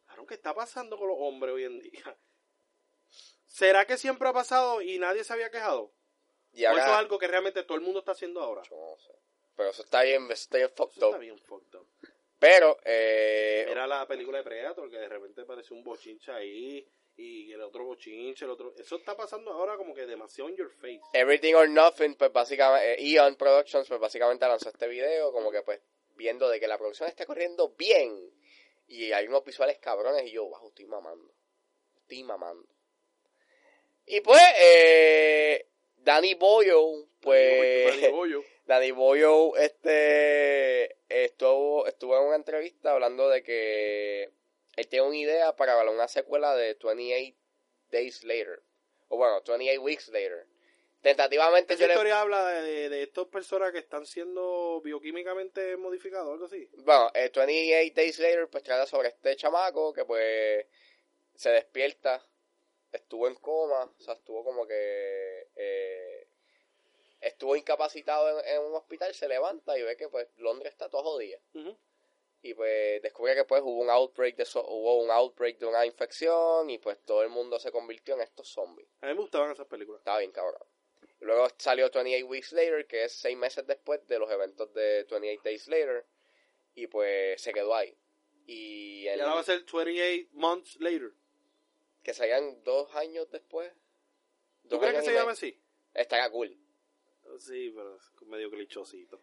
C: Claro, ¿qué está pasando con los hombres hoy en día? *laughs* ¿Será que siempre ha pasado y nadie se había quejado?
B: Y
C: ¿O eso es
B: ahora...
C: algo que realmente todo el mundo está haciendo ahora?
B: Yo no sé. Pero eso está bien, eso está bien fucked
C: Eso está
B: up.
C: bien fucked up.
B: Pero, eh,
C: Era la película de Predator que de repente apareció un bochinche ahí y el otro bochinche, el otro... Eso está pasando ahora como que demasiado en your face.
B: Everything or Nothing, pues básicamente, eh, Eon Productions, pues básicamente lanzó este video como que pues viendo de que la producción está corriendo bien. Y hay unos visuales cabrones y yo, wow, estoy mamando. Estoy mamando. Y pues, eh, Danny Boyle,
C: Yo me
B: pues... *laughs*
C: digo yo.
B: Danny Boyle este estuvo estuvo en una entrevista hablando de que él tiene una idea para una secuela de 28 Days Later o bueno 28 Weeks Later tentativamente
C: Esa
B: yo le
C: historia habla de, de estas personas que están siendo bioquímicamente modificadas o algo así.
B: bueno eh, 28 Days Later pues trata sobre este chamaco que pues se despierta estuvo en coma o sea estuvo como que eh, estuvo incapacitado en, en un hospital se levanta y ve que pues Londres está todo jodida y pues descubrí que pues hubo un outbreak de so- hubo un outbreak de una infección y pues todo el mundo se convirtió en estos zombies.
C: A mí me gustaban esas películas.
B: Estaba bien cabrón. Y Luego salió 28 Weeks Later, que es seis meses después de los eventos de 28 Days Later, y pues se quedó ahí. Y,
C: Y
B: el-
C: ahora va a ser 28 Months Later.
B: que salían dos años después.
C: ¿Tú
B: dos
C: crees que
B: años
C: se
B: y
C: llama
B: medio.
C: así?
B: Estaría cool.
C: Sí, pero es medio clichosito.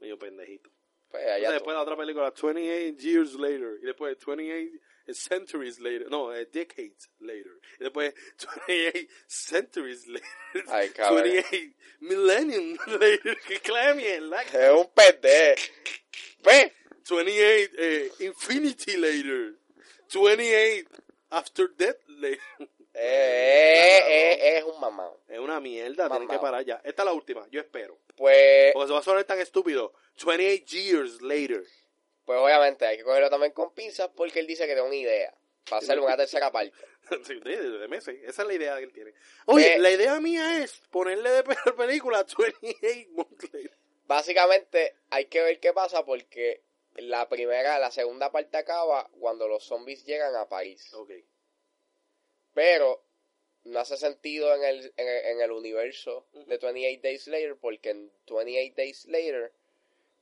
C: Medio pendejito.
B: Pues
C: O sea,
B: allá tú.
C: después la otra película, 28 Years Later. Y después 28 Centuries Later. No, eh, Decades Later. Y después *laughs* 28 Centuries Later. *laughs*
B: Ay, cabrón.
C: 28 Millennium *laughs* Later. ¡Qué clase de
B: *laughs*
C: mierda!
B: Es un *laughs* Pues, pendejo. ¿Ves?
C: 28 eh, Infinity Later. 28 After Death Later.
B: Eh, eh, eh, es un mamado.
C: Es una mierda, tienen
B: Mamao.
C: que parar ya. Esta es la última, yo espero.
B: Pues
C: Porque se va a sonar tan estúpido. 28 Years Later.
B: Pues obviamente hay que cogerlo también con pinzas porque él dice que tiene una idea. Para hacer una tercera parte.
C: *laughs* Sí, de, de- de meses. Esa es la idea que él tiene. Oye,
B: Eh.
C: la idea mía es ponerle de pe- *laughs* película 28 Months Later.
B: Básicamente hay que ver qué pasa porque la primera, la segunda parte acaba cuando los zombies llegan a París.
C: Ok.
B: Pero no hace sentido en el, en el, en el universo de 28 Days Later porque en 28 Days Later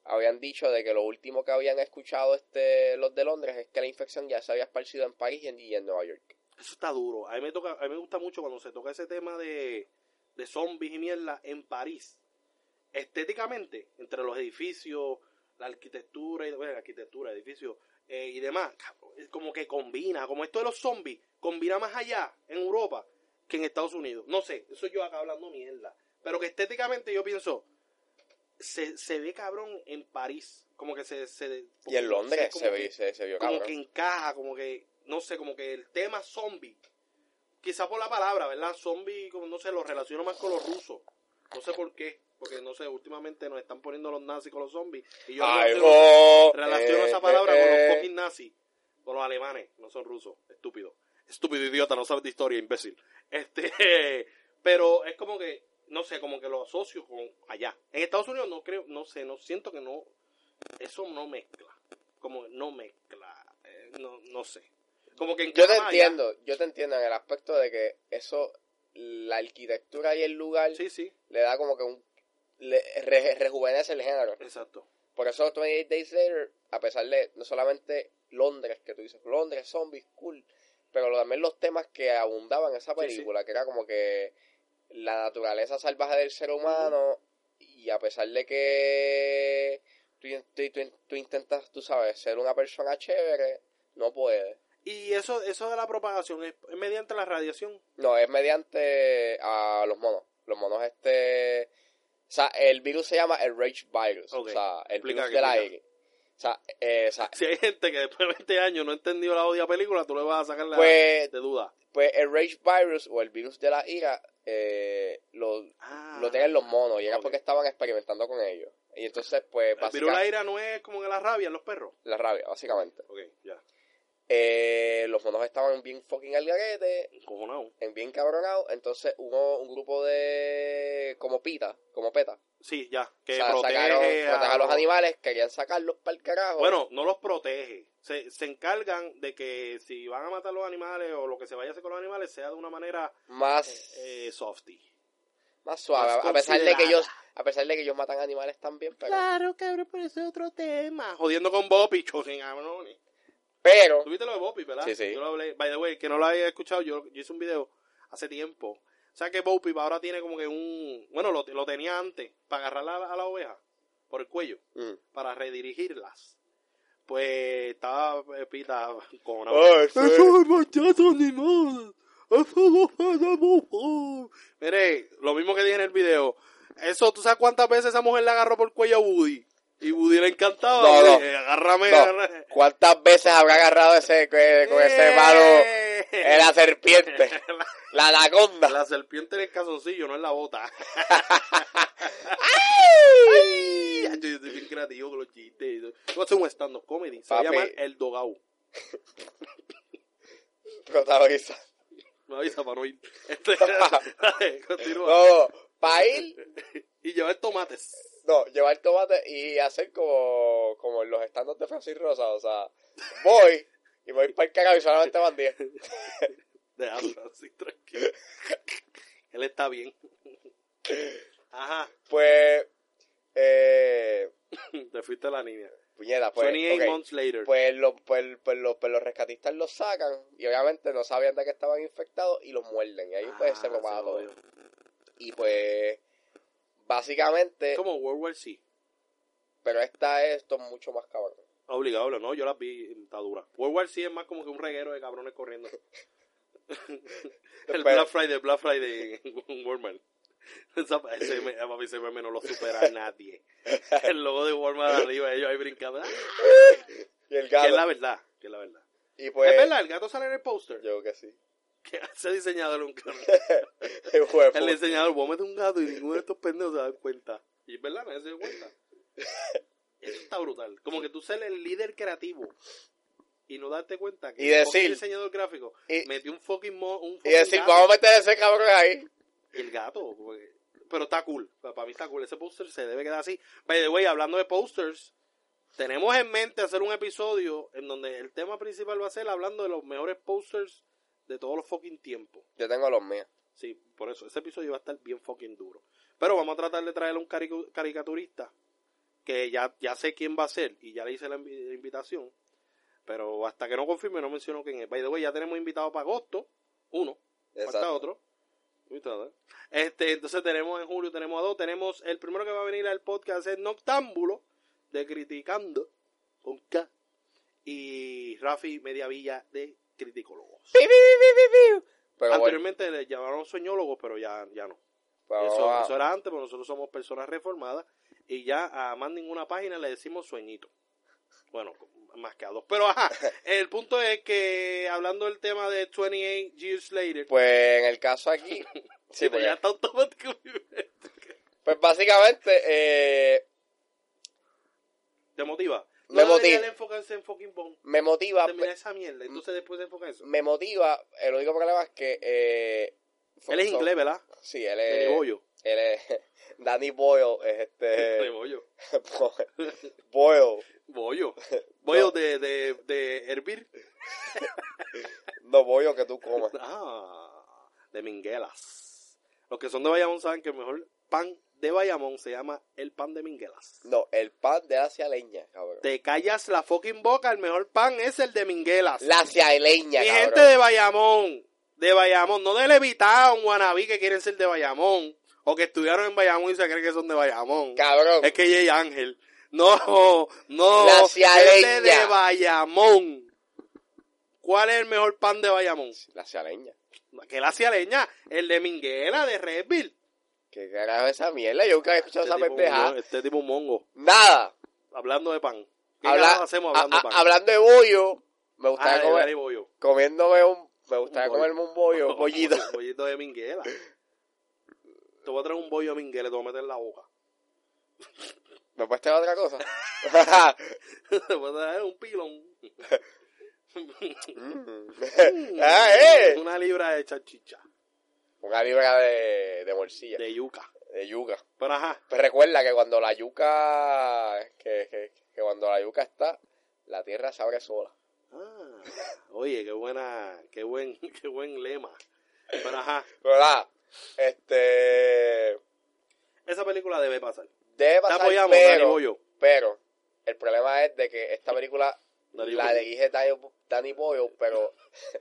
B: habían dicho de que lo último que habían escuchado este los de Londres es que la infección ya se había esparcido en París y en, y en Nueva York.
C: Eso está duro. A mí, me toca, a mí me gusta mucho cuando se toca ese tema de, de zombies y mierda en París. Estéticamente, entre los edificios, la arquitectura, y, bueno, la arquitectura, edificios eh, y demás, cabrón, es como que combina, como esto de los zombies, combina más allá en Europa que en Estados Unidos. No sé, eso yo acá hablando mierda. Pero que estéticamente yo pienso, se, se ve cabrón en París. Como que se... se
B: Y en Londres
C: como
B: se,
C: que-
B: vi- se, se vio
C: como
B: cabrón.
C: que encaja, como que, no sé, como que el tema zombie, quizá por la palabra, ¿verdad? Zombie, como no sé, lo relaciono más con los rusos. No sé por qué, porque no sé, últimamente nos están poniendo los nazis con los zombies. Y yo
B: Ay,
C: relaciono,
B: jo,
C: relaciono
B: eh,
C: esa palabra
B: eh,
C: con
B: eh.
C: los fucking nazis, con los alemanes, no son rusos, estúpido. Estúpido idiota, no sabes de historia, imbécil. Este, *laughs* pero es como que, no sé, como que lo asocio con allá. En Estados Unidos no creo, no sé, no siento que no, eso no mezcla. Como no mezcla, eh, no, no sé. Como que
B: Yo te
C: encaja allá.
B: entiendo, yo te entiendo en el aspecto de que eso, la arquitectura y el lugar
C: Sí, sí,
B: le da como que un... le- re- rejuvenece el género.
C: exacto.
B: Por eso 28 Days Later, a pesar de no solamente Londres, que tú dices, Londres, zombies, cool, pero lo- también los temas que abundaban en esa
C: Sí, sí.
B: película, que era como que la naturaleza salvaje del ser humano, y a pesar de que tú, tú- tú- tú intentas, tú sabes, ser una persona chévere, no puedes.
C: Y eso, eso de la propagación es, es mediante la radiación. *laughs*
B: No, es mediante a los monos. Los monos este... O sea, el virus se llama el Rage Virus. O
C: Ok.
B: sea, el
C: Explica
B: virus
C: que
B: del
C: explica.
B: aire. O sea, eh, o sea,
C: Si hay gente que después de 20 años no ha entendido la odia película, tú le vas a sacar la
B: pues,
C: de duda.
B: pues el Rage Virus o el virus de la ira eh, lo,
C: Ah.
B: lo tenían los monos y era
C: ok.
B: porque estaban experimentando con ellos. Y entonces, pues,
C: El virus
B: básicamente,
C: ira no es como en la rabia en los perros.
B: la rabia, básicamente.
C: Ok, ya.
B: Eh, los monos estaban bien fucking al garete,
C: Encojonado.
B: en bien cabronados. Entonces, hubo un grupo de. como pita, como peta.
C: Sí, ya. Que
B: o sea,
C: protege
B: sacaron- protege a los
C: los-
B: animales, querían sacarlos para el carajo.
C: Bueno, no los protege. Se, se encargan de que si van a matar los animales o lo que se vaya a hacer con los animales sea de una manera
B: más,
C: eh, softy.
B: más suave.
C: más
B: a pesar de que
C: considerada.
B: ellos. A pesar de que ellos matan animales también, pero.
D: Claro, cabrón, pero eso es otro
C: Ah,
D: tema.
C: Jodiendo con Bopi, *laughs* chosen cabrones.
B: Pero.
C: Tuviste lo de Bopi, ¿verdad?
B: Sí, sí.
C: Yo lo hablé. By the way, que no lo había escuchado, yo, yo hice un video hace tiempo. O sea que Bopi ahora tiene como que un. Bueno, lo, lo tenía antes, para agarrar a la- a la oveja por el cuello.
B: mm.
C: para redirigirlas. Pues estaba eh, Pita con
B: Ah,
C: una.
A: Eso
C: Mire, lo mismo que dije en el video. Eso, ¿tú sabes cuántas veces esa mujer le agarró por el cuello a Woody? Y Woody le encantaba.
B: No, no.
C: Woody, agárrame,
B: No.
C: agárrame.
B: ¿Cuántas veces habrá agarrado ese que- con ese palo eh, la serpiente? La anaconda.
C: La serpiente en el calzoncillo, no en la bota. *laughs* Ay, Yo, yo soy bien creativo con los chistes. Yo voy a hacer un stand-up comedy. Se va a
B: Papi.
C: llamar El Dogau.
B: Protagonista.
C: Me avisa para
B: *laughs*
C: no ir. Este, continúa.
B: No, para ir,
C: Y llevar tomates.
B: no, llevar tomate y hacer como, como en los estándares de Francis Rosa. O sea, voy y voy para el carajo y solamente van 10.
C: De Afro, así tranquilo. Él está bien. Ajá.
B: Pues, eh,
C: Te fuiste a la niña.
B: puñeta, pues.
C: 28
B: ok.
C: months later.
B: Pues los, pues, pues los, pues los rescatistas los sacan y obviamente no sabían de que estaban infectados y los muerden. Y ahí pues
C: Ah,
B: se propaga todo.
C: jodió.
B: Y pues, básicamente,
C: Como World War C.
B: pero esta es esto es mucho más cabrón.
C: Obligado, no, yo las vi, está dura. World War C es más como que un reguero de cabrones
B: *laughs*
C: corriendo. El
B: Pero-
C: Black Friday, Black Friday en Walmart. Esa- Ese me- a mí ese meme no lo supera nadie. El logo de Walmart arriba, ellos ahí brincando. ¡Ah!
B: Y el
C: Que es
B: gato.
C: la verdad, que es la verdad.
B: Y pues,
C: es verdad, el gato sale en el póster.
B: yo que sí.
C: Que hace diseñador un
B: *laughs*
C: cabrón.
B: El juego de
C: El
B: fútbol.
C: diseñador, vos metes un gato y ninguno de estos pendejos se da cuenta. Y es verdad, nadie se
B: *laughs*
C: dio cuenta. Eso está brutal. Como que tú ser el líder creativo y no darte cuenta que
B: Y
C: el
B: decir-
C: fucking diseñador gráfico
B: y-
C: metió un fucking, mo, un
B: Y
C: fucking
B: decir,
C: gato.
B: vamos a meter a ese cabrón ahí.
C: Y el gato. porque- Pero está cool. Para mí está cool. Ese póster se debe quedar así. By the way, hablando de posters, tenemos en mente hacer un episodio en donde el tema principal va a ser hablando de los mejores posters de todos los fucking tiempos.
B: Yo tengo los míos.
C: Sí, por eso. Ese episodio va a estar bien fucking duro. Pero vamos a tratar de traer un caricu- caricaturista que ya, ya sé quién va a ser y ya le hice la invi- invitación. Pero hasta que no confirme, no menciono quién es. By the way, ya tenemos invitado para agosto. Uno. Falta
B: Exacto.
C: otro. Invitado, ¿eh? Este, entonces tenemos en julio, tenemos a dos. Tenemos el primero que va a venir al podcast es Noctámbulo de Criticando con K y Rafi Mediavilla de Criticólogos.
B: Pero bueno,
C: Anteriormente le llamaron soñólogos, pero ya, ya no.
B: pues
C: Eso,
B: vamos
C: eso
B: a-
C: era antes, pero nosotros somos personas reformadas y ya a más ninguna página le decimos sueñito. Bueno, más que a dos. Pero
B: *laughs*
C: ajá, el punto es que hablando del tema de 28 Years Later, este,
B: pues en el caso aquí,
C: *laughs*
B: sí,
C: ya
B: porque-
C: está automático.
B: pues básicamente, eh,
C: ¿Te motiva?
B: Me
C: no debería
B: motiva.
C: de enfocarse en fucking bomb.
B: me motiva, pues,
C: Terminar esa mierda, entonces después se enfoca en eso.
B: me motiva, el único problema es que, eh,
C: Él es
B: son-
C: inglés, ¿verdad?
B: Sí, él
C: De
B: es,
C: Bollo.
B: él es, *laughs* Danny Boyle es
C: De
B: este,
C: Bollo.
B: *laughs* Boyle, *laughs*
C: Bollo. Bollo de, de, de hervir.
B: no Boyle que tú comas,
C: Ah, de Minguelas. Los que son de Bayamón saben que el mejor pan de Bayamón se llama el pan de Minguelas.
B: no, el pan de hacia leña, cabrón,
C: Te callas la fucking boca, el mejor pan es el de Minguelas.
B: la hacia
C: Mi
B: leña, cabrón,
C: gente de Bayamón, de Bayamón, no de Levitán, Guanabí que quieren ser de Bayamón, o que estudiaron en Bayamón y se creen que son de Bayamón.
B: cabrón,
C: Es que Jay Ángel. No, no.
B: La
C: Este
B: cialeña.
C: de Bayamón. ¿Cuál es el mejor pan de Bayamón?
B: la hacia leña,
C: Que la cialeña, el de Minguela, de Redville.
B: que carajo esa mierda, yo nunca había escuchado esa
C: tipo un
B: pendeja,
C: mon- este tipo un mongo.
B: nada,
C: Hablando de pan. ¿Qué
B: Habla-
C: carajo hacemos hablando
B: a-
C: de pan?
B: a- hablando de bollo, me
C: Ah,
B: gustaría
C: de
B: comer,
C: Dani Boyo.
B: comiéndome un, me gustaría
C: bollo. *laughs*
B: comerme un bollo, un bollito,
C: Un bollito de Minguela. Te voy a traer un bollo a Minguele, te voy a meter en la boca. *laughs*
B: ¿Me puedes traer otra cosa?
C: *laughs* te voy a traer un
B: *laughs*
C: pilón. *laughs*
B: ah, eh.
C: Una libra de chachicha,
B: Una libra de, de morcilla,
C: de yuca.
B: de yuca.
C: Pero ajá,
B: Pues recuerda que cuando la yuca, que, que, que cuando la yuca está, la tierra se abre sola.
C: Ah, oye, qué buena, qué buen, *laughs* qué buen lema. Pero ajá,
B: ¿Verdad? Este.
C: esa película debe pasar.
B: Debe
C: La
B: pasar,
C: apoyamos, Dani
B: pero,
C: Boyo.
B: pero el problema es de que esta película
C: Dani
B: la
C: Boyo.
B: dirige Dani, Danny Boyle,
C: *laughs*
B: pero.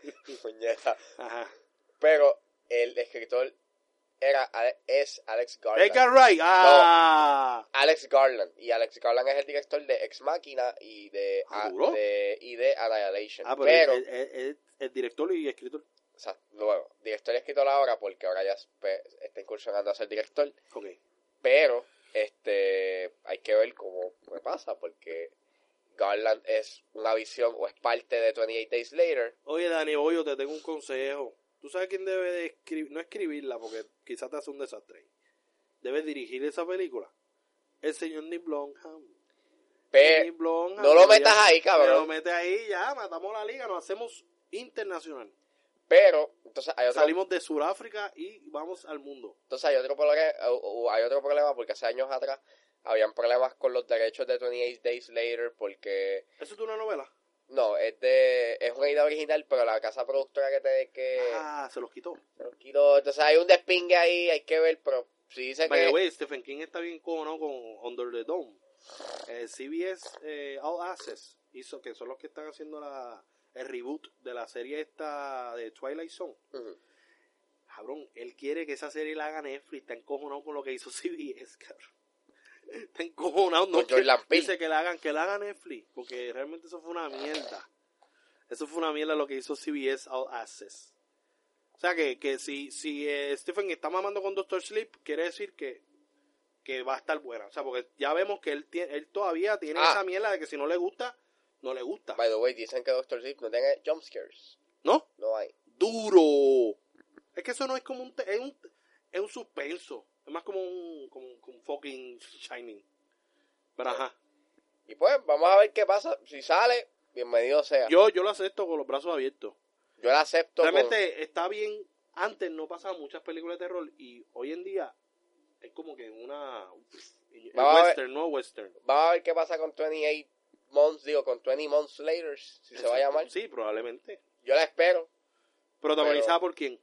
B: *laughs* puñeta.
C: Ajá.
B: Pero el escritor era Ale- es Alex Garland.
C: Edgar Wright. Ah,
B: Alex Garland. Y Alex Garland es el director de Ex Machina y de,
C: Ah,
B: a-
C: duro.
B: de- y de Annihilation.
C: ah pero,
B: pero
C: el, el- el- el director y escritor.
B: O sea, luego, director y escritor ahora, porque ahora ya pues, está incursionando a ser director,
C: Ok.
B: pero este hay que ver cómo me pasa, porque Garland es una visión o es parte de 28 Days Later.
C: Oye, Dani Boyo, te tengo un consejo. Tú sabes quién debe de escribir, no escribirla porque quizás te hace un desastre. Debes dirigir esa película. El señor Nick Blomkamp.
B: Pero
C: Ni Blonde,
B: no lo
C: amigo,
B: metas
C: ya.
B: ahí, cabrón.
C: Me lo metes ahí, ya, matamos la liga, nos hacemos internacional.
B: Pero, entonces hay otro,
C: Salimos de Sudáfrica y vamos al mundo.
B: entonces hay otro, problema, o- o hay otro problema, porque hace años atrás habían problemas con los derechos de 28 Days Later, porque...
C: ¿Eso es de una novela?
B: No, es de es una idea original, pero la casa productora que te... Que,
C: ah, se los quitó.
B: Tranquilo, entonces hay un despingue ahí, hay que ver, pero si dice
C: By
B: que...
C: the way, Stephen King está bien con, ¿no? con Under the Dome. Eh, CBS eh, All Access hizo que son los que están haciendo la, el reboot de la serie esta de Twilight Zone.
B: Ujú.
C: Cabrón, él quiere que esa serie la haga Netflix. Está encojonado con lo que hizo *laughs* CBS, cabrón. Está encojonado. No
B: Con Jordan
C: que-
B: Peele.
C: dice que la hagan, que la haga Netflix. Porque realmente eso fue una mierda. Eso fue una mierda lo que hizo CBS All Access. O sea que, que si, si eh, Stephen está mamando con Doctor Sleep, quiere decir que, que va a estar buena. O sea, porque ya vemos que él, tiene, él todavía tiene
B: Ah.
C: esa mierda de que si no le gusta, no le gusta.
B: By the way, dicen que Doctor Sleep no tiene jumpscares.
C: ¿No?
B: No hay.
C: duro. Es que eso no es como un, te- es un, es un suspenso. Es más como un, como, un- como un fucking shining. Pero ajá.
B: Y pues, vamos a ver qué pasa. Si sale, bienvenido sea. Yo,
C: Yo, yo lo acepto con los brazos abiertos.
B: la acepto. con-
C: Realmente está bien. Antes no pasaban muchas películas de terror y hoy en día es como que una es
B: Vamos a ver.
C: western, no western.
B: Vamos a ver qué pasa con 28 months, digo, con 20 months later, si se va a llamar.
C: Sí, probablemente.
B: Yo la espero.
C: Protagonizada por quién?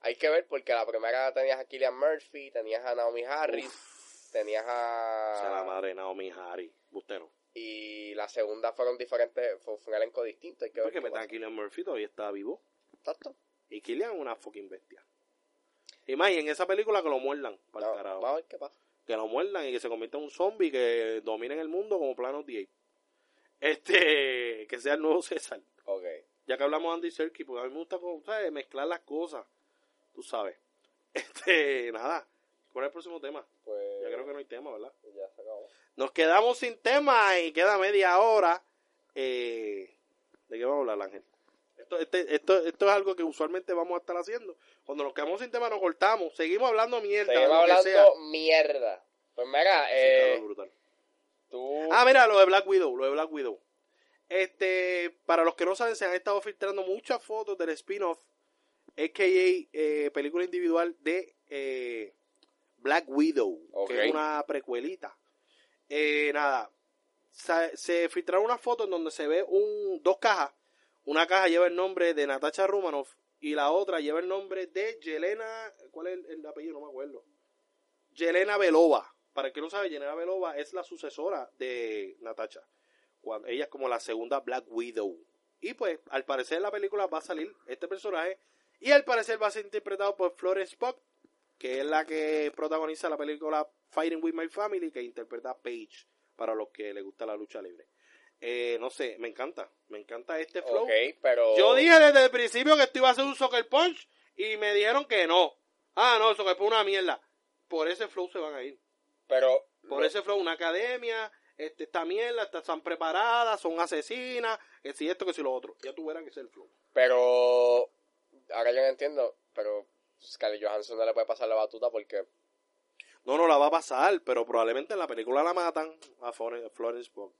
B: Hay que ver, porque la primera tenías a Killian Murphy, tenías a Naomi Harris, tenías a...
C: Se la madre Naomi Harry, Bustero.
B: Y la segunda fueron diferentes, fue fue un elenco distinto. Hay que ver
C: Porque
B: qué
C: me está
B: pasa.
C: Killian Murphy todavía está vivo.
B: Exacto.
C: Y Killian es una fucking bestia. Y más, y en esa película que lo muerdan, para
B: Vamos-
C: carajo.
B: vamos a ver qué pasa.
C: Que lo muerdan y que se convierta en un zombie que domine el mundo como Planos 10. Este, que sea el nuevo César.
B: Ok.
C: Ya que hablamos de Andy Serkis, porque a mí me gusta como, ¿sabes? mezclar las cosas. Tú sabes. *laughs* Este, nada. ¿Cuál es el próximo tema?
B: Pues...
C: Yo creo que no hay tema, ¿verdad?
B: Ya se acabó.
C: Nos quedamos sin tema y queda media hora. Eh, ¿De qué vamos a hablar, Ángel? Esto, este- esto, esto es algo que usualmente vamos a estar haciendo. Cuando nos quedamos sin tema, nos cortamos. Seguimos hablando mierda.
B: Seguimos
C: de lo que
B: hablando
C: sea. Sí,
B: mierda. Pues mira,
C: cabrón,
B: eh,
C: brutal.
B: tú...
C: Ah, mira, lo de Black Widow. Lo de Black Widow. Este, para los que no saben, se han estado filtrando muchas fotos del spin-off, a.k.a. eh, película individual de eh, Black Widow,
B: Ok.
C: que es una precuelita. Eh, nada, sa- se filtraron unas fotos en donde se ve un, dos cajas. Una caja lleva el nombre de Natasha Romanoff y la otra lleva el nombre de Yelena. ¿Cuál es el, el apellido? No me acuerdo. Yelena Belova. Para el que no sabe, Yelena Belova es la sucesora de Natasha. Cuando, ella es como la segunda Black Widow. Y pues, al parecer, en la película va a salir este personaje. Y al parecer va a ser interpretado por Florence Pugh, que es la que protagoniza la película Fighting with My Family, que interpreta a Paige, para los que les gusta la lucha libre. Eh, no sé, me encanta. Me encanta este flow.
B: Ok, pero...
C: Yo dije desde el principio que esto iba a ser un soccer punch y me dijeron que no. Ah, no, el soccer punch es una mierda. Por ese flow se van a ir.
B: Pero...
C: Por ese flow, una academia, este, esta mierda, esta- están preparadas, son asesinas, que si esto, que si lo otro. Ya tú verás que ese es el flow.
B: Pero... Ahora yo no entiendo, pero... Scarlett Johansson no le puede pasar la batuta porque
C: No, no la va a pasar, pero probablemente en la película la matan a Florence, Florence Pugh.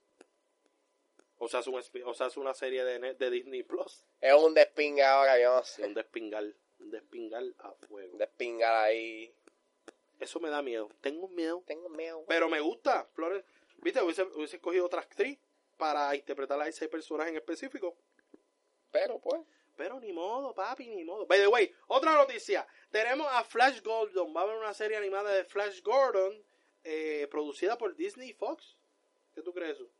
C: O sea, es, un espi- o sea, es una serie de, ne- de Disney Plus.
B: es un despingue ahora, yo no sé.
C: Un despingal. Un despingal a fuego.
B: Un despingar ahí.
C: Eso me da miedo. Tengo miedo.
B: Tengo miedo.
C: Pero me gusta. Florence. Viste, hubiese, hubiese cogido otra actriz para interpretar a ese personaje en específico.
B: Pero pues,
C: Pero ni modo, papi, ni modo. By the way, otra noticia. Tenemos a Flash Gordon. Va a haber una serie animada de Flash Gordon eh, producida por Disney y Fox. ¿Qué tú crees de eso?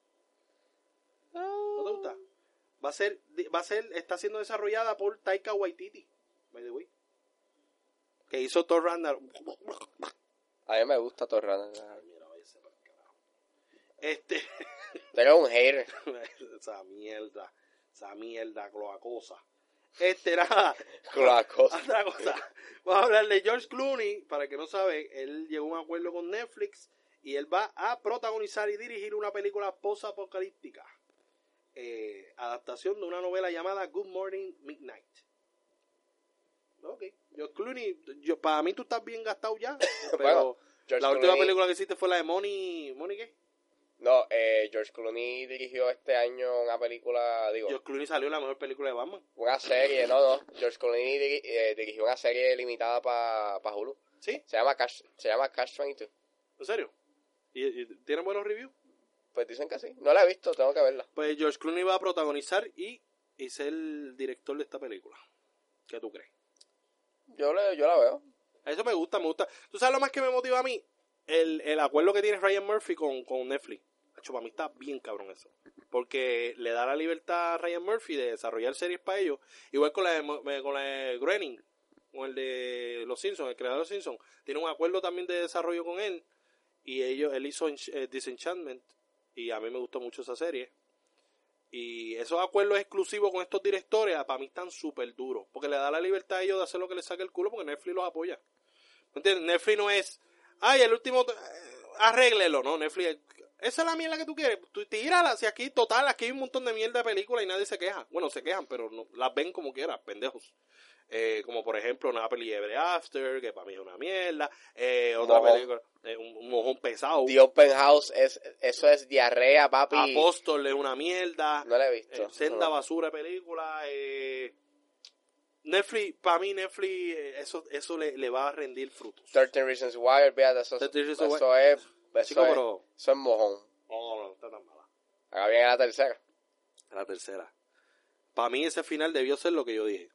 C: ¿No te gusta? Va a ser, va a ser, está siendo desarrollada por Taika Waititi. By the way. Que hizo Thor Ragnarok.
B: a mí me gusta Torrana.
C: Ay, mira, váyase pa'l carajo. Este, *laughs*
B: Tengo un hater. *laughs*
C: esa mierda, esa mierda cloacosa. Este, nada.
B: Con las cosas.
C: Otra cosa. Vamos a hablar de George Clooney. Para el que no sabe, él llegó a un acuerdo con Netflix y él va a protagonizar y dirigir una película posapocalíptica. Eh, adaptación de una novela llamada Good Morning Midnight. Ok. George Clooney, yo, para mí tú estás bien gastado
B: *laughs*
C: ya. Pero
B: Bueno, George
C: la última
B: Clooney-
C: película que hiciste fue la de Money. ¿Money qué?
B: No, eh, George Clooney dirigió este año una película, digo,
C: George Clooney salió en la mejor película de Batman.
B: una serie, no, no. George Clooney diri- eh, dirigió una serie limitada para pa Hulu.
C: ¿Sí?
B: Se llama Cash, se llama Cash 22.
C: ¿En serio? ¿Y, y tiene buenos reviews?
B: Pues dicen que sí. No la he visto, tengo que verla.
C: Pues George Clooney va a protagonizar y, y ser el director de esta película. ¿Qué tú crees?
B: Yo, le, yo la veo.
C: Eso me gusta, me gusta. ¿Tú sabes lo más que me motiva a mí? El, el acuerdo que tiene Ryan Murphy con, con Netflix. Hacho, para mí está bien cabrón eso. Porque le da la libertad a Ryan Murphy de desarrollar series para ellos. Igual con la de, Mo- eh, con la de Groening, con el de Los Simpsons, el creador de Los Simpsons. Tiene un acuerdo también de desarrollo con él. Y ellos, él hizo Ench- eh, Disenchantment. Y a mí me gustó mucho esa serie. Y esos acuerdos exclusivos con estos directores, ah, para mí están súper duros. Porque le da la libertad a ellos de hacer lo que les saque el culo porque Netflix los apoya. ¿Me entiendes? Netflix no es, ay, el último, eh, arréglelo, no, Netflix, es, esa es la mierda que tú quieres, tú tírala, si aquí, total, aquí hay un montón de mierda de películas y nadie se queja, bueno, se quejan, pero no, las ven como quieras, pendejos. Eh, como por ejemplo Napoli Ever After, que para mí es una mierda, eh, otra
B: Mojón.
C: película, eh, un, un mojón pesado,
B: The Open House, es, eso es diarrea, papi.
C: Apóstol es una mierda,
B: No la he
C: eh,
B: visto.
C: senda
B: No.
C: basura de película. eh, Netflix, para mí Netflix, eh, eso, eso le, le va a rendir frutos.
B: 13 Reasons Why, olvídate, eso,
C: 13 Reasons
B: eso
C: Why.
B: es, eso
C: Chico,
B: es,
C: pero-
B: eso es mojón.
C: No, no, no está tan mala.
B: Ahora viene la tercera.
C: La tercera. Para mí ese final debió ser lo que yo dije.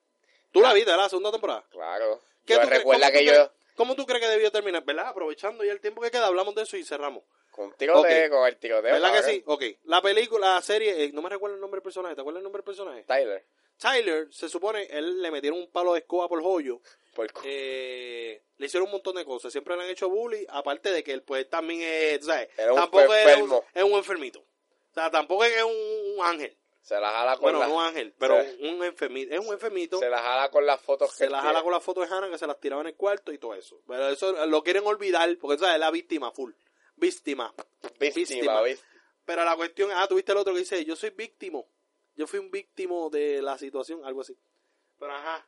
C: Tú la viste, ¿verdad? la segunda temporada.
B: Claro.
C: ¿Qué
B: Yo
C: tú crees-
B: recuerda
C: cómo
B: que
C: tú
B: yo,
C: crees- ¿Cómo tú crees que debió terminar? ¿Verdad? Aprovechando ya el tiempo que queda, hablamos de eso y cerramos.
B: con tiroteo,
C: Ok.
B: con el tiroteo.
C: ¿Verdad que
B: cabrón.
C: sí? Ok. La película, la serie, eh, no me recuerdo el nombre del personaje. ¿Te acuerdas el nombre del personaje?
B: Tyler,
C: Tyler, se supone, él le metieron un palo de escoba por joyo.
A: pues,
B: por cu-
C: Eh, le hicieron un montón de cosas. Siempre le han hecho bullying. Aparte de que él, pues, también es. ¿sabes?
B: Era un
C: Tampoco es un,
B: enfermo.
C: es un enfermito. O sea, tampoco es que es un, un ángel.
B: se la jala con
C: Bueno,
B: la-
C: no ángel, pero
B: Sí.
C: un enfermito. Es un enfermito.
B: se la jala con las fotos que
C: Se la
B: él
C: jala
B: tiene.
C: con la foto de Hannah que se las tiraba en el cuarto y todo eso. Pero eso lo quieren olvidar porque ¿sabes? es la víctima full. Víctima. víctima.
B: víctima, víctima.
C: Pero la cuestión, ah, tuviste el otro que dice, yo soy víctimo. Yo fui un víctimo de la situación, algo así. Pero ajá.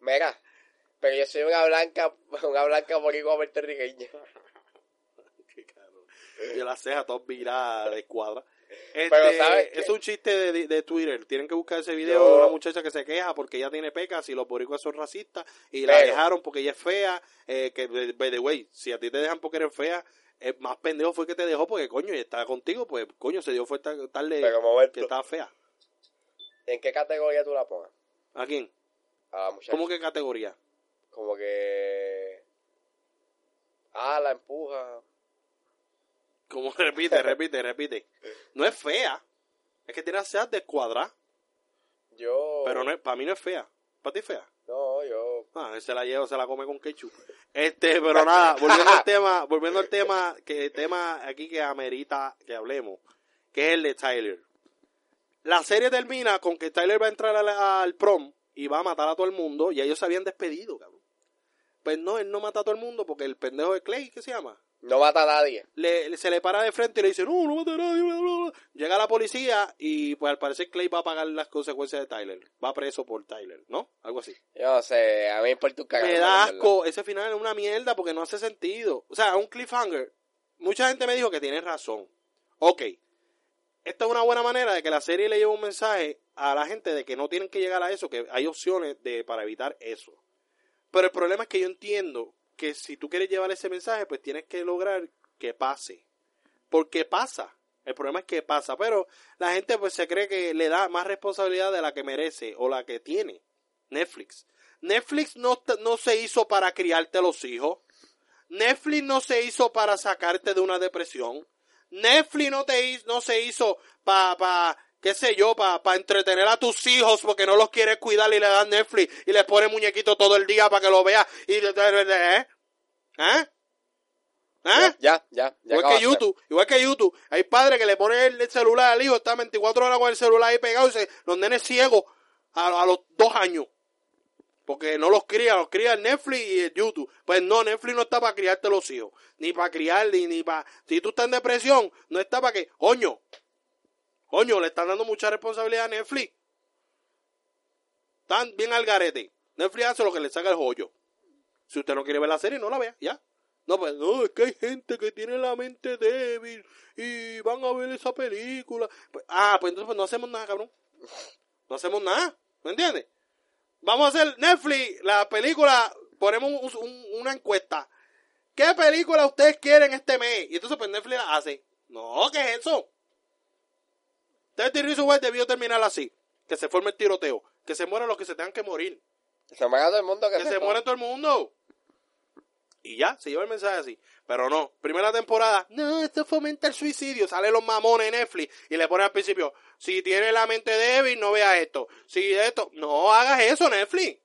B: Mira, pero yo soy una blanca, *laughs* una blanca boricua puertorriqueña.
C: *laughs* Qué cabrón. Yo las cejas todas viradas de escuadra. Este,
B: Pero, ¿sabes qué?
C: es un chiste de, de Twitter. Tienen que buscar ese video
B: Yo-
C: de una muchacha que se queja porque ella tiene pecas y los boricuas son racistas y la
B: Pero-
C: dejaron porque ella es fea. eh, que, by the way, si a ti te dejan porque eres fea, el más pendejo fue el que te dejó porque, coño, y estaba contigo, pues, coño, se dio fue tar- tarde
B: Pero
C: que
B: momento,
C: estaba fea.
B: ¿en qué categoría tú la pongas?
C: ¿A quién?
B: A la muchacha.
C: ¿Cómo que categoría?
B: Como que... Ah, la empuja.
C: Como *laughs* repite, repite, repite. No es fea. Es que tiene las cejas de escuadra,
B: Yo...
C: pero no para mí no es fea. ¿Para ti es fea?
B: No, yo...
C: Ah, él se la lleva, se la come con ketchup. Este, pero nada, volviendo al tema, volviendo al tema, que tema aquí que amerita que hablemos, que es el de Tyler. La serie termina con que Tyler va a entrar al, al prom y va a matar a todo el mundo, y ellos se habían despedido, cabrón. Pues no, él no mata a todo el mundo porque el pendejo de Clay, ¿qué se llama?
B: No mata a nadie.
C: le, le- se le para de frente y le dice, no, no mate a nadie, bla, bla, bla". Llega la policía y pues al parecer Clay va a pagar las consecuencias de Tyler. Va preso por Tyler, ¿no? Algo así.
B: Yo no sé, a mí me importa un cagado.
C: Me
B: en
C: da
B: verdad.
C: asco, ese final es una mierda porque no hace sentido. O sea, un cliffhanger. Mucha gente me dijo que tiene razón. Ok, esta es una buena manera de que la serie le lleve un mensaje a la gente de que no tienen que llegar a eso, que hay opciones de, para evitar eso. Pero el problema es que yo entiendo que si tú quieres llevar ese mensaje, pues tienes que lograr que pase. Porque pasa. El problema es que pasa. Pero la gente pues se cree que le da más responsabilidad de la que merece o la que tiene. Netflix. Netflix no, te- no se hizo para criarte los hijos. Netflix no se hizo para sacarte de una depresión. Netflix no, te, hi- no se hizo para, pa, qué sé yo, para entretener a tus hijos porque no los quieres cuidar y le das Netflix y les pone muñequito todo el día para que lo veas. Y, ¿Eh? ¿Eh? ¿Eh?
B: Ya, ya, ya. ya
C: Igual que
B: acabaste.
C: ¿eh? YouTube, igual que YouTube, hay padres que le ponen el el celular al hijo, está 24 horas con el celular ahí pegado y se, los nenes ciegos a, a los dos años. Porque no los cría, los cría el Netflix y el YouTube. Pues no, Netflix no está para criarte los hijos, ni para criar, ni, ni para... Si tú estás en depresión, no está para que... Coño, coño, le están dando mucha responsabilidad a Netflix. Están bien al garete. Netflix hace lo que le saca el joyo. Si usted no quiere ver la serie, no la vea, ya. No, pues no, es que hay gente que tiene la mente débil y van a ver esa película. Pues, ah, pues entonces pues, no hacemos nada, cabrón. No hacemos nada, ¿me entiendes? Vamos a hacer Netflix, la película, ponemos un- un- una encuesta. ¿Qué película ustedes quieren este mes? Y entonces pues Netflix la hace. No, ¿qué es eso? Teddy Roosevelt debió terminar así. Que se forme el tiroteo. Que se mueran los que se tengan que morir
B: Se me ha todo el mundo que,
C: que se muere todo el mundo. Y ya, se lleva el mensaje así. Pero no, primera temporada, no, esto fomenta el suicidio. Salen los mamones en Netflix y le ponen al principio, si tiene la mente débil, no vea esto. Si esto, no hagas eso, Netflix.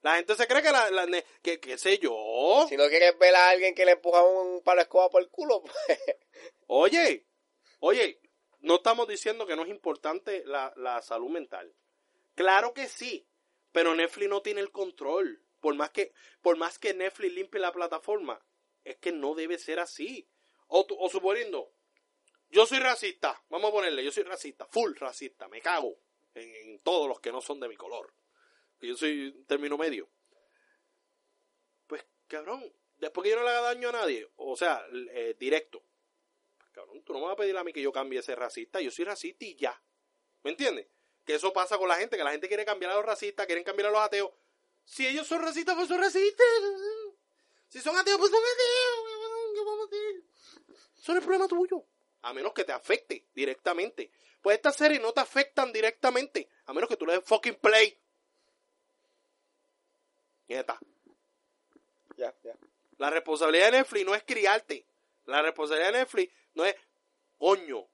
C: La gente se cree que la, la ne- que, qué sé yo.
B: Si no quieres ver a alguien que le empuja un palo de escoba por el culo, *laughs* pues.
C: Oye, oye, no estamos diciendo que no es importante la, la salud mental. Claro que sí, pero Netflix no tiene el control. Por más que, por más que Netflix limpie la plataforma, es que no debe ser así. O, tu- o suponiendo, yo soy racista, vamos a ponerle, yo soy racista, full racista, me cago en, en todos los que no son de mi color. Yo soy término medio. Pues cabrón, después que yo no le haga daño a nadie, o sea, l- eh, directo, cabrón, tú no me vas a pedir a mí que yo cambie ese racista, yo soy racista y ya. ¿Me entiendes? Que eso pasa con la gente, que la gente quiere cambiar a los racistas, quieren cambiar a los ateos. Si ellos son racistas, pues son racistas. Si son ateos, pues son ateos. cabrón, ¿Qué vamos a hacer? Eso no es problema tuyo. A menos que te afecte directamente. Pues estas series no te afectan directamente. A menos que tú le des fucking play. Nieta.
B: Ya, ya.
C: La responsabilidad de Netflix no es criarte. La responsabilidad de Netflix no es coño.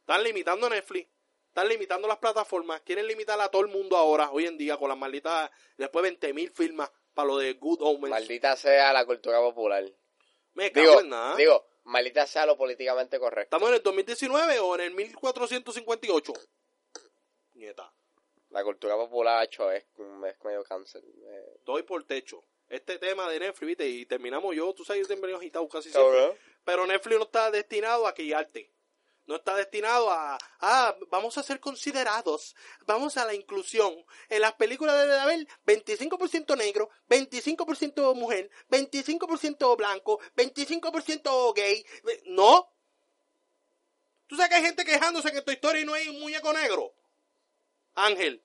C: Están limitando a Netflix. Están limitando las plataformas. Quieren limitar a todo el mundo ahora, hoy en día, con las malditas. Después 20.000 mil firmas para lo de Good Omens.
B: Maldita sea la cultura popular.
C: Me cago
B: Digo,
C: en Ah, pues nada.
B: digo, maldita sea lo políticamente correcto.
C: ¿Estamos en el 2019 o en el 1458? Nieta.
B: La cultura popular, hecho, es, es medio cáncer. Eh,
C: Doy por techo. Este tema de Netflix, ¿viste? Y terminamos yo, tú sabes, yo siempre he agitado casi siempre.
A: Cabrón.
C: Pero Netflix no está destinado a criarte. No está destinado a, ah, vamos a ser considerados, vamos a la inclusión. En las películas debe de haber 25% negro, 25% mujer, 25% blanco, 25% gay. Ve- No. Tú sabes que hay gente quejándose que en tu historia no hay un muñeco negro. Ángel,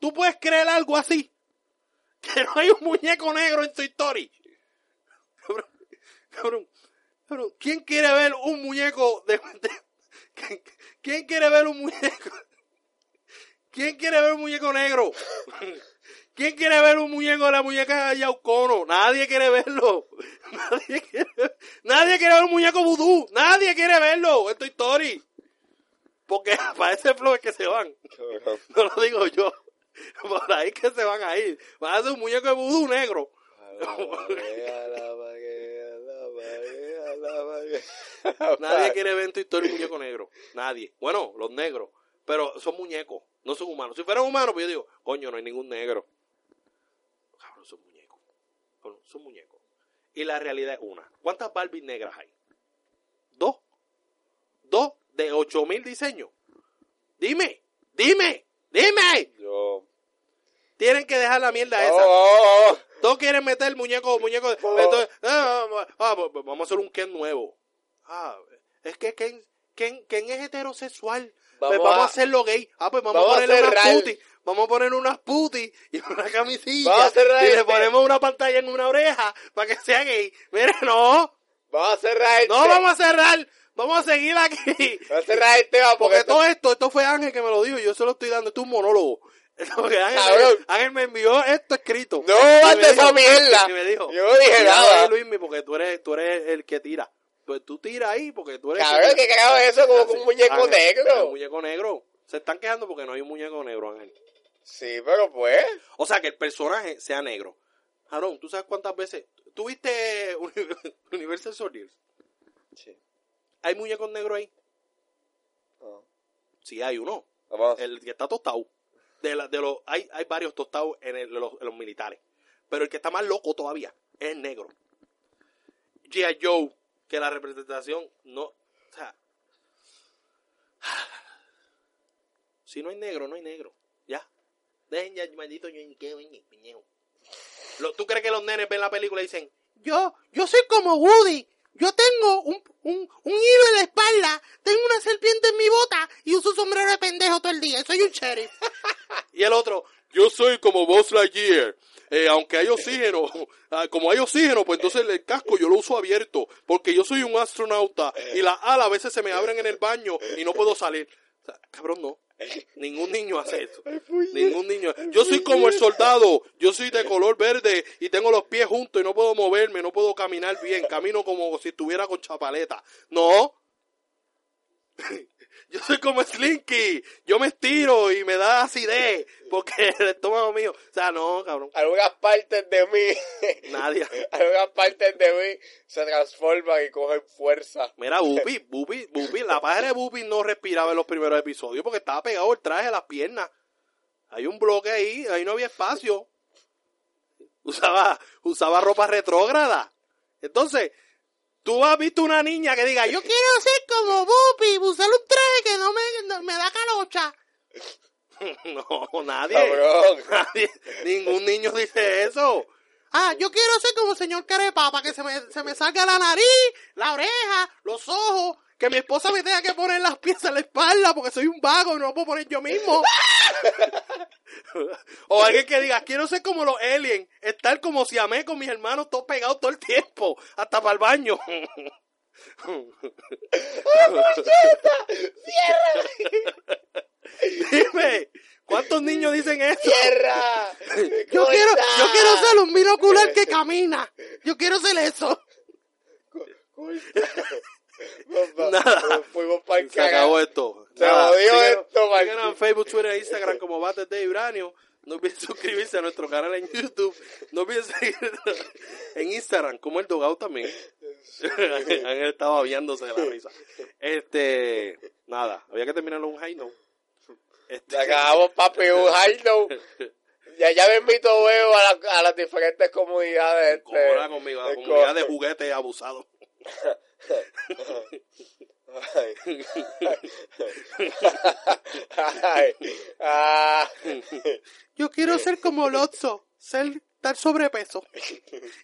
C: ¿tú puedes creer algo así? *laughs* Que no hay un muñeco negro en tu historia. Cabrón, cabrón. Cabrón, ¿quién quiere ver un muñeco de, de- ¿Quién quiere ver un muñeco? ¿Quién quiere ver un muñeco negro? ¿Quién quiere ver un muñeco de la muñeca de Yaucono? Nadie quiere verlo. Nadie quiere, nadie quiere ver un muñeco vudú. Nadie quiere verlo. Esto es story. Porque para ese flow es que se van.
B: *laughs*
A: Cabrón.
C: No lo digo yo. Por ahí que se van a ir. Van a hacer un muñeco de vudú negro. Nadie quiere ver en tu historia un muñeco negro. Nadie. Bueno, los negros. Pero son muñecos, no son humanos. Si fueran humanos, pues yo digo, coño, no hay ningún negro. Cabrón, son muñecos. Cabrón, son muñecos. Y Y la realidad es una. ¿Cuántas Barbies negras hay? Dos. Dos de ocho mil diseños. Dime, dime, dime.
A: Yo.
C: Tienen que dejar la mierda esa.
B: Oh, oh, oh.
C: Todos quieren meter el muñeco, muñeco. de-
B: Oh.
C: entonces, ah, vamos a- ah, pues, pues, vamos a hacer un Ken nuevo. Ah, es que Ken, Ken, Ken es heterosexual. Pues, Vamos, a, hacerlo gay. Ah, pues vamos,
B: vamos a
C: a ponerle unas
B: cerrar.
C: putis. Vamos a poner unas putis y una *laughs* camisilla.
B: Vamos a cerrar
C: y le
B: este.
C: ponemos una pantalla en una oreja para que sea gay. Mira, no.
B: Vamos a cerrar el *laughs*
C: No vamos a cerrar. Vamos a seguir aquí.
B: Vamos a cerrar el tema porque,
C: Porque
B: esto-
C: todo esto, esto fue Ángel que me lo dijo. Yo se lo estoy dando. Esto es un monólogo. *laughs* Porque Ángel,
B: Cabrón.
C: Ángel me envió esto escrito.
B: No,
C: Y me
B: hazte esa
C: dijo-
B: mierda.
C: y me dijo,
B: Yo no dije
C: "Cuidado
B: nada".
C: ahí, Luismi, porque tú eres, tú eres el que tira. Pues tú tira ahí porque tú eres el
B: Cabrón,
C: tira.
B: ¿qué cagado es eso? Como con un muñeco
C: Ángel, pero Un
B: negro.
C: muñeco negro. Se están quejando porque no hay un muñeco negro, Ángel.
B: Sí, pero pues.
C: O sea, que el personaje sea negro. Jarón, ¿tú sabes cuántas veces? ¿Tú viste *laughs* Uni- Universal Soldiers?
A: Sí.
C: ¿Hay muñecos negros ahí?
A: No.
C: Sí, hay uno.
A: Vamos.
C: El que está tostado. De la- de los, hay, hay varios tostados en, el- los, en los militares. Pero el que está más loco todavía es el negro. G.I. Joe, que la representación no. O sea. *sighs* Si no hay negro, no hay negro. Ya. Dejen ya, el maldito ñoñiqueo, ñe, piñeo. Lo- ¿Tú crees que los nenes ven la película y dicen,
D: Yo, yo soy como Woody. Yo tengo un, un, un hilo en la espalda, tengo una serpiente en mi bota y uso sombrero de pendejo todo el día. Soy un sheriff.
C: *laughs* Y el otro, yo soy como Buzz Lightyear. Eh, aunque hay oxígeno, *laughs* ah, como hay oxígeno, pues entonces el casco yo lo uso abierto, porque yo soy un astronauta y las alas a veces se me abren en el baño y no puedo salir. O sea, cabrón, no. Ningún niño hace eso. Ningún niño. Yo soy como el soldado, yo soy de color verde y tengo los pies juntos y no puedo moverme, no puedo caminar bien, camino como si estuviera con chapaleta. No, *laughs* yo soy como Slinky. Yo me estiro y me da acidez porque *laughs* el estómago mío. O sea, no, cabrón.
B: Algunas partes de mí. *laughs*
C: Nadie.
B: algunas partes de mí se transforman y cogen fuerza.
C: Mira, Bupi, Bupi, Bupi. La página de Bupi no respiraba en los primeros episodios porque estaba pegado el traje a las piernas. Hay un bloque ahí, ahí no había espacio. Usaba, usaba ropa retrógrada. Entonces, tú has visto una niña que diga, yo
D: Yo quiero ser como Bupi, usar un traje que no me, no- me da calocha.
C: quiero. *laughs* No, nadie.
B: Cabrón.
C: Nadie. Ningún niño dice eso.
D: Ah, yo quiero ser como señor Carepapa, que se me, se me salga la nariz, la oreja, los ojos,
C: Que mi esposa me tenga que poner las piezas en la espalda porque soy un vago y no lo puedo poner yo mismo. o alguien que diga, quiero ser como los aliens, estar como si amé con mis hermanos, todos pegados todo el tiempo, hasta para el baño.
B: ¡Cierra!
C: *laughs* Dime, ¿cuántos niños dicen eso?
B: ¡Cierra!
D: Yo quiero, yo quiero ser un binocular
B: *laughs*
D: que camina. Yo quiero ser eso.
A: *laughs*
B: *laughs*
C: Nada.
B: Fuimos para el
C: Se acabó
B: cagado.
C: esto.
B: Se jodió esto, Martín.
C: síganos en Facebook, Twitter e Instagram como Bates de Uranio. No olviden *laughs* suscribirse a nuestro canal en YouTube. No olviden seguirnos *laughs* en Instagram como el Dogao también. *laughs* Ángel estaba aviándose de la risa. Este, nada, había que terminarlo un high note. Este,
B: Se acabamos, papi.
C: *laughs*
B: Un high note. Ya, ya me invito veo a, la- a las diferentes comunidades. este,
C: colabora conmigo, a la
B: de
C: comunidad
B: co-
C: de juguetes abusados.
B: Ay. *laughs* Ay. Ah.
D: Yo quiero ser como Lotso, ser tal sobrepeso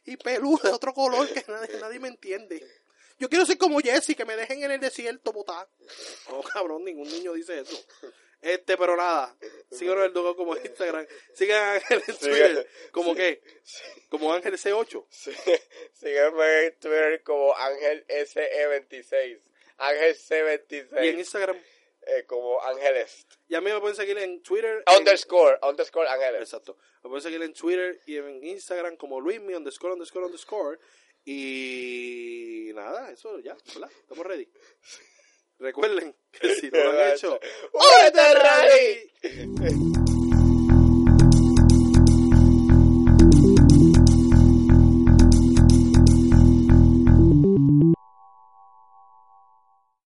D: y peludo de otro color que nadie, nadie me entiende. Yo quiero ser como Jesse, que me dejen en el desierto botar.
C: No, Oh, cabrón, ningún niño dice eso. Este, pero nada. Síganos en el Dogao como en Instagram. Sigan a Ángel en Twitter. ¿Como qué? Como Ángel C8.
B: Sí, sígueme en Twitter como Ángel SE26. Ángel
C: Y en
B: C26.
C: Instagram.
B: eh, como Ángeles.
C: Y a mí me pueden seguir en Twitter. en-
B: Underscore, underscore Ángeles.
C: Exacto. Me pueden seguir en Twitter y en Instagram como Luismi underscore underscore underscore. Y nada, eso ya, ¿verdad? Estamos ready. Recuerden que si no lo han hecho,
B: ¡Únete al rally!
C: ¡Ready!